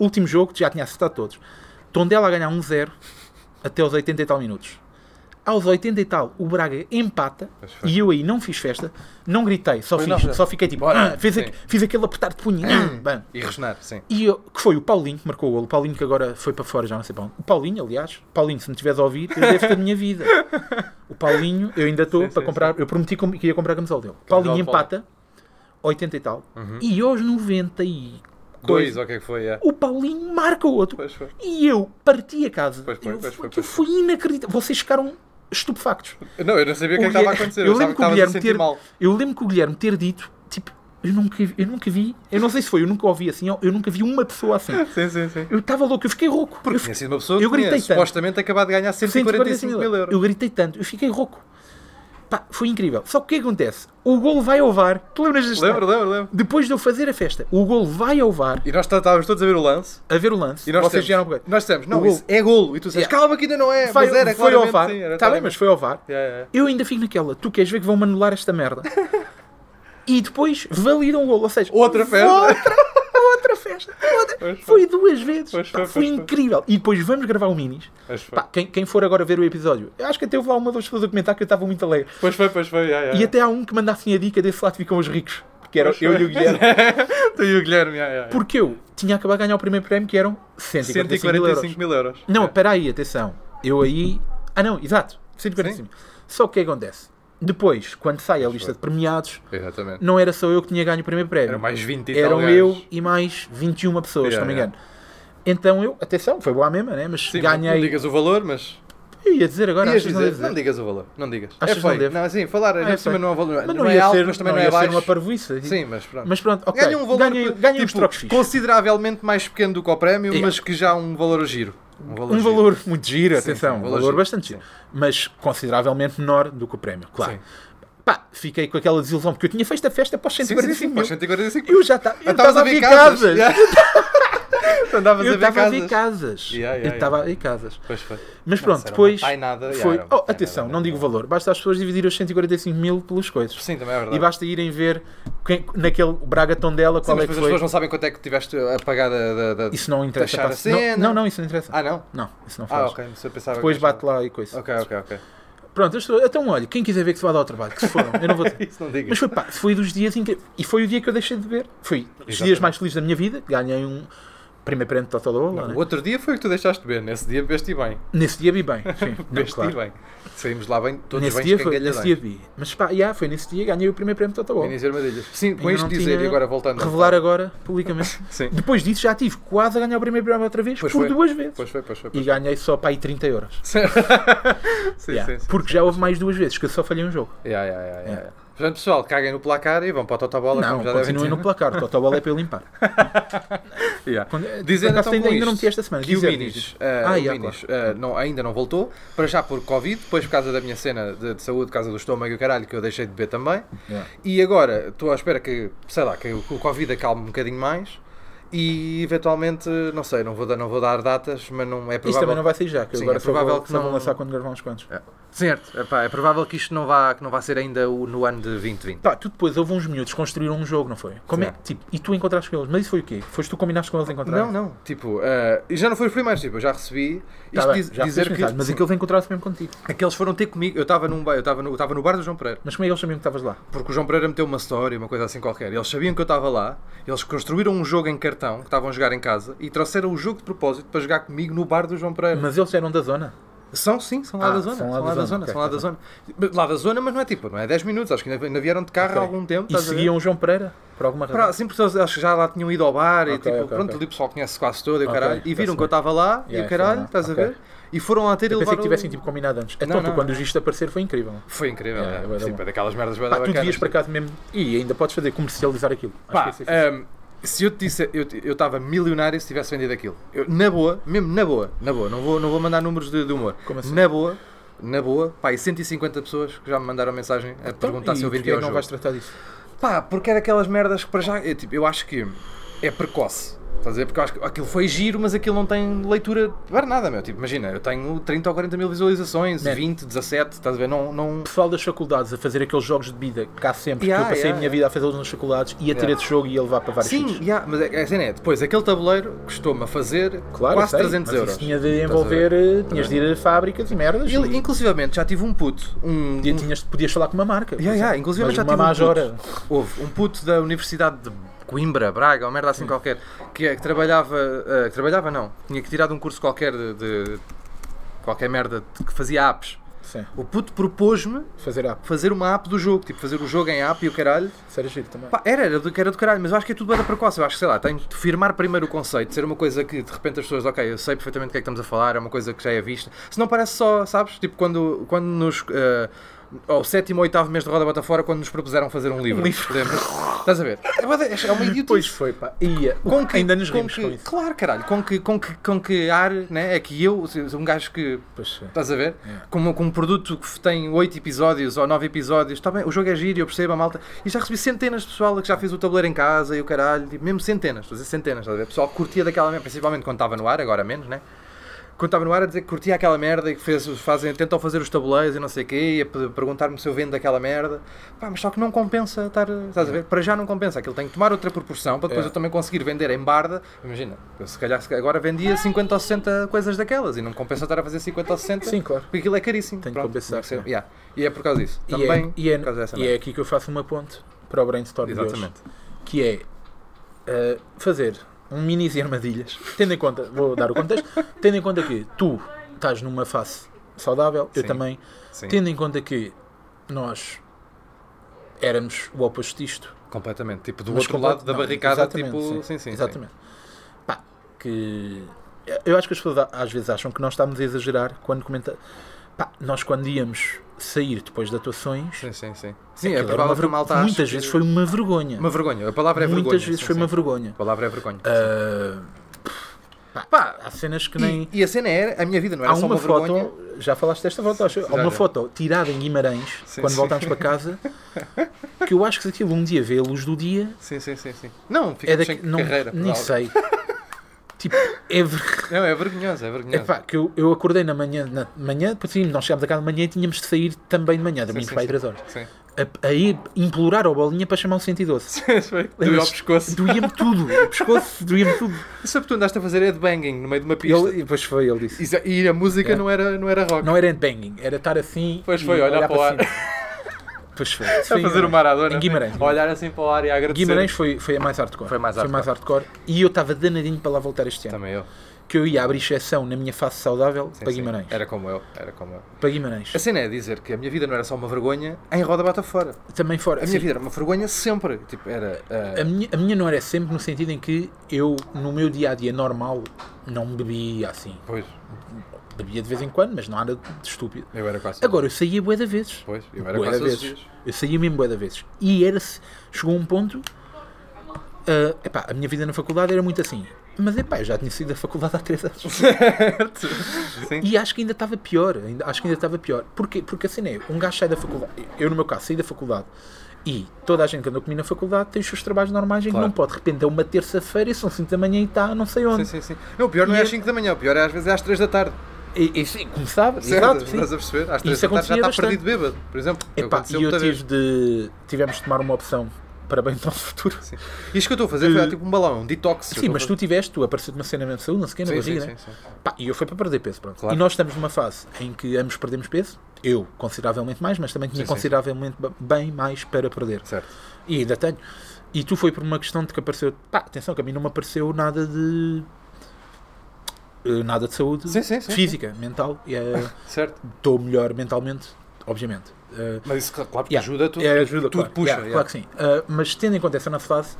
Speaker 1: Último jogo, já tinha acertado todos. Tondela a ganhar 1-0 até aos 80 e tal minutos. Aos 80 e tal, o Braga empata
Speaker 2: Pois foi.
Speaker 1: e eu aí não fiz festa, não gritei, só,
Speaker 2: Foi,
Speaker 1: fiz,
Speaker 2: não, já.
Speaker 1: só fiquei tipo,
Speaker 2: Bora,
Speaker 1: "Ah", fiz,
Speaker 2: sim.
Speaker 1: aque- fiz aquele apertar de
Speaker 2: (clears throat)
Speaker 1: punho. "Ah", bam.
Speaker 2: E Regenar, sim.
Speaker 1: E eu- que foi o Paulinho que marcou o golo. O Paulinho que agora foi para fora, já não sei para onde. O Paulinho, aliás. Paulinho, se me tiveres a ouvir, eu devo-te a minha vida. O Paulinho, eu ainda estou
Speaker 2: Sim,
Speaker 1: para
Speaker 2: sim,
Speaker 1: comprar. Eu prometi com- que ia comprar a camisola dele. Paulinho
Speaker 2: do Paulo.
Speaker 1: empata, 80 e tal. E aos 90 e...
Speaker 2: Uhum. Dois,
Speaker 1: coisa,
Speaker 2: ou o que é que foi? é.
Speaker 1: o Paulinho marca o outro.
Speaker 2: Pois foi.
Speaker 1: E eu parti a casa.
Speaker 2: Pois foi,
Speaker 1: eu,
Speaker 2: pois foi,
Speaker 1: aquilo
Speaker 2: pois foi.
Speaker 1: foi inacreditável. Vocês ficaram estupefactos.
Speaker 2: Não, eu não sabia o que é que
Speaker 1: Guilher-
Speaker 2: estava a acontecer.
Speaker 1: eu
Speaker 2: estava
Speaker 1: lembro que o
Speaker 2: estava a
Speaker 1: Guilherme
Speaker 2: sentir
Speaker 1: ter,
Speaker 2: mal.
Speaker 1: eu lembro que o Guilherme ter dito, tipo, eu nunca, eu nunca vi, eu não sei se foi, eu nunca ouvi assim, ou eu nunca vi uma pessoa assim.
Speaker 2: Sim, sim, sim.
Speaker 1: Eu estava louco, eu fiquei rouco. eu
Speaker 2: Tinha
Speaker 1: fiquei,
Speaker 2: sido uma pessoa
Speaker 1: Eu
Speaker 2: que tinha
Speaker 1: gritei tanto.
Speaker 2: supostamente acabado de ganhar 145 mil euros.
Speaker 1: assim, Eu gritei tanto, eu fiquei rouco. Pá, foi incrível. Só que o que é que acontece? O gol vai ao VAR. Tu lembras deste?
Speaker 2: Lembro, lembro, lembro.
Speaker 1: Depois de eu fazer a festa, o gol vai ao VAR
Speaker 2: E nós tá- estávamos todos a ver o lance.
Speaker 1: a ver o lance.
Speaker 2: E nós
Speaker 1: Vocês vieram
Speaker 2: temos,
Speaker 1: ao bocado.
Speaker 2: nós temos, não,
Speaker 1: O gol.
Speaker 2: isso é golo. E tu dizes,
Speaker 1: Yeah.
Speaker 2: calma que ainda não é.
Speaker 1: Foi,
Speaker 2: mas era,
Speaker 1: foi ao
Speaker 2: claramente,
Speaker 1: VAR.
Speaker 2: sim, era
Speaker 1: Está bem,
Speaker 2: claramente.
Speaker 1: mas foi ao VAR.
Speaker 2: Yeah, yeah.
Speaker 1: Eu ainda fico naquela. Tu queres ver que vão-me anular esta
Speaker 2: (laughs)
Speaker 1: merda? e depois validam o golo. Ou seja,
Speaker 2: Outra festa.
Speaker 1: Outra, outra festa. Outra.
Speaker 2: (laughs) Pois foi.
Speaker 1: Foi duas vezes.
Speaker 2: Pois
Speaker 1: Pá,
Speaker 2: foi,
Speaker 1: foi
Speaker 2: pois foi.
Speaker 1: incrível. E depois vamos gravar o Minis.
Speaker 2: Pois foi.
Speaker 1: Pá, quem, quem for agora ver o episódio, eu acho que até houve lá uma ou duas pessoas a comentar que eu estava muito alegre.
Speaker 2: Pois foi, pois foi. yeah, yeah.
Speaker 1: E até há um que manda assim a dica desse lado ficam os ricos. Que era
Speaker 2: É. Pois
Speaker 1: eu
Speaker 2: foi.
Speaker 1: e o Guilherme.
Speaker 2: (laughs) Tu e o Guilherme, yeah, yeah, yeah.
Speaker 1: Porque eu tinha acabado de ganhar o primeiro prémio que eram 145, mil euros.
Speaker 2: 145 mil euros.
Speaker 1: Não,
Speaker 2: Yeah.
Speaker 1: espera aí, atenção. Eu aí. Ah, não, exato. 145. Só que o que é que acontece? Depois, quando sai a lista de premiados,
Speaker 2: É, Exatamente.
Speaker 1: não era só eu que tinha ganho o primeiro prémio.
Speaker 2: Eram mais 20 e tal
Speaker 1: Eram
Speaker 2: gajos.
Speaker 1: eu e mais 21 pessoas, se não me
Speaker 2: Yeah,
Speaker 1: engano. Então eu, atenção, foi boa mesmo, né? Mas
Speaker 2: Sim, Não
Speaker 1: ganhei.
Speaker 2: digas o valor, mas.
Speaker 1: Eu ia dizer agora,
Speaker 2: Ias
Speaker 1: acho que não ia
Speaker 2: dizer,
Speaker 1: dizer.
Speaker 2: não digas o valor. Não digas.
Speaker 1: Achas
Speaker 2: é
Speaker 1: que
Speaker 2: feio.
Speaker 1: não devo?
Speaker 2: Não, sim, falar ainda
Speaker 1: é
Speaker 2: por cima
Speaker 1: feio.
Speaker 2: não é um valor.
Speaker 1: Mas não,
Speaker 2: é
Speaker 1: ia
Speaker 2: alto,
Speaker 1: ser,
Speaker 2: mas também não,
Speaker 1: não
Speaker 2: é
Speaker 1: ia ser
Speaker 2: baixo.
Speaker 1: uma parvoíce.
Speaker 2: Sim, mas pronto.
Speaker 1: Mas pronto, ok.
Speaker 2: Ganha um valor
Speaker 1: Ganhei, ganhei uns
Speaker 2: tipo,
Speaker 1: trocos fixos.
Speaker 2: consideravelmente mais pequeno do que o prémio,
Speaker 1: Yeah.
Speaker 2: mas que já há um valor a giro. Um valor.
Speaker 1: Um
Speaker 2: giro.
Speaker 1: valor muito giro,
Speaker 2: Sim,
Speaker 1: atenção,
Speaker 2: sim,
Speaker 1: um
Speaker 2: valor
Speaker 1: valor,
Speaker 2: giro.
Speaker 1: bastante giro, mas consideravelmente menor do que o prémio, claro.
Speaker 2: Sim.
Speaker 1: Pá, fiquei com aquela desilusão, porque eu tinha feito a festa para os
Speaker 2: Sim, sim,
Speaker 1: 145
Speaker 2: sim,
Speaker 1: mil.
Speaker 2: para os 145
Speaker 1: Eu já ta- eu
Speaker 2: Estavas
Speaker 1: estava a ver casas.
Speaker 2: Tu (laughs) Andavas
Speaker 1: Eu
Speaker 2: a ver
Speaker 1: estava a ver
Speaker 2: casas.
Speaker 1: casas.
Speaker 2: Yeah, yeah,
Speaker 1: Eu estava a ver casas.
Speaker 2: Pois foi.
Speaker 1: Mas
Speaker 2: Nossa,
Speaker 1: pronto,
Speaker 2: era uma
Speaker 1: depois
Speaker 2: tainada, já
Speaker 1: foi...
Speaker 2: era uma
Speaker 1: Oh,
Speaker 2: tainada,
Speaker 1: atenção,
Speaker 2: era
Speaker 1: não digo o valor. Basta as pessoas dividir os 145 mil pelos coisas.
Speaker 2: Sim, também é verdade.
Speaker 1: E basta irem ver quem- naquele Braga Tondela
Speaker 2: Sim,
Speaker 1: qual
Speaker 2: mas
Speaker 1: é que
Speaker 2: depois as
Speaker 1: foi.
Speaker 2: pessoas não sabem quanto é que tiveste a pagar da. da, da-
Speaker 1: Isso não interessa.
Speaker 2: Taxar
Speaker 1: pá.
Speaker 2: assim,
Speaker 1: não,
Speaker 2: é, não?
Speaker 1: não, não, isso não interessa.
Speaker 2: Ah, não?
Speaker 1: Não, isso não faz.
Speaker 2: Ah, ok. Não sei, eu pensava
Speaker 1: Depois
Speaker 2: que-
Speaker 1: bate lá e coisa.
Speaker 2: Ok,
Speaker 1: (laughs)
Speaker 2: ok, ok.
Speaker 1: Pronto, eu estou... então olha, quem quiser ver que se vá dar ao trabalho, que se foram, eu não
Speaker 2: (laughs)
Speaker 1: vou ter.
Speaker 2: Isso não digas.
Speaker 1: Mas foi pá, foi dos dias em que. E foi o dia que eu deixei de ver. Foi os dias
Speaker 2: Exatamente.
Speaker 1: mais felizes da minha vida. Ganhei um primeiro prémio de Totolola.
Speaker 2: O
Speaker 1: Né?
Speaker 2: outro dia foi o que tu deixaste de ver. Nesse dia bebeste bem.
Speaker 1: Nesse dia vi
Speaker 2: (laughs)
Speaker 1: bem. Sim, não,
Speaker 2: Bebeste
Speaker 1: claro.
Speaker 2: bem. Saímos lá bem, todos
Speaker 1: nesse
Speaker 2: bem
Speaker 1: dia, foi, nesse dia
Speaker 2: escangalhadões.
Speaker 1: vi. Mas pá, já, foi nesse dia ganhei o primeiro prémio de Totobol.
Speaker 2: Meninas Armadilhas. Sim, com
Speaker 1: Ainda
Speaker 2: isto
Speaker 1: não
Speaker 2: dizer,
Speaker 1: tinha
Speaker 2: e agora voltando.
Speaker 1: Revelar agora,
Speaker 2: (laughs)
Speaker 1: publicamente. (laughs)
Speaker 2: Sim.
Speaker 1: Depois disso já tive quase a ganhar o primeiro prémio outra vez,
Speaker 2: Pois
Speaker 1: por
Speaker 2: foi.
Speaker 1: duas vezes.
Speaker 2: Pois foi, pois foi.
Speaker 1: E
Speaker 2: (laughs) Pois.
Speaker 1: ganhei só para aí 30 euros.
Speaker 2: Sim, sim,
Speaker 1: Yeah,
Speaker 2: sim, sim.
Speaker 1: Porque já houve mais duas vezes que eu só falhei um jogo.
Speaker 2: Yeah, yeah, yeah, yeah, yeah. Portanto, pessoal, caguem no placar e vão para a Totobola,
Speaker 1: não,
Speaker 2: como já devem
Speaker 1: continuem no placar, o Totobol é para eu limpar.
Speaker 2: (laughs) ter. Yeah.
Speaker 1: Quando- por
Speaker 2: Dizendo
Speaker 1: acaso
Speaker 2: então
Speaker 1: ainda, ainda
Speaker 2: com
Speaker 1: não
Speaker 2: isto,
Speaker 1: meti esta semana.
Speaker 2: Que o
Speaker 1: Dizer,
Speaker 2: Minis,
Speaker 1: diz.
Speaker 2: eh,
Speaker 1: Ah,
Speaker 2: o
Speaker 1: yeah,
Speaker 2: Minis, eh, não, ainda não voltou, para já por Covid, depois por causa da minha cena de, de saúde, por causa do estômago e o caralho, que eu deixei de beber também.
Speaker 1: Yeah.
Speaker 2: E agora estou à espera que, sei lá, que o que o Covid acalme um bocadinho mais e eventualmente, não sei, não vou dar, não vou dar datas, mas não é
Speaker 1: Isto
Speaker 2: provável.
Speaker 1: também não vai sair já, que eu
Speaker 2: Sim,
Speaker 1: agora
Speaker 2: é
Speaker 1: só
Speaker 2: provável
Speaker 1: vou,
Speaker 2: que
Speaker 1: só vou
Speaker 2: não-
Speaker 1: lançar quando gravar uns quantos.
Speaker 2: Certo, epá, é provável que isto não vá, que não vá ser ainda o- no ano de 2020.
Speaker 1: Pá, tu depois houve uns miúdos que construíram um jogo, não foi? Como é?
Speaker 2: Sim.
Speaker 1: Tipo, e tu encontraste com eles, mas isso foi o quê? Foste tu que combinaste com eles encontrar?
Speaker 2: Não, não, tipo, eh, e já não foi os primeiros, tipo, eu já recebi.
Speaker 1: Tá
Speaker 2: Isto
Speaker 1: bem,
Speaker 2: diz-
Speaker 1: já
Speaker 2: dizer que,
Speaker 1: mas
Speaker 2: sim,
Speaker 1: aqueles encontraram-se mesmo contigo.
Speaker 2: aqueles foram ter comigo, eu estava num bar, eu estava no, eu estava no bar do João Pereira.
Speaker 1: Mas como é que eles sabiam que estavas lá?
Speaker 2: Porque o João Pereira meteu uma história, uma coisa assim qualquer. Eles sabiam que eu estava lá, eles construíram um jogo em cartão que estavam a jogar em casa e trouxeram o jogo de propósito para jogar comigo no bar do João Pereira.
Speaker 1: Mas eles eram da zona.
Speaker 2: São sim, são lá
Speaker 1: Ah,
Speaker 2: da zona. São lá, da, zona,
Speaker 1: ok,
Speaker 2: são lá da
Speaker 1: tá
Speaker 2: zona. Lá da zona, mas não é tipo, não é 10 minutos, acho que ainda, ainda vieram de carro há
Speaker 1: Ok.
Speaker 2: algum tempo.
Speaker 1: E
Speaker 2: estás a ver?
Speaker 1: seguiam o João Pereira, por alguma
Speaker 2: Pra,
Speaker 1: razão.
Speaker 2: sim, porque eles acho que já lá tinham ido ao bar e
Speaker 1: Tá Ok,
Speaker 2: tipo,
Speaker 1: ok,
Speaker 2: pronto,
Speaker 1: ok.
Speaker 2: ali o pessoal conhece quase todo e o
Speaker 1: Ok,
Speaker 2: caralho. E viram
Speaker 1: parece
Speaker 2: que eu estava lá e
Speaker 1: Yeah,
Speaker 2: o caralho,
Speaker 1: foram lá.
Speaker 2: estás a
Speaker 1: Ok.
Speaker 2: ver? E foram lá ter e
Speaker 1: Eu pensei
Speaker 2: levaram.
Speaker 1: que tivessem tipo combinado antes. Então, tu,
Speaker 2: não,
Speaker 1: quando
Speaker 2: não.
Speaker 1: os viste aparecer, foi incrível.
Speaker 2: Foi incrível,
Speaker 1: Yeah,
Speaker 2: né?
Speaker 1: bué da
Speaker 2: Sim,
Speaker 1: bom.
Speaker 2: pá, daquelas merdas bué
Speaker 1: Pá,
Speaker 2: da
Speaker 1: tu
Speaker 2: bacanas.
Speaker 1: devias para cá mesmo. E ainda podes fazer comercializar aquilo. Acho
Speaker 2: Pá,
Speaker 1: que isso é fixe.
Speaker 2: hum, se eu te disse, eu eu estava milionário se tivesse vendido aquilo. Eu, na boa, mesmo na boa, na boa, não vou, não vou mandar números de, de humor.
Speaker 1: Como assim?
Speaker 2: Na boa, na boa, pá, e 150 pessoas que já me mandaram mensagem a
Speaker 1: Então,
Speaker 2: perguntar se
Speaker 1: e
Speaker 2: eu
Speaker 1: porquê
Speaker 2: vendia o
Speaker 1: não
Speaker 2: jogo.
Speaker 1: vais tratar disso.
Speaker 2: Pá, porque era aquelas merdas que para já. Eu, tipo, eu acho que é precoce. Estás a dizer? Porque eu acho que aquilo foi giro, mas aquilo não tem leitura para nada, meu. Tipo, imagina, eu tenho 30 ou 40 mil visualizações,
Speaker 1: Man.
Speaker 2: 20, 17, estás a ver? Não. não...
Speaker 1: O pessoal das faculdades a fazer aqueles jogos de bebida que há sempre,
Speaker 2: Yeah,
Speaker 1: que eu passei
Speaker 2: yeah,
Speaker 1: a minha vida a fazê-los nas faculdades, ia ter
Speaker 2: Yeah.
Speaker 1: esse jogo e ia levar para vários
Speaker 2: Sim,
Speaker 1: sítios.
Speaker 2: yeah, mas é, a cena é, depois aquele tabuleiro custou-me a fazer
Speaker 1: Claro,
Speaker 2: quase
Speaker 1: sei,
Speaker 2: 300
Speaker 1: mas
Speaker 2: euros.
Speaker 1: Isso tinha de
Speaker 2: Estás a ver?
Speaker 1: envolver, eh, tinhas de ir a fábricas e merdas.
Speaker 2: Ele,
Speaker 1: e-
Speaker 2: inclusivamente, já tive um puto, um.
Speaker 1: E
Speaker 2: um-
Speaker 1: tinhas, podias falar com uma marca. por
Speaker 2: Yeah, yeah,
Speaker 1: exemplo.
Speaker 2: inclusive
Speaker 1: Mas é
Speaker 2: já
Speaker 1: uma
Speaker 2: tive um
Speaker 1: majora.
Speaker 2: puto, houve um puto da Universidade de Coimbra, Braga, ou merda assim qualquer, que, é- que trabalhava, eh, que trabalhava não, tinha que tirar de um curso qualquer de, de- qualquer merda de- que fazia apps.
Speaker 1: Sim,
Speaker 2: O puto propôs-me
Speaker 1: fazer app.
Speaker 2: fazer uma app do jogo, tipo fazer o jogo em app e o caralho.
Speaker 1: Isso era giro também.
Speaker 2: Pá, era, era do, era do caralho, mas eu acho que é tudo bem precoce. Eu acho que, sei lá, tenho de firmar primeiro o conceito, ser uma coisa que de repente as pessoas, ok, eu sei perfeitamente do que é que estamos a falar, é uma coisa que já é vista. Se não parece só, sabes? Tipo, quando, quando nos. eh, ao sétimo ou oitavo mês de Roda Bota Fora, quando nos propuseram fazer um livro.
Speaker 1: livro.
Speaker 2: Lembras? Estás a ver? É uma, é uma idiotice.
Speaker 1: Pois foi, pá. Ia.
Speaker 2: Com que,
Speaker 1: Ainda nos
Speaker 2: com
Speaker 1: rimos
Speaker 2: que-
Speaker 1: com isso.
Speaker 2: Claro, caralho. Com que, com que, com que ar né, é que eu, um gajo que
Speaker 1: Pois eh, sim.
Speaker 2: Estás a ver? Com, com um produto que tem 8 episódios ou 9 episódios, está bem, o jogo é giro, eu percebo a malta. E já recebi centenas de pessoal que já fez o tabuleiro em casa e o caralho, tipo, mesmo centenas, estou a dizer centenas, estás a ver? Pessoal que curtia daquela merda, principalmente quando estava no ar, agora menos, né? Quando estava no ar a dizer que curtia aquela merda e que fez, fazem, tentam fazer os tabuleiros e não sei o quê, e a pe- perguntar-me se eu vendo aquela merda. Pá, mas só que não compensa estar. Estás a ver? Para já não compensa, aquilo tem que tomar outra proporção para depois
Speaker 1: É.
Speaker 2: eu também conseguir vender em barda. Imagina, eu se calhar se- agora vendia 50 ou 60 coisas daquelas e não compensa estar a fazer 50 ou 60.
Speaker 1: Sim, claro.
Speaker 2: Porque aquilo é caríssimo.
Speaker 1: Tem que
Speaker 2: Pronto,
Speaker 1: compensar,
Speaker 2: tem que ser-
Speaker 1: sim.
Speaker 2: yeah. E é por causa disso.
Speaker 1: E é-
Speaker 2: Também
Speaker 1: e, é,
Speaker 2: por causa dessa
Speaker 1: e é aqui que eu faço uma ponte para o brainstorm de hoje,
Speaker 2: Exatamente.
Speaker 1: que é eh, fazer um minis e armadilhas, tendo em conta, vou dar o contexto, tendo em conta que tu estás numa face saudável, eu
Speaker 2: Sim.
Speaker 1: também,
Speaker 2: Sim,
Speaker 1: tendo em conta que nós éramos o oposto disto,
Speaker 2: completamente. Tipo, do
Speaker 1: Mas
Speaker 2: outro
Speaker 1: completo-
Speaker 2: lado da
Speaker 1: não,
Speaker 2: barricada,
Speaker 1: exatamente,
Speaker 2: tipo... Sim, sim, sim.
Speaker 1: exatamente. Pá, que eu acho que as pessoas a- às vezes acham que nós estamos a exagerar quando comenta Pá, nós quando íamos sair depois de atuações,
Speaker 2: Sim, sim, sim. Sim, é
Speaker 1: aquilo era uma
Speaker 2: provável que a
Speaker 1: ver-
Speaker 2: malta ache
Speaker 1: muitas
Speaker 2: que-
Speaker 1: vezes foi uma vergonha.
Speaker 2: Uma vergonha. A palavra é
Speaker 1: muitas
Speaker 2: vergonha.
Speaker 1: vezes Ah,
Speaker 2: sim,
Speaker 1: foi uma
Speaker 2: sim.
Speaker 1: vergonha.
Speaker 2: A palavra é vergonha.
Speaker 1: Ah, Pá,
Speaker 2: Pá,
Speaker 1: há cenas que
Speaker 2: E-
Speaker 1: nem.
Speaker 2: E, a cena era, a minha vida não era
Speaker 1: Há
Speaker 2: só
Speaker 1: uma
Speaker 2: uma,
Speaker 1: foto,
Speaker 2: vergonha.
Speaker 1: já falaste desta foto, acho, há
Speaker 2: Já,
Speaker 1: uma
Speaker 2: já.
Speaker 1: foto tirada em Guimarães,
Speaker 2: Sim,
Speaker 1: quando
Speaker 2: sim.
Speaker 1: voltámos para casa, que eu acho que se aquilo um dia vê a luz do dia,
Speaker 2: Sim, sim, sim, sim. Não,
Speaker 1: é
Speaker 2: ficamos
Speaker 1: daqui,
Speaker 2: sem
Speaker 1: não,
Speaker 2: carreira.
Speaker 1: nem
Speaker 2: por algo.
Speaker 1: sei. tipo, é ver-
Speaker 2: Não, é vergonhoso, é vergonhoso.
Speaker 1: Epá, que eu, eu acordei na manhã, na manhã, porque sim, nós chegámos a casa de manhã e tínhamos de sair também de manhã, dormimos
Speaker 2: sim,
Speaker 1: para aí
Speaker 2: sim.
Speaker 1: 3 horas.
Speaker 2: Sim. (laughs)
Speaker 1: A, a ir implorar ao Bolinha para chamar um 112.
Speaker 2: Doeu ao pescoço.
Speaker 1: Doía-me tudo, o pescoço, doía-me tudo.
Speaker 2: Isso é porque tu andaste a fazer headbanging no meio de uma
Speaker 1: E
Speaker 2: pista.
Speaker 1: ele, e depois foi, ele disse.
Speaker 2: Isso- E a música
Speaker 1: É.
Speaker 2: não, era, não era rock.
Speaker 1: Não era banging, era estar assim.
Speaker 2: Pois
Speaker 1: e
Speaker 2: foi, olhar para o ar.
Speaker 1: cima. (laughs) Pois foi.
Speaker 2: a fazer o Maradona.
Speaker 1: é. Em Guimarães.
Speaker 2: A olhar assim para o ar e a agradecer.
Speaker 1: Guimarães foi, foi a mais hardcore.
Speaker 2: Foi mais
Speaker 1: hardcore. E eu estava danadinho para lá voltar este ano.
Speaker 2: Também eu.
Speaker 1: Que eu ia abrir exceção na minha face saudável
Speaker 2: Sim,
Speaker 1: para
Speaker 2: sim.
Speaker 1: Guimarães.
Speaker 2: Era como eu, era como eu.
Speaker 1: Para Guimarães.
Speaker 2: A cena é dizer que a minha vida não era só uma vergonha em roda bata fora.
Speaker 1: Também fora.
Speaker 2: A minha
Speaker 1: Sim, É.
Speaker 2: vida era uma vergonha sempre. Tipo, era... ah,
Speaker 1: a minha, a minha não era sempre no sentido em que eu, no meu dia a dia normal, não bebia assim.
Speaker 2: Pois,
Speaker 1: Bebia de vez em quando, mas não era de estúpido.
Speaker 2: eu era quase...
Speaker 1: Agora, eu saía bué da vezes.
Speaker 2: Pois, eu era
Speaker 1: Bué da
Speaker 2: quase todos os
Speaker 1: vezes. (laughs)
Speaker 2: dias.
Speaker 1: Eu saía mesmo bué da vezes. E era chegou um ponto. ah, epá, a minha vida na faculdade era muito assim. Mas epá, eu já tinha saído da faculdade há 3 anos.
Speaker 2: (laughs) Sim.
Speaker 1: E acho que ainda estava pior, ainda, acho que ainda estava pior. Porquê? Porque assim é, um gajo sai da faculdade, eu no meu caso saí da faculdade e toda a gente que andou comigo na faculdade tem os seus trabalhos normais e
Speaker 2: Claro.
Speaker 1: não pode, de repente é uma terça-feira e são 5 da manhã e está não sei
Speaker 2: Sim,
Speaker 1: onde.
Speaker 2: sim, sim. Não, o pior não
Speaker 1: E
Speaker 2: é
Speaker 1: eu-
Speaker 2: às 5 da manhã, o pior é às vezes é às 3 da tarde.
Speaker 1: E, e sim, começava,
Speaker 2: Certo?
Speaker 1: exato, sim.
Speaker 2: Estás a perceber?
Speaker 1: Isso
Speaker 2: Às 3 da tarde já
Speaker 1: acontecia
Speaker 2: está
Speaker 1: bastante.
Speaker 2: perdido bêbado, por exemplo.
Speaker 1: Epá,
Speaker 2: Aconteceu
Speaker 1: e eu
Speaker 2: muita vez.
Speaker 1: tive de, tivemos de tomar uma opção para bem do nosso futuro.
Speaker 2: Sim. Isto que eu estou a fazer foi ah, tipo um balão, um detox. Eu
Speaker 1: Sim,
Speaker 2: estou a
Speaker 1: mas tu
Speaker 2: fazer-
Speaker 1: tiveste, tu apareceu uma cena mesmo de saúde, não sei o que, na
Speaker 2: Sim,
Speaker 1: barriga,
Speaker 2: sim,
Speaker 1: né?
Speaker 2: sim, sim.
Speaker 1: Pá, e eu fui para perder peso, pronto.
Speaker 2: Claro.
Speaker 1: E nós estamos numa fase em que ambos perdemos peso, eu consideravelmente mais, mas também tinha
Speaker 2: Sim, sim.
Speaker 1: consideravelmente ba- bem mais para perder.
Speaker 2: Certo.
Speaker 1: E ainda tenho. E tu foi por uma questão de que apareceu. Pá, atenção, que a mim não me apareceu nada de. eh, Nada de saúde
Speaker 2: Sim, sim, sim,
Speaker 1: física, mental. E, eh,
Speaker 2: Certo.
Speaker 1: Estou melhor mentalmente, obviamente. Eh,
Speaker 2: Mas isso, claro, que
Speaker 1: Yeah.
Speaker 2: ajuda tudo.
Speaker 1: é, ajuda,
Speaker 2: tudo
Speaker 1: claro.
Speaker 2: puxa,
Speaker 1: Yeah,
Speaker 2: yeah.
Speaker 1: Claro que sim. Eh, mas tendo em conta essa nossa fase,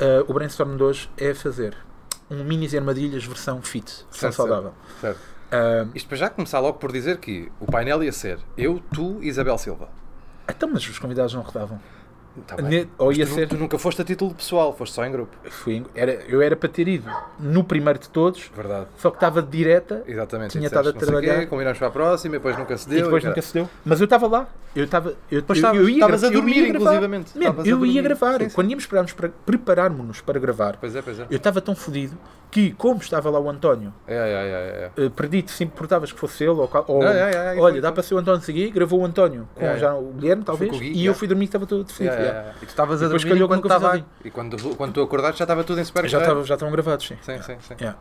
Speaker 1: eh, o brainstorm de hoje é fazer um minis e armadilhas versão fit, versão
Speaker 2: Certo,
Speaker 1: saudável.
Speaker 2: Certo.
Speaker 1: Eh,
Speaker 2: Isto para já começar logo por dizer que o painel ia ser eu, tu e Isabel Silva.
Speaker 1: então, mas os convidados não rodavam.
Speaker 2: Tá bem.
Speaker 1: Ne- ou ia
Speaker 2: tu, nu-
Speaker 1: ser. É
Speaker 2: tu nunca foste a título pessoal, foste só em grupo.
Speaker 1: Fui em- era, eu era para ter ido no primeiro de todos,
Speaker 2: Verdade.
Speaker 1: só que estava de direta
Speaker 2: Exatamente.
Speaker 1: Tinha
Speaker 2: E
Speaker 1: estado a
Speaker 2: disseste, não sei
Speaker 1: trabalhar.
Speaker 2: quê, Combinámos para a próxima, e depois nunca se deu.
Speaker 1: e depois
Speaker 2: caralho.
Speaker 1: nunca se deu. Mas eu estava lá. Eu estava. Eu,
Speaker 2: Pois
Speaker 1: eu,
Speaker 2: estavas-
Speaker 1: eu ia
Speaker 2: estavas
Speaker 1: gra-
Speaker 2: a
Speaker 1: eu
Speaker 2: dormir,
Speaker 1: ia gravar.
Speaker 2: inclusivamente.
Speaker 1: Man,
Speaker 2: Estavas a
Speaker 1: eu
Speaker 2: dormir.
Speaker 1: ia gravar.
Speaker 2: Sim, sim.
Speaker 1: Quando íamos prepararmos para, prepararmos para gravar,
Speaker 2: Pois é, pois é.
Speaker 1: eu estava tão fodido que, como estava lá o António,
Speaker 2: É, é,
Speaker 1: (laughs)
Speaker 2: é, é, é.
Speaker 1: eh, perdido, se importavas que fosse ele, ou, qual- ou-
Speaker 2: Ah, é, é, é,
Speaker 1: olha,
Speaker 2: foi,
Speaker 1: dá
Speaker 2: foi.
Speaker 1: para ser o António seguir, gravou o António com
Speaker 2: É, é.
Speaker 1: já o Guilherme, talvez,
Speaker 2: com o Gui,
Speaker 1: e eu
Speaker 2: yeah.
Speaker 1: fui dormir que estava todo definido.
Speaker 2: Yeah,
Speaker 1: yeah.
Speaker 2: yeah, yeah. é. E tu estavas a
Speaker 1: Depois
Speaker 2: dormir
Speaker 1: calhou
Speaker 2: enquanto
Speaker 1: alguma coisa
Speaker 2: estava. E quando, quando tu acordaste já estava tudo em super
Speaker 1: Já,
Speaker 2: carreira.
Speaker 1: estava, já estavam gravados, sim.
Speaker 2: Sim, sim, sim.
Speaker 1: Yeah.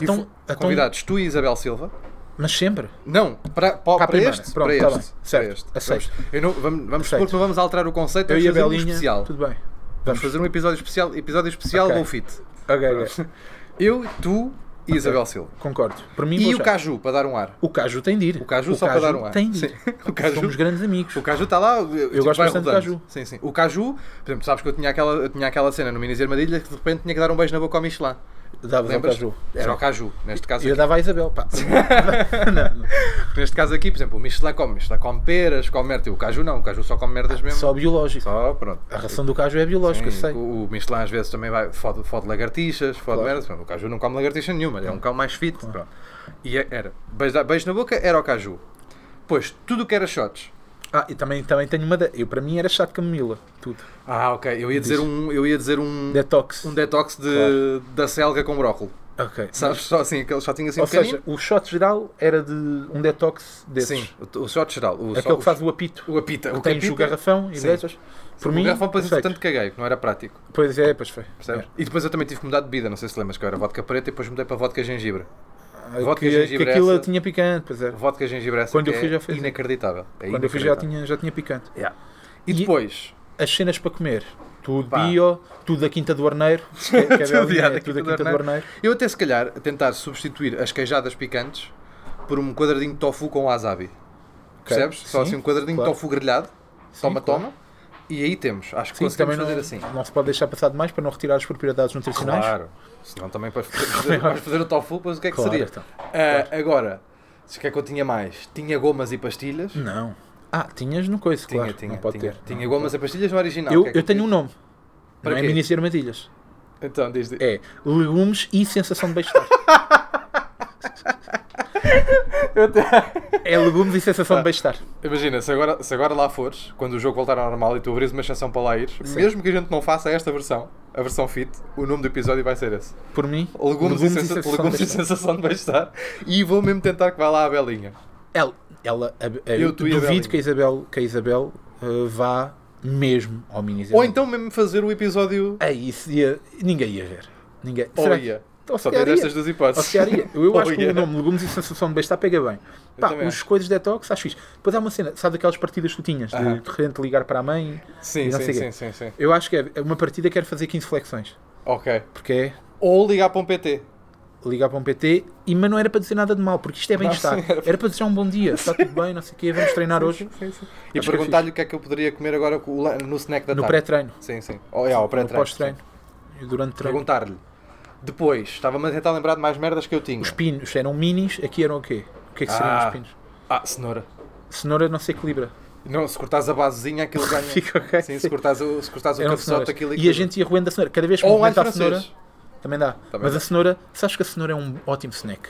Speaker 2: E
Speaker 1: Então,
Speaker 2: fo-
Speaker 1: então-
Speaker 2: Convidados, tu e Isabel Silva.
Speaker 1: mas sempre.
Speaker 2: Não, para, para,
Speaker 1: Para a
Speaker 2: para
Speaker 1: primeira.
Speaker 2: este.
Speaker 1: Pronto,
Speaker 2: para
Speaker 1: tá bem.
Speaker 2: este. para
Speaker 1: Certo,
Speaker 2: este.
Speaker 1: aceito.
Speaker 2: Vamos- Eu não, vamos vamos supor
Speaker 1: Aceito.
Speaker 2: que não vamos alterar o conceito,
Speaker 1: Eu
Speaker 2: vamos
Speaker 1: e a
Speaker 2: fazer um
Speaker 1: Belinha.
Speaker 2: especial.
Speaker 1: Tudo bem.
Speaker 2: Vamos fazer um episódio especial, episódio especial
Speaker 1: Ok.
Speaker 2: Go Fit.
Speaker 1: Ok, ok.
Speaker 2: Eu, tu e Isabel Silva.
Speaker 1: Concordo. Para mim, vou
Speaker 2: E o
Speaker 1: já.
Speaker 2: Caju, para dar um ar.
Speaker 1: O Caju tem de ir.
Speaker 2: O Caju só para dar um ar.
Speaker 1: Tem de
Speaker 2: Sim.
Speaker 1: ir.
Speaker 2: O Caju-
Speaker 1: Somos grandes amigos.
Speaker 2: O Caju está lá. Eu tipo,
Speaker 1: gosto bastante do Caju.
Speaker 2: Sim, sim. O Caju, por exemplo, sabes que eu tinha aquela, eu tinha aquela cena no Minas e Armadilha que de repente tinha que dar um beijo na boca ao Michelin.
Speaker 1: Davas ao
Speaker 2: Lembras?
Speaker 1: é Caju.
Speaker 2: Era o Caju, neste caso
Speaker 1: E eu dava à Isabel, pá.
Speaker 2: Neste caso aqui, por exemplo, o Michelin come, Michelin come peras, come merda. E o Caju não, o Caju só come merdas mesmo.
Speaker 1: Só biológico.
Speaker 2: Só, pronto.
Speaker 1: A ração do Caju é biológica, eu
Speaker 2: Sim,
Speaker 1: sei.
Speaker 2: O o Michelin às vezes também vai, fode, fode lagartixas, fode
Speaker 1: Claro.
Speaker 2: merdas. Pronto, O Caju não come lagartixa nenhuma, ele é um cão mais fit. pronto. E é- era, beijo, beijo na boca, era o Caju. Pois, tudo o que era shots.
Speaker 1: Ah, e também, também tenho uma. De... Eu, para mim era chá de camomila. Tudo.
Speaker 2: Ah, ok, eu ia dizer um, eu ia dizer um,
Speaker 1: Detox.
Speaker 2: um detox de, da selga com brócolo.
Speaker 1: Ok.
Speaker 2: Sabes, só assim, aquele shotinho assim
Speaker 1: Ou
Speaker 2: pequenino.
Speaker 1: seja, o shot geral era de um detox desses.
Speaker 2: Sim, o, o shot geral. O,
Speaker 1: Aquele
Speaker 2: só-
Speaker 1: que faz o apito.
Speaker 2: o apita.
Speaker 1: O
Speaker 2: O
Speaker 1: que tens
Speaker 2: apita-
Speaker 1: o garrafão e
Speaker 2: Sim.
Speaker 1: deixas. Por
Speaker 2: o
Speaker 1: mim.
Speaker 2: garrafão depois
Speaker 1: perfeito.
Speaker 2: entretanto caguei, que não era prático.
Speaker 1: Pois é, pois foi.
Speaker 2: Percebes? E depois eu também tive que mudar de bebida, não sei se lembras que eu era vodka preta e depois mudei para vodka gengibre.
Speaker 1: Ah,
Speaker 2: Vodka e
Speaker 1: Que, que
Speaker 2: gengibre
Speaker 1: aquilo
Speaker 2: essa.
Speaker 1: tinha picante, pois é.
Speaker 2: Vodka gengibre essa
Speaker 1: Quando
Speaker 2: que
Speaker 1: eu fui
Speaker 2: é
Speaker 1: já fez.
Speaker 2: inacreditável. É
Speaker 1: Quando eu fui já tinha, já tinha picante.
Speaker 2: Yeah. E
Speaker 1: E-
Speaker 2: depois,
Speaker 1: as cenas para comer. Tudo
Speaker 2: Pá.
Speaker 1: bio, tudo da Quinta do
Speaker 2: (laughs)
Speaker 1: Arneiro. que é- que é
Speaker 2: Tudo,
Speaker 1: Belinha,
Speaker 2: yeah,
Speaker 1: é
Speaker 2: da
Speaker 1: tudo da
Speaker 2: Quinta do
Speaker 1: Quinta do Arneiro.
Speaker 2: eu até se calhar tentar substituir as queijadas picantes por um quadradinho de tofu com wasabi. Percebes? Só
Speaker 1: Sim,
Speaker 2: assim um quadradinho
Speaker 1: claro.
Speaker 2: de tofu grelhado.
Speaker 1: Sim,
Speaker 2: Toma,
Speaker 1: claro.
Speaker 2: toma. E aí temos. Acho que
Speaker 1: Sim,
Speaker 2: conseguimos
Speaker 1: também
Speaker 2: fazer
Speaker 1: não,
Speaker 2: assim.
Speaker 1: não se pode deixar passar demais para não retirar as propriedades nutricionais.
Speaker 2: Claro. Senão também para
Speaker 1: (laughs)
Speaker 2: fazer, para fazer o tofu, pois o que é que
Speaker 1: Claro,
Speaker 2: seria?
Speaker 1: então.
Speaker 2: Ah, Agora, se o que é que eu tinha mais? Tinha gomas e pastilhas.
Speaker 1: Não. Ah, tinhas no coiso,
Speaker 2: Tinha,
Speaker 1: claro.
Speaker 2: tinha,
Speaker 1: não pode
Speaker 2: tinha.
Speaker 1: ter.
Speaker 2: Tinha gomas e pastilhas no original.
Speaker 1: eu
Speaker 2: o que é que
Speaker 1: eu tenho um nome.
Speaker 2: Para
Speaker 1: não é
Speaker 2: quê?
Speaker 1: minis e armadilhas.
Speaker 2: Então, diz diz-
Speaker 1: É legumes e sensação de bem-estar.
Speaker 2: Eu até-
Speaker 1: É legumes e sensação de bem-estar.
Speaker 2: Imagina, se agora, se agora lá fores, quando o jogo voltar ao normal e tu abris uma exceção para lá ir, mesmo que a gente não faça esta versão, a versão fit, o nome do episódio vai ser esse.
Speaker 1: Por mim,
Speaker 2: Legumes, e, sensa- legumes e
Speaker 1: de bem-estar.
Speaker 2: sensação de bem-estar. E vou mesmo tentar que vá lá a Belinha.
Speaker 1: Ela, ela- a- a-
Speaker 2: Eu,
Speaker 1: eu,
Speaker 2: tu e a Belinha.
Speaker 1: duvido que a Isabel, que a Isabel eh, vá mesmo ao mini
Speaker 2: Ou então mesmo fazer o episódio.
Speaker 1: É isso, ia- ninguém ia ver. Ninguém.
Speaker 2: Ou
Speaker 1: Será
Speaker 2: ia.
Speaker 1: que- ou se
Speaker 2: Só
Speaker 1: calhar
Speaker 2: tem
Speaker 1: ia.
Speaker 2: estas duas
Speaker 1: Ou
Speaker 2: hipóteses.
Speaker 1: se calhar ia. Eu
Speaker 2: (laughs) Ou
Speaker 1: acho que
Speaker 2: ia.
Speaker 1: o nome legumes e sensação de bem-estar pega bem. Pá,
Speaker 2: também
Speaker 1: os
Speaker 2: acho.
Speaker 1: coisas detox, acho fixe. Depois há uma cena, sabe daquelas partidas que tu tinhas,
Speaker 2: Aham.
Speaker 1: de de repente ligar para a mãe.
Speaker 2: Sim,
Speaker 1: E não
Speaker 2: sim,
Speaker 1: sei
Speaker 2: sim,
Speaker 1: quê.
Speaker 2: sim, sim.
Speaker 1: Eu acho que é uma partida que quero fazer 15 flexões.
Speaker 2: Ok.
Speaker 1: Porque é
Speaker 2: Ou ligar para um PT.
Speaker 1: ligar para um PT, e, mas não era para dizer nada de mal, porque isto é bem-estar.
Speaker 2: sim, era
Speaker 1: Era para dizer um bom dia, está tudo bem, não sei o quê, vamos treinar hoje.
Speaker 2: E
Speaker 1: Acho que é
Speaker 2: perguntar-lhe o que é que eu poderia comer agora com o lan- no snack da
Speaker 1: No
Speaker 2: tarde.
Speaker 1: pré-treino,
Speaker 2: Sim, sim. Ou é, ao
Speaker 1: no
Speaker 2: Tá. pré-treino.
Speaker 1: pós-treino, e durante o treino.
Speaker 2: Perguntar-lhe. Depois, estava-me a tentar lembrar de mais merdas que eu tinha.
Speaker 1: Os pinos eram minis, aqui eram o quê? O que é que seriam
Speaker 2: Ah.
Speaker 1: os pinos?
Speaker 2: Ah, cenoura.
Speaker 1: Cenoura não se equilibra.
Speaker 2: Não, se cortares a
Speaker 1: (laughs)
Speaker 2: basezinha, aquilo ganha.
Speaker 1: Fica ok.
Speaker 2: Sim, se cortares o, se cortares o
Speaker 1: Eram
Speaker 2: cabeçote,
Speaker 1: cenouras.
Speaker 2: aquilo
Speaker 1: E a gente ia roendo a cenoura. Cada vez que
Speaker 2: Ou um alho
Speaker 1: movimenta a cenoura,
Speaker 2: francês.
Speaker 1: também dá. Mas
Speaker 2: dá.
Speaker 1: a cenoura, sabes que a cenoura é um ótimo snack.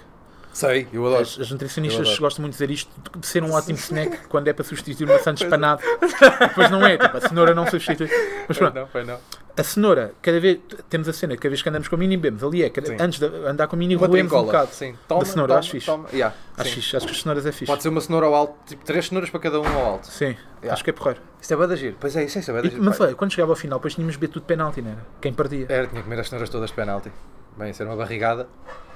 Speaker 2: Sei, eu adoro.
Speaker 1: As, as nutricionistas
Speaker 2: Eu adoro.
Speaker 1: gostam muito de dizer isto, de ser um ótimo snack quando é para substituir
Speaker 2: (laughs)
Speaker 1: uma sandes panado. Depois não é, tipo, a cenoura não substitui. Mas
Speaker 2: Foi
Speaker 1: pronto,
Speaker 2: não, foi não.
Speaker 1: a cenoura, cada vez, temos a cena, cada vez que andamos com a mini, bebemos. Ali é, cada-
Speaker 2: Sim.
Speaker 1: antes de andar com a mini,
Speaker 2: Uma
Speaker 1: roemos um
Speaker 2: trincola.
Speaker 1: bocado.
Speaker 2: Sim, toma.
Speaker 1: da cenoura,
Speaker 2: toma,
Speaker 1: acho fixe.
Speaker 2: toma. Yeah,
Speaker 1: Acho,
Speaker 2: sim.
Speaker 1: fixe, acho que as cenouras é fixe.
Speaker 2: Pode ser uma cenoura ao alto, tipo três cenouras para cada um ao alto.
Speaker 1: Sim, acho que é porreiro.
Speaker 2: Isto é bada giro. Pois é, isso é, isso é É. bada
Speaker 1: E,
Speaker 2: giro.
Speaker 1: mas
Speaker 2: Pá,
Speaker 1: olha, quando chegava ao final, depois tínhamos de beber tudo de penalti, não era? Quem perdia.
Speaker 2: Era, tinha que comer as cenouras todas de penalti. Bem, isso era uma barrigada. (laughs)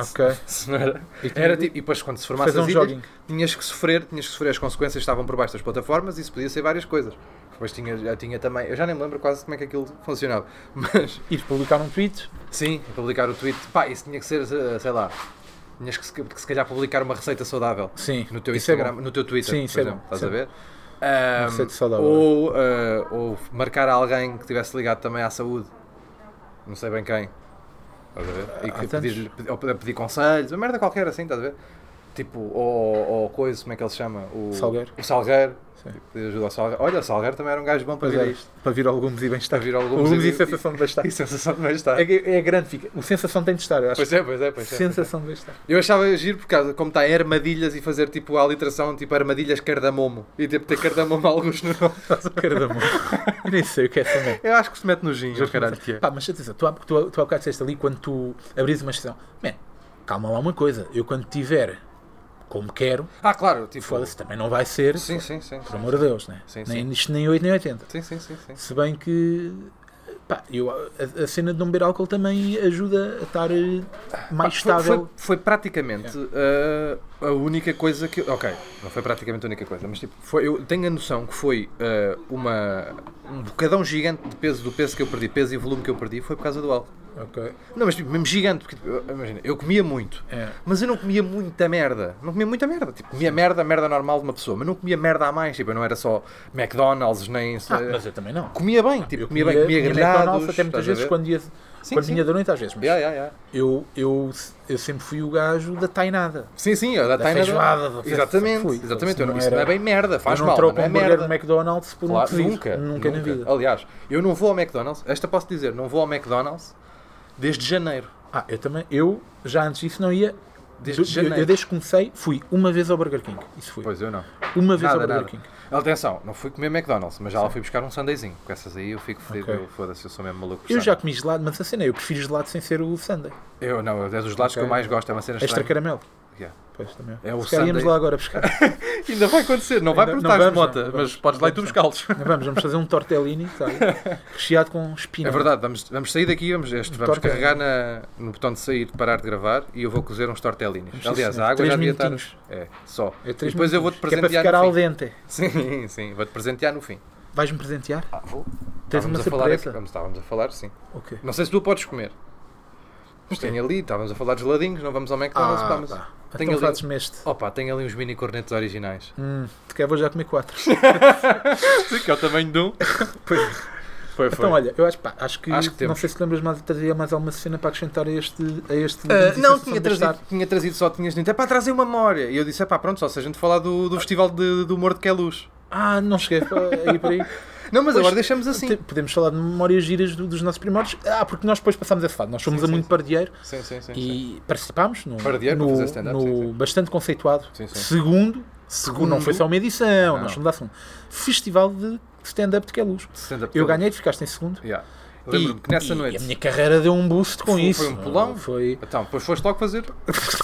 Speaker 1: Ok.
Speaker 2: Cenoura.
Speaker 1: E tinha-
Speaker 2: Era tipo, e depois quando se formasse
Speaker 1: Fazer
Speaker 2: as
Speaker 1: um
Speaker 2: ilhas,
Speaker 1: jogging.
Speaker 2: tinhas que sofrer, tinhas que sofrer as consequências que estavam por baixo das plataformas e isso podia ser várias coisas. Depois tinha, já tinha também, eu já nem me lembro quase como é que aquilo funcionava, (laughs) mas
Speaker 1: Ir publicar um tweet,
Speaker 2: sim, publicar o tweet, pá, isso tinha que ser, eh, sei lá, tinhas que se, que se calhar publicar uma receita saudável
Speaker 1: Sim,
Speaker 2: no teu
Speaker 1: isso é
Speaker 2: Instagram,
Speaker 1: bom.
Speaker 2: no teu Twitter,
Speaker 1: Sim,
Speaker 2: por
Speaker 1: isso é
Speaker 2: exemplo,
Speaker 1: bom,
Speaker 2: estás
Speaker 1: isso
Speaker 2: a
Speaker 1: é
Speaker 2: ver? Ahm,
Speaker 1: receita saudável.
Speaker 2: ou, eh, ou marcar alguém que tivesse ligado também à saúde, não sei bem quem, estás a ver? E
Speaker 1: Há
Speaker 2: que
Speaker 1: tantos.
Speaker 2: pedir, ou poder pedir conselhos, uma merda qualquer assim, estás a ver? Tipo, ou, ou coisa, como é que ele se chama? O
Speaker 1: Salgueiro.
Speaker 2: O Salgueiro.
Speaker 1: Sim.
Speaker 2: Tipo, Pedir ajuda ao Salgueiro. Olha, o Salgueiro também era um gajo bom para
Speaker 1: Pois
Speaker 2: ver
Speaker 1: é,
Speaker 2: isto.
Speaker 1: para vir alguns e
Speaker 2: Para
Speaker 1: bem-estar.
Speaker 2: vir alguns
Speaker 1: Alguns e
Speaker 2: vídeos. (laughs)
Speaker 1: sensação de bem-estar.
Speaker 2: E sensação de bem-estar.
Speaker 1: É, que- é grande, fica. O sensação tem de estar, eu acho.
Speaker 2: Pois é, pois é, pois é.
Speaker 1: sensação de bem-estar.
Speaker 2: Eu achava giro por causa, como está em armadilhas e fazer tipo a aliteração, tipo armadilhas cardamomo. E tipo ter cardamomo (laughs) alguns no nome.
Speaker 1: Cardamomo. Eu (laughs) nem sei o que é essa merda.
Speaker 2: Eu acho que se mete no gin, o caralho que é.
Speaker 1: Pá, mas atenção, tu há, tu, há- tu há bocado disseste ali quando tu abris uma sessão. Man, calma lá uma coisa. Eu quando tiver como quero,
Speaker 2: Ah, claro, tipo.
Speaker 1: foda-se, também não vai ser.
Speaker 2: Sim, sim, sim.
Speaker 1: Por amor de Deus, né?
Speaker 2: Sim,
Speaker 1: nem
Speaker 2: sim.
Speaker 1: isto nem 8 nem 80.
Speaker 2: Sim, sim, sim, sim.
Speaker 1: Se bem que. Pá, eu, a, a cena de não beber álcool também ajuda a estar eh, mais
Speaker 2: Ah, Foi-
Speaker 1: estável.
Speaker 2: Foi, foi praticamente uh, a única coisa que. eu- Ok, não foi praticamente a única coisa, mas tipo, foi, eu tenho a noção que foi uh, uma, um bocadão gigante de peso do peso que eu perdi, peso e volume que eu perdi, foi por causa do álcool.
Speaker 1: Ok.
Speaker 2: Não, mas tipo, mesmo gigante, porque tipo, eu- imagina, eu comia muito.
Speaker 1: É.
Speaker 2: Mas eu não comia muita merda. Não comia muita merda. Tipo, comia merda, merda normal de uma pessoa. Mas não comia merda a mais. Tipo, eu não era só McDonald's, nem.
Speaker 1: Ah, mas eu também não.
Speaker 2: Comia bem. Tipo,
Speaker 1: Eu
Speaker 2: comia, bem. Comia grelhados.
Speaker 1: McDonald's até muitas
Speaker 2: estás a
Speaker 1: vezes
Speaker 2: ver?
Speaker 1: quando ia
Speaker 2: Sim,
Speaker 1: quando
Speaker 2: sim.
Speaker 1: vinha da noite às vezes. Mas
Speaker 2: Yeah, yeah, yeah.
Speaker 1: eu, eu, eu sempre fui o gajo da tainada.
Speaker 2: Sim, sim, eu da
Speaker 1: Da
Speaker 2: Taina.
Speaker 1: feijoada, da-
Speaker 2: Exatamente,
Speaker 1: Fui. então
Speaker 2: exatamente.
Speaker 1: Isso
Speaker 2: Eu não-
Speaker 1: não
Speaker 2: isso não é
Speaker 1: era-
Speaker 2: bem merda, faz
Speaker 1: eu não
Speaker 2: mal.
Speaker 1: troco
Speaker 2: mas
Speaker 1: um
Speaker 2: não é
Speaker 1: hambúrguer
Speaker 2: merda.
Speaker 1: do McDonald's por um
Speaker 2: Claro,
Speaker 1: cozido.
Speaker 2: nunca,
Speaker 1: Nunca na vida.
Speaker 2: Aliás, eu não vou ao McDonald's, esta posso dizer, não vou ao McDonald's desde janeiro.
Speaker 1: Ah, eu também. Eu já antes disso não ia.
Speaker 2: Desde
Speaker 1: eu- eu,
Speaker 2: janeiro.
Speaker 1: eu desde que comecei, fui uma vez ao Burger King. Isso foi.
Speaker 2: Pois eu não.
Speaker 1: Uma vez ao Burger
Speaker 2: Nada, nada.
Speaker 1: King.
Speaker 2: Atenção, não fui comer McDonald's, mas já lá fui buscar um sundaezinho. Com essas aí eu fico fodido,
Speaker 1: Ok.
Speaker 2: eu foda-se, eu sou mesmo maluco. por
Speaker 1: Eu já
Speaker 2: sundae.
Speaker 1: comi gelado, mas a cena é, eu prefiro gelado sem ser o Sunday.
Speaker 2: Eu não, é dos
Speaker 1: Ok.
Speaker 2: lados que eu mais gosto, é uma cena
Speaker 1: Extra
Speaker 2: estranha.
Speaker 1: caramelo.
Speaker 2: Yeah.
Speaker 1: Pois também.
Speaker 2: É o
Speaker 1: Se calhar íamos
Speaker 2: sundae.
Speaker 1: lá agora buscar. (laughs)
Speaker 2: Ainda vai acontecer, não vai
Speaker 1: Ainda- não
Speaker 2: perguntar de
Speaker 1: vamos, não,
Speaker 2: mota,
Speaker 1: não
Speaker 2: mas
Speaker 1: vamos,
Speaker 2: podes lá e tu
Speaker 1: não
Speaker 2: buscá-los.
Speaker 1: vamos, vamos fazer um tortellini, sabe?
Speaker 2: (laughs)
Speaker 1: Recheado com espinha.
Speaker 2: É verdade, vamos, vamos sair daqui, vamos, este, vamos
Speaker 1: Torta-
Speaker 2: carregar na- no botão de sair, de parar de gravar e eu vou cozer uns tortellinis.
Speaker 1: Sim,
Speaker 2: Aliás, a
Speaker 1: senhor. assim,
Speaker 2: água
Speaker 1: Três
Speaker 2: já devia estar.
Speaker 1: minutinhos.
Speaker 2: É, só.
Speaker 1: É
Speaker 2: E
Speaker 1: três
Speaker 2: depois eu vou-te
Speaker 1: minutos, que é para
Speaker 2: presentear.
Speaker 1: ficar
Speaker 2: no
Speaker 1: ao
Speaker 2: fim.
Speaker 1: dente.
Speaker 2: Sim, sim, vou-te presentear no fim.
Speaker 1: Vais-me presentear?
Speaker 2: Ah, vou.
Speaker 1: Tens uma
Speaker 2: a falar aqui,
Speaker 1: surpresa.
Speaker 2: vamos, estávamos a falar, sim.
Speaker 1: O quê?
Speaker 2: Não sei se tu podes comer. Mas tem ali, estávamos a falar de geladinhos, não vamos ao McDonald's, pá, mas.
Speaker 1: pá.
Speaker 2: Tem
Speaker 1: Então
Speaker 2: ali- um-
Speaker 1: fazes-me este.
Speaker 2: Opa, tem ali uns mini cornetos originais.
Speaker 1: Hum, se calhar vou já comer quatro.
Speaker 2: Sim, que é o
Speaker 1: (laughs)
Speaker 2: tamanho de um. Foi, foi.
Speaker 1: Então, olha, eu acho, pá, acho que,
Speaker 2: Acho que
Speaker 1: não
Speaker 2: temos.
Speaker 1: sei se te lembras mais, trazia mais alguma cena para acrescentar a este. A este
Speaker 2: Ah,
Speaker 1: de
Speaker 2: não,
Speaker 1: sensação
Speaker 2: tinha
Speaker 1: de
Speaker 2: trazido,
Speaker 1: estar.
Speaker 2: tinha trazido só, tinhas dito, é pá, trazer uma memória. E eu disse, é pá, pronto, só se a gente falar do, do festival de, do humor de Queluz.
Speaker 1: Ah, não cheguei a ir por
Speaker 2: (laughs)
Speaker 1: aí.
Speaker 2: Não, mas
Speaker 1: Pois,
Speaker 2: agora deixamos assim.
Speaker 1: Te- Podemos falar de memórias giras do- dos nossos primórdios. Ah, porque nós depois passámos esse fado. Nós fomos
Speaker 2: Sim,
Speaker 1: a muito
Speaker 2: sim.
Speaker 1: pardieiro
Speaker 2: Sim, sim, sim. sim.
Speaker 1: e participámos no,
Speaker 2: Pardieiro para
Speaker 1: no,
Speaker 2: fazer stand-up,
Speaker 1: no
Speaker 2: sim, sim.
Speaker 1: bastante conceituado.
Speaker 2: Sim, sim.
Speaker 1: Segundo, segundo, não foi só uma edição,
Speaker 2: Não.
Speaker 1: nós fomos a fundo. Festival de stand-up de Queluz.
Speaker 2: Stand-up
Speaker 1: Eu
Speaker 2: comedy.
Speaker 1: ganhei, ficaste em segundo.
Speaker 2: Yeah. Eu
Speaker 1: E-
Speaker 2: Lembro-me que nessa
Speaker 1: e
Speaker 2: noite.
Speaker 1: A minha carreira deu um boost com
Speaker 2: Foi- foi
Speaker 1: isso.
Speaker 2: um pulão?
Speaker 1: Foi.
Speaker 2: Então, depois foste logo fazer.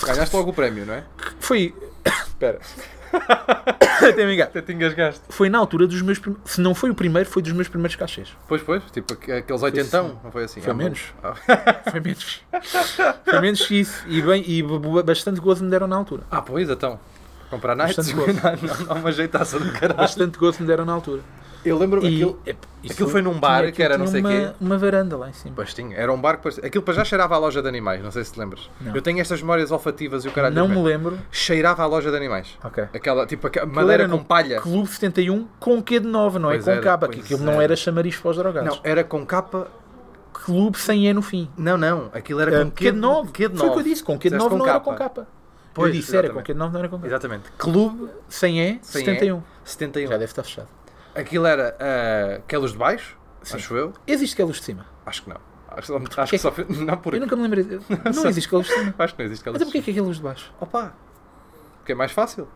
Speaker 2: Ganhaste logo o prémio, (laughs) não é?
Speaker 1: Foi. Espera. Até me enganar.
Speaker 2: Até te engasgaste.
Speaker 1: Foi na altura dos meus. prim- Se não foi o primeiro, foi dos meus primeiros cachês.
Speaker 2: Pois, pois, tipo aqu- aqueles oitentão, não foi assim?
Speaker 1: Foi
Speaker 2: Ah,
Speaker 1: menos.
Speaker 2: ah.
Speaker 1: Foi menos. Foi menos que isso. E, bem, e b- b- bastante gozo me deram na altura.
Speaker 2: Ah, pois, então. Comprar nights, (laughs)
Speaker 1: Bastante gozo.
Speaker 2: não, não, uma jeitaça do caralho.
Speaker 1: Bastante gozo me deram na altura.
Speaker 2: Eu lembro-me
Speaker 1: E,
Speaker 2: aquilo.
Speaker 1: ep, isso
Speaker 2: aquilo foi num bar que era não
Speaker 1: tinha
Speaker 2: sei
Speaker 1: uma, uma varanda lá em cima.
Speaker 2: Pois tinha, era um barco. Pois... Aquilo para já cheirava à loja de animais, não sei se te lembras.
Speaker 1: Não.
Speaker 2: Eu tenho estas memórias olfativas e o caralho.
Speaker 1: não
Speaker 2: mas
Speaker 1: me lembro.
Speaker 2: Cheirava à loja de animais.
Speaker 1: Ok.
Speaker 2: Aquela, tipo, aquela madeira
Speaker 1: Aquilo era
Speaker 2: com palha.
Speaker 1: Clube 71 com Q de 9, não
Speaker 2: Pois
Speaker 1: é? Com
Speaker 2: era,
Speaker 1: capa.
Speaker 2: pois
Speaker 1: Que aquilo não
Speaker 2: era.
Speaker 1: era chamariz para os drogados.
Speaker 2: Não, era com capa.
Speaker 1: Clube sem E no fim.
Speaker 2: Não, não, aquilo era
Speaker 1: Ah,
Speaker 2: com
Speaker 1: Q de 9.
Speaker 2: Q
Speaker 1: Foi
Speaker 2: de
Speaker 1: o que eu
Speaker 2: nove.
Speaker 1: disse. Com Q de
Speaker 2: Disseste
Speaker 1: 9 não era
Speaker 2: capa.
Speaker 1: com capa. Eu
Speaker 2: Pois,
Speaker 1: disse, era com
Speaker 2: exatamente.
Speaker 1: Q de 9 não era com capa.
Speaker 2: Exatamente.
Speaker 1: Clube sem E,
Speaker 2: Sem E,
Speaker 1: 71.
Speaker 2: 71.
Speaker 1: Já deve estar fechado.
Speaker 2: Aquilo era ah, aqueles de baixo,
Speaker 1: Sim.
Speaker 2: acho eu.
Speaker 1: Existe que é luz de cima.
Speaker 2: Acho que não. Acho, acho que só. (laughs) Não por
Speaker 1: Eu nunca me
Speaker 2: (laughs)
Speaker 1: lembrei. de- Não existe que é luz de cima.
Speaker 2: Acho que não existe aquelas.
Speaker 1: Mas porquê é que é que é luz de baixo?
Speaker 2: Opa! Porque é mais fácil.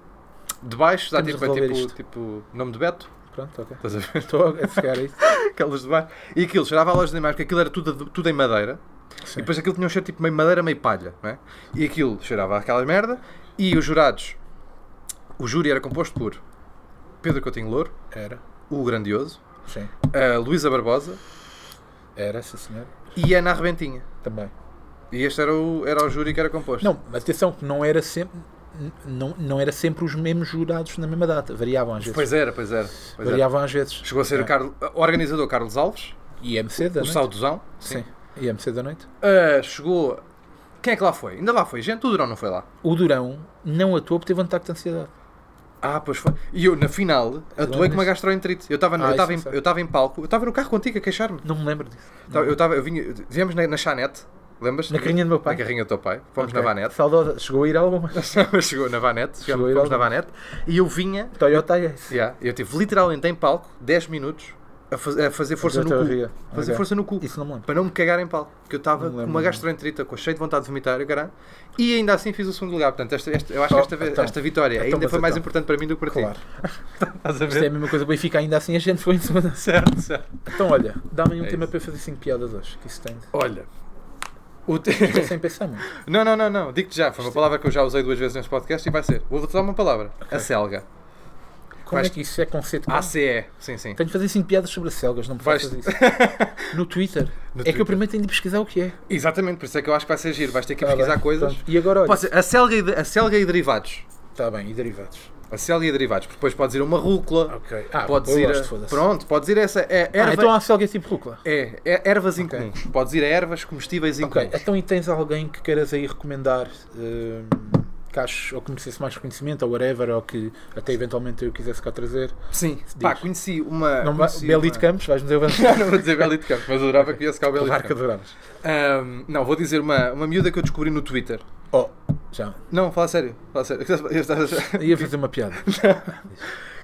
Speaker 2: De baixo dá
Speaker 1: Temos de
Speaker 2: tipo, é
Speaker 1: resolver
Speaker 2: tipo,
Speaker 1: isto.
Speaker 2: tipo nome de Beto.
Speaker 1: Pronto, ok.
Speaker 2: Estás a ver? (laughs)
Speaker 1: Estou a ficar isso.
Speaker 2: Aquelas de baixo. E aquilo, cheirava a loja de animais, porque aquilo era tudo, tudo em madeira.
Speaker 1: Sim.
Speaker 2: E depois aquilo tinha um cheiro tipo meio madeira, meio palha. Não é? E aquilo cheirava aquela merda. E os jurados. O júri era composto por Pedro Coutinho Louro,
Speaker 1: Era.
Speaker 2: o Grandioso,
Speaker 1: Sim.
Speaker 2: a Luísa Barbosa
Speaker 1: Era, sim senhor.
Speaker 2: e a Ana Arrebentinha.
Speaker 1: Também.
Speaker 2: E este era o, era o júri que era composto.
Speaker 1: Não, mas atenção, que não era sempre. n- Não, não era sempre os mesmos jurados na mesma data, variavam às vezes.
Speaker 2: Pois era, pois era. Pois é. era.
Speaker 1: variavam às vezes. é
Speaker 2: Chegou a ser o, Carlos, o organizador Carlos Alves,
Speaker 1: IMC da
Speaker 2: o
Speaker 1: noite.
Speaker 2: Saudosão.
Speaker 1: Sim. IMC da noite.
Speaker 2: Uh, chegou. Quem é que lá foi? Ainda lá foi gente? O Durão não foi lá.
Speaker 1: O Durão não atuou porque teve um ataque de ansiedade.
Speaker 2: Ah, pois foi. E eu, na final, atuei com uma
Speaker 1: disso.
Speaker 2: gastroenterite. Eu estava
Speaker 1: Ah,
Speaker 2: eu
Speaker 1: isso
Speaker 2: estava em,
Speaker 1: não sei.
Speaker 2: eu estava em palco, eu estava no carro contigo a queixar-me.
Speaker 1: Não me lembro disso.
Speaker 2: Tava- Eu estava, eu vinha, viemos na, na Chanete, lembras?
Speaker 1: Na carrinha do meu
Speaker 2: Na
Speaker 1: pai.
Speaker 2: carrinha do teu pai. Fomos
Speaker 1: Ok.
Speaker 2: na
Speaker 1: (laughs)
Speaker 2: Vanette.
Speaker 1: Saudosa. Chegou a ir alguma.
Speaker 2: (laughs) chegou na Vanette,
Speaker 1: Chegou a
Speaker 2: chegamos,
Speaker 1: ir
Speaker 2: fomos na
Speaker 1: alguma.
Speaker 2: Vanette. E eu vinha,
Speaker 1: Toyota é esse.
Speaker 2: yeah, eu tive literalmente em palco 10 minutos a, faz- a fazer força no
Speaker 1: Doutor
Speaker 2: cu.
Speaker 1: Ria.
Speaker 2: Fazer
Speaker 1: é Ok.
Speaker 2: força no cu.
Speaker 1: Isso não me lembro.
Speaker 2: Para não me cagar em palco, porque eu estava
Speaker 1: Não
Speaker 2: com
Speaker 1: lembro,
Speaker 2: uma
Speaker 1: não.
Speaker 2: gastroenterite, com cheio de vontade de vomitar, eu caralho, e ainda assim fiz o segundo lugar. Portanto, esta, esta- eu acho que
Speaker 1: Oh,
Speaker 2: esta, vez-
Speaker 1: então.
Speaker 2: esta vitória
Speaker 1: Então,
Speaker 2: ainda
Speaker 1: mas
Speaker 2: foi mais
Speaker 1: então.
Speaker 2: importante para mim do que para
Speaker 1: Claro.
Speaker 2: ti. Estás a
Speaker 1: Isto é a mesma coisa. O Benfica ainda assim a gente foi em segunda.
Speaker 2: Certo, certo.
Speaker 1: Então olha, dá-me um
Speaker 2: É
Speaker 1: tema para fazer 5 piadas hoje. Que isso tem.
Speaker 2: (laughs) Olha. o te-
Speaker 1: (laughs) Isto é sem pensar muito.
Speaker 2: não, não, não, não. Digo-te já,
Speaker 1: é-
Speaker 2: foi uma palavra que eu já usei duas vezes neste podcast e vai ser. Vou dar uma palavra. A selga.
Speaker 1: Como
Speaker 2: Vais-
Speaker 1: é que isso é conceito? comum?
Speaker 2: ACE. Sim, sim.
Speaker 1: Tenho de fazer 5 piadas sobre as selgas, não me
Speaker 2: Vais-
Speaker 1: faças isso.
Speaker 2: (laughs)
Speaker 1: No Twitter.
Speaker 2: No
Speaker 1: é
Speaker 2: Twitter.
Speaker 1: que eu primeiro tenho de pesquisar o que é.
Speaker 2: Exatamente, por isso é que eu acho que vai ser giro. Vais ter que
Speaker 1: Tá
Speaker 2: pesquisar
Speaker 1: bem,
Speaker 2: coisas.
Speaker 1: pronto. E agora olha.
Speaker 2: Pode ser a selga, e de- a selga e derivados.
Speaker 1: Está bem, e derivados.
Speaker 2: A selga e derivados. Porque depois podes ir a uma rúcula.
Speaker 1: Ok. Ah,
Speaker 2: podes
Speaker 1: eu
Speaker 2: ir a...
Speaker 1: gosto, foda-se.
Speaker 2: Pronto, podes ir a essa. É,
Speaker 1: Ah,
Speaker 2: erva-
Speaker 1: então a selga é tipo rúcula.
Speaker 2: É, é ervas incomuns. Podes ir a ervas comestíveis
Speaker 1: Ok,
Speaker 2: incomuns.
Speaker 1: então e tens alguém que queiras aí recomendar hum, que aches, ou que merecesse mais reconhecimento, ou whatever, ou que até eventualmente eu quisesse cá trazer?
Speaker 2: Sim. Pá, conheci uma.
Speaker 1: Não, vai-
Speaker 2: conheci
Speaker 1: Beli de
Speaker 2: uma-
Speaker 1: Campos, vais-me dizer o Campos.
Speaker 2: Ah, (laughs) Não, não vou dizer Beli de Campos, mas adorava que viesse cá o Beli
Speaker 1: Claro
Speaker 2: de
Speaker 1: que
Speaker 2: Campos.
Speaker 1: adoravas.
Speaker 2: Ahm, não, vou dizer uma, uma miúda que eu descobri no Twitter.
Speaker 1: Oh, já.
Speaker 2: Não, fala a sério. Fala a sério. (laughs)
Speaker 1: Ia fazer uma piada.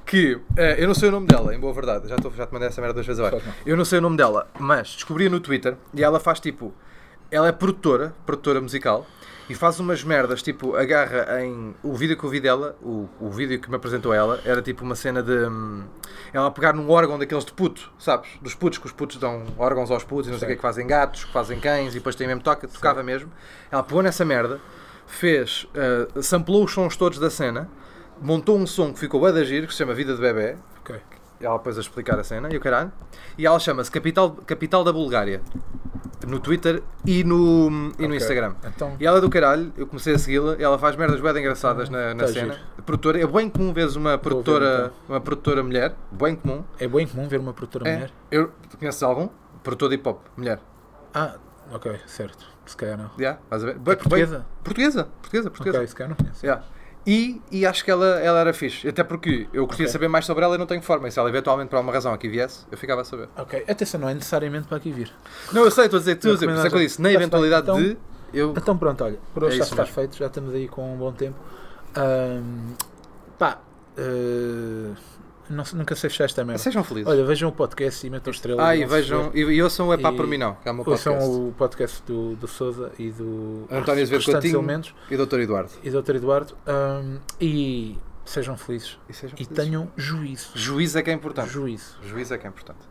Speaker 2: que eh, eu não sei o nome dela, em boa verdade, já, estou já te mandei essa merda duas vezes agora.
Speaker 1: Faz mal.
Speaker 2: Eu não sei o nome dela, mas descobri no Twitter e ela faz tipo. Ela é produtora, produtora musical, e faz umas merdas, tipo, agarra em. O vídeo que eu vi dela, o, o vídeo que me apresentou ela, era tipo uma cena de. hum, ela a pegar num órgão daqueles de puto, sabes? Dos putos, que os putos dão órgãos aos putos e não sei o que, que fazem gatos, que fazem cães, e depois tem mesmo toca, tocava mesmo. Ela pegou nessa merda, fez. eh, samplou os sons todos da cena, montou um som que ficou bué de giro, que se chama Vida de Bebé.
Speaker 1: Ok.
Speaker 2: Ela depois a explicar a cena e o caralho. E ela chama-se Capital, Capital da Bulgária. No Twitter e no, e no
Speaker 1: Ok.
Speaker 2: Instagram.
Speaker 1: Então,
Speaker 2: E ela é do caralho, eu comecei a segui-la, e ela faz merdas bem engraçadas na, na
Speaker 1: Tá
Speaker 2: cena.
Speaker 1: giro.
Speaker 2: Produtora, é bem comum veres uma
Speaker 1: ver,
Speaker 2: produtora, uma produtora mulher, bem comum.
Speaker 1: é bem comum ver uma produtora
Speaker 2: É.
Speaker 1: mulher?
Speaker 2: Eu, tu conheces algum? Produtora de hip hop, mulher.
Speaker 1: Ah, ok, certo. Se calhar não.
Speaker 2: Yeah, estás a ver? Bem- bem-
Speaker 1: É portuguesa?
Speaker 2: portuguesa, portuguesa, portuguesa.
Speaker 1: Ok, se calhar não conheço.
Speaker 2: é. Yeah. E, e acho que ela, ela era fixe. Até porque eu gostaria de
Speaker 1: Ok.
Speaker 2: saber mais sobre ela e não tenho forma. E se ela eventualmente por alguma razão aqui viesse, eu ficava a saber.
Speaker 1: Ok, atenção, não é necessariamente para aqui vir.
Speaker 2: Não, eu sei, estou a dizer, estou a dizer, por isso é que eu
Speaker 1: Recomendado.
Speaker 2: disse, na
Speaker 1: Está
Speaker 2: eventualidade
Speaker 1: bem,
Speaker 2: de. Eu.
Speaker 1: Então pronto, olha, por
Speaker 2: É
Speaker 1: hoje já
Speaker 2: isso
Speaker 1: está
Speaker 2: mesmo.
Speaker 1: feito, já estamos aí com um bom tempo. Ahm, pá, eh, não, nunca sei fechar esta merda.
Speaker 2: Sejam felizes.
Speaker 1: Olha, vejam o podcast e metam estrelas.
Speaker 2: ah, e
Speaker 1: não se
Speaker 2: vejam,
Speaker 1: vê.
Speaker 2: e, e ouçam o Epá
Speaker 1: E
Speaker 2: por mim não, que é o meu
Speaker 1: Ouçam
Speaker 2: podcast.
Speaker 1: o podcast do, do Sousa e do
Speaker 2: António Azevedo
Speaker 1: restantes
Speaker 2: Coutinho.
Speaker 1: elementos
Speaker 2: E o Dr. Eduardo.
Speaker 1: e do Dr. Eduardo. hum, e sejam felizes.
Speaker 2: E sejam
Speaker 1: E
Speaker 2: felizes.
Speaker 1: tenham juízo.
Speaker 2: Juízo é que é importante.
Speaker 1: Juízo.
Speaker 2: Juízo é que é importante.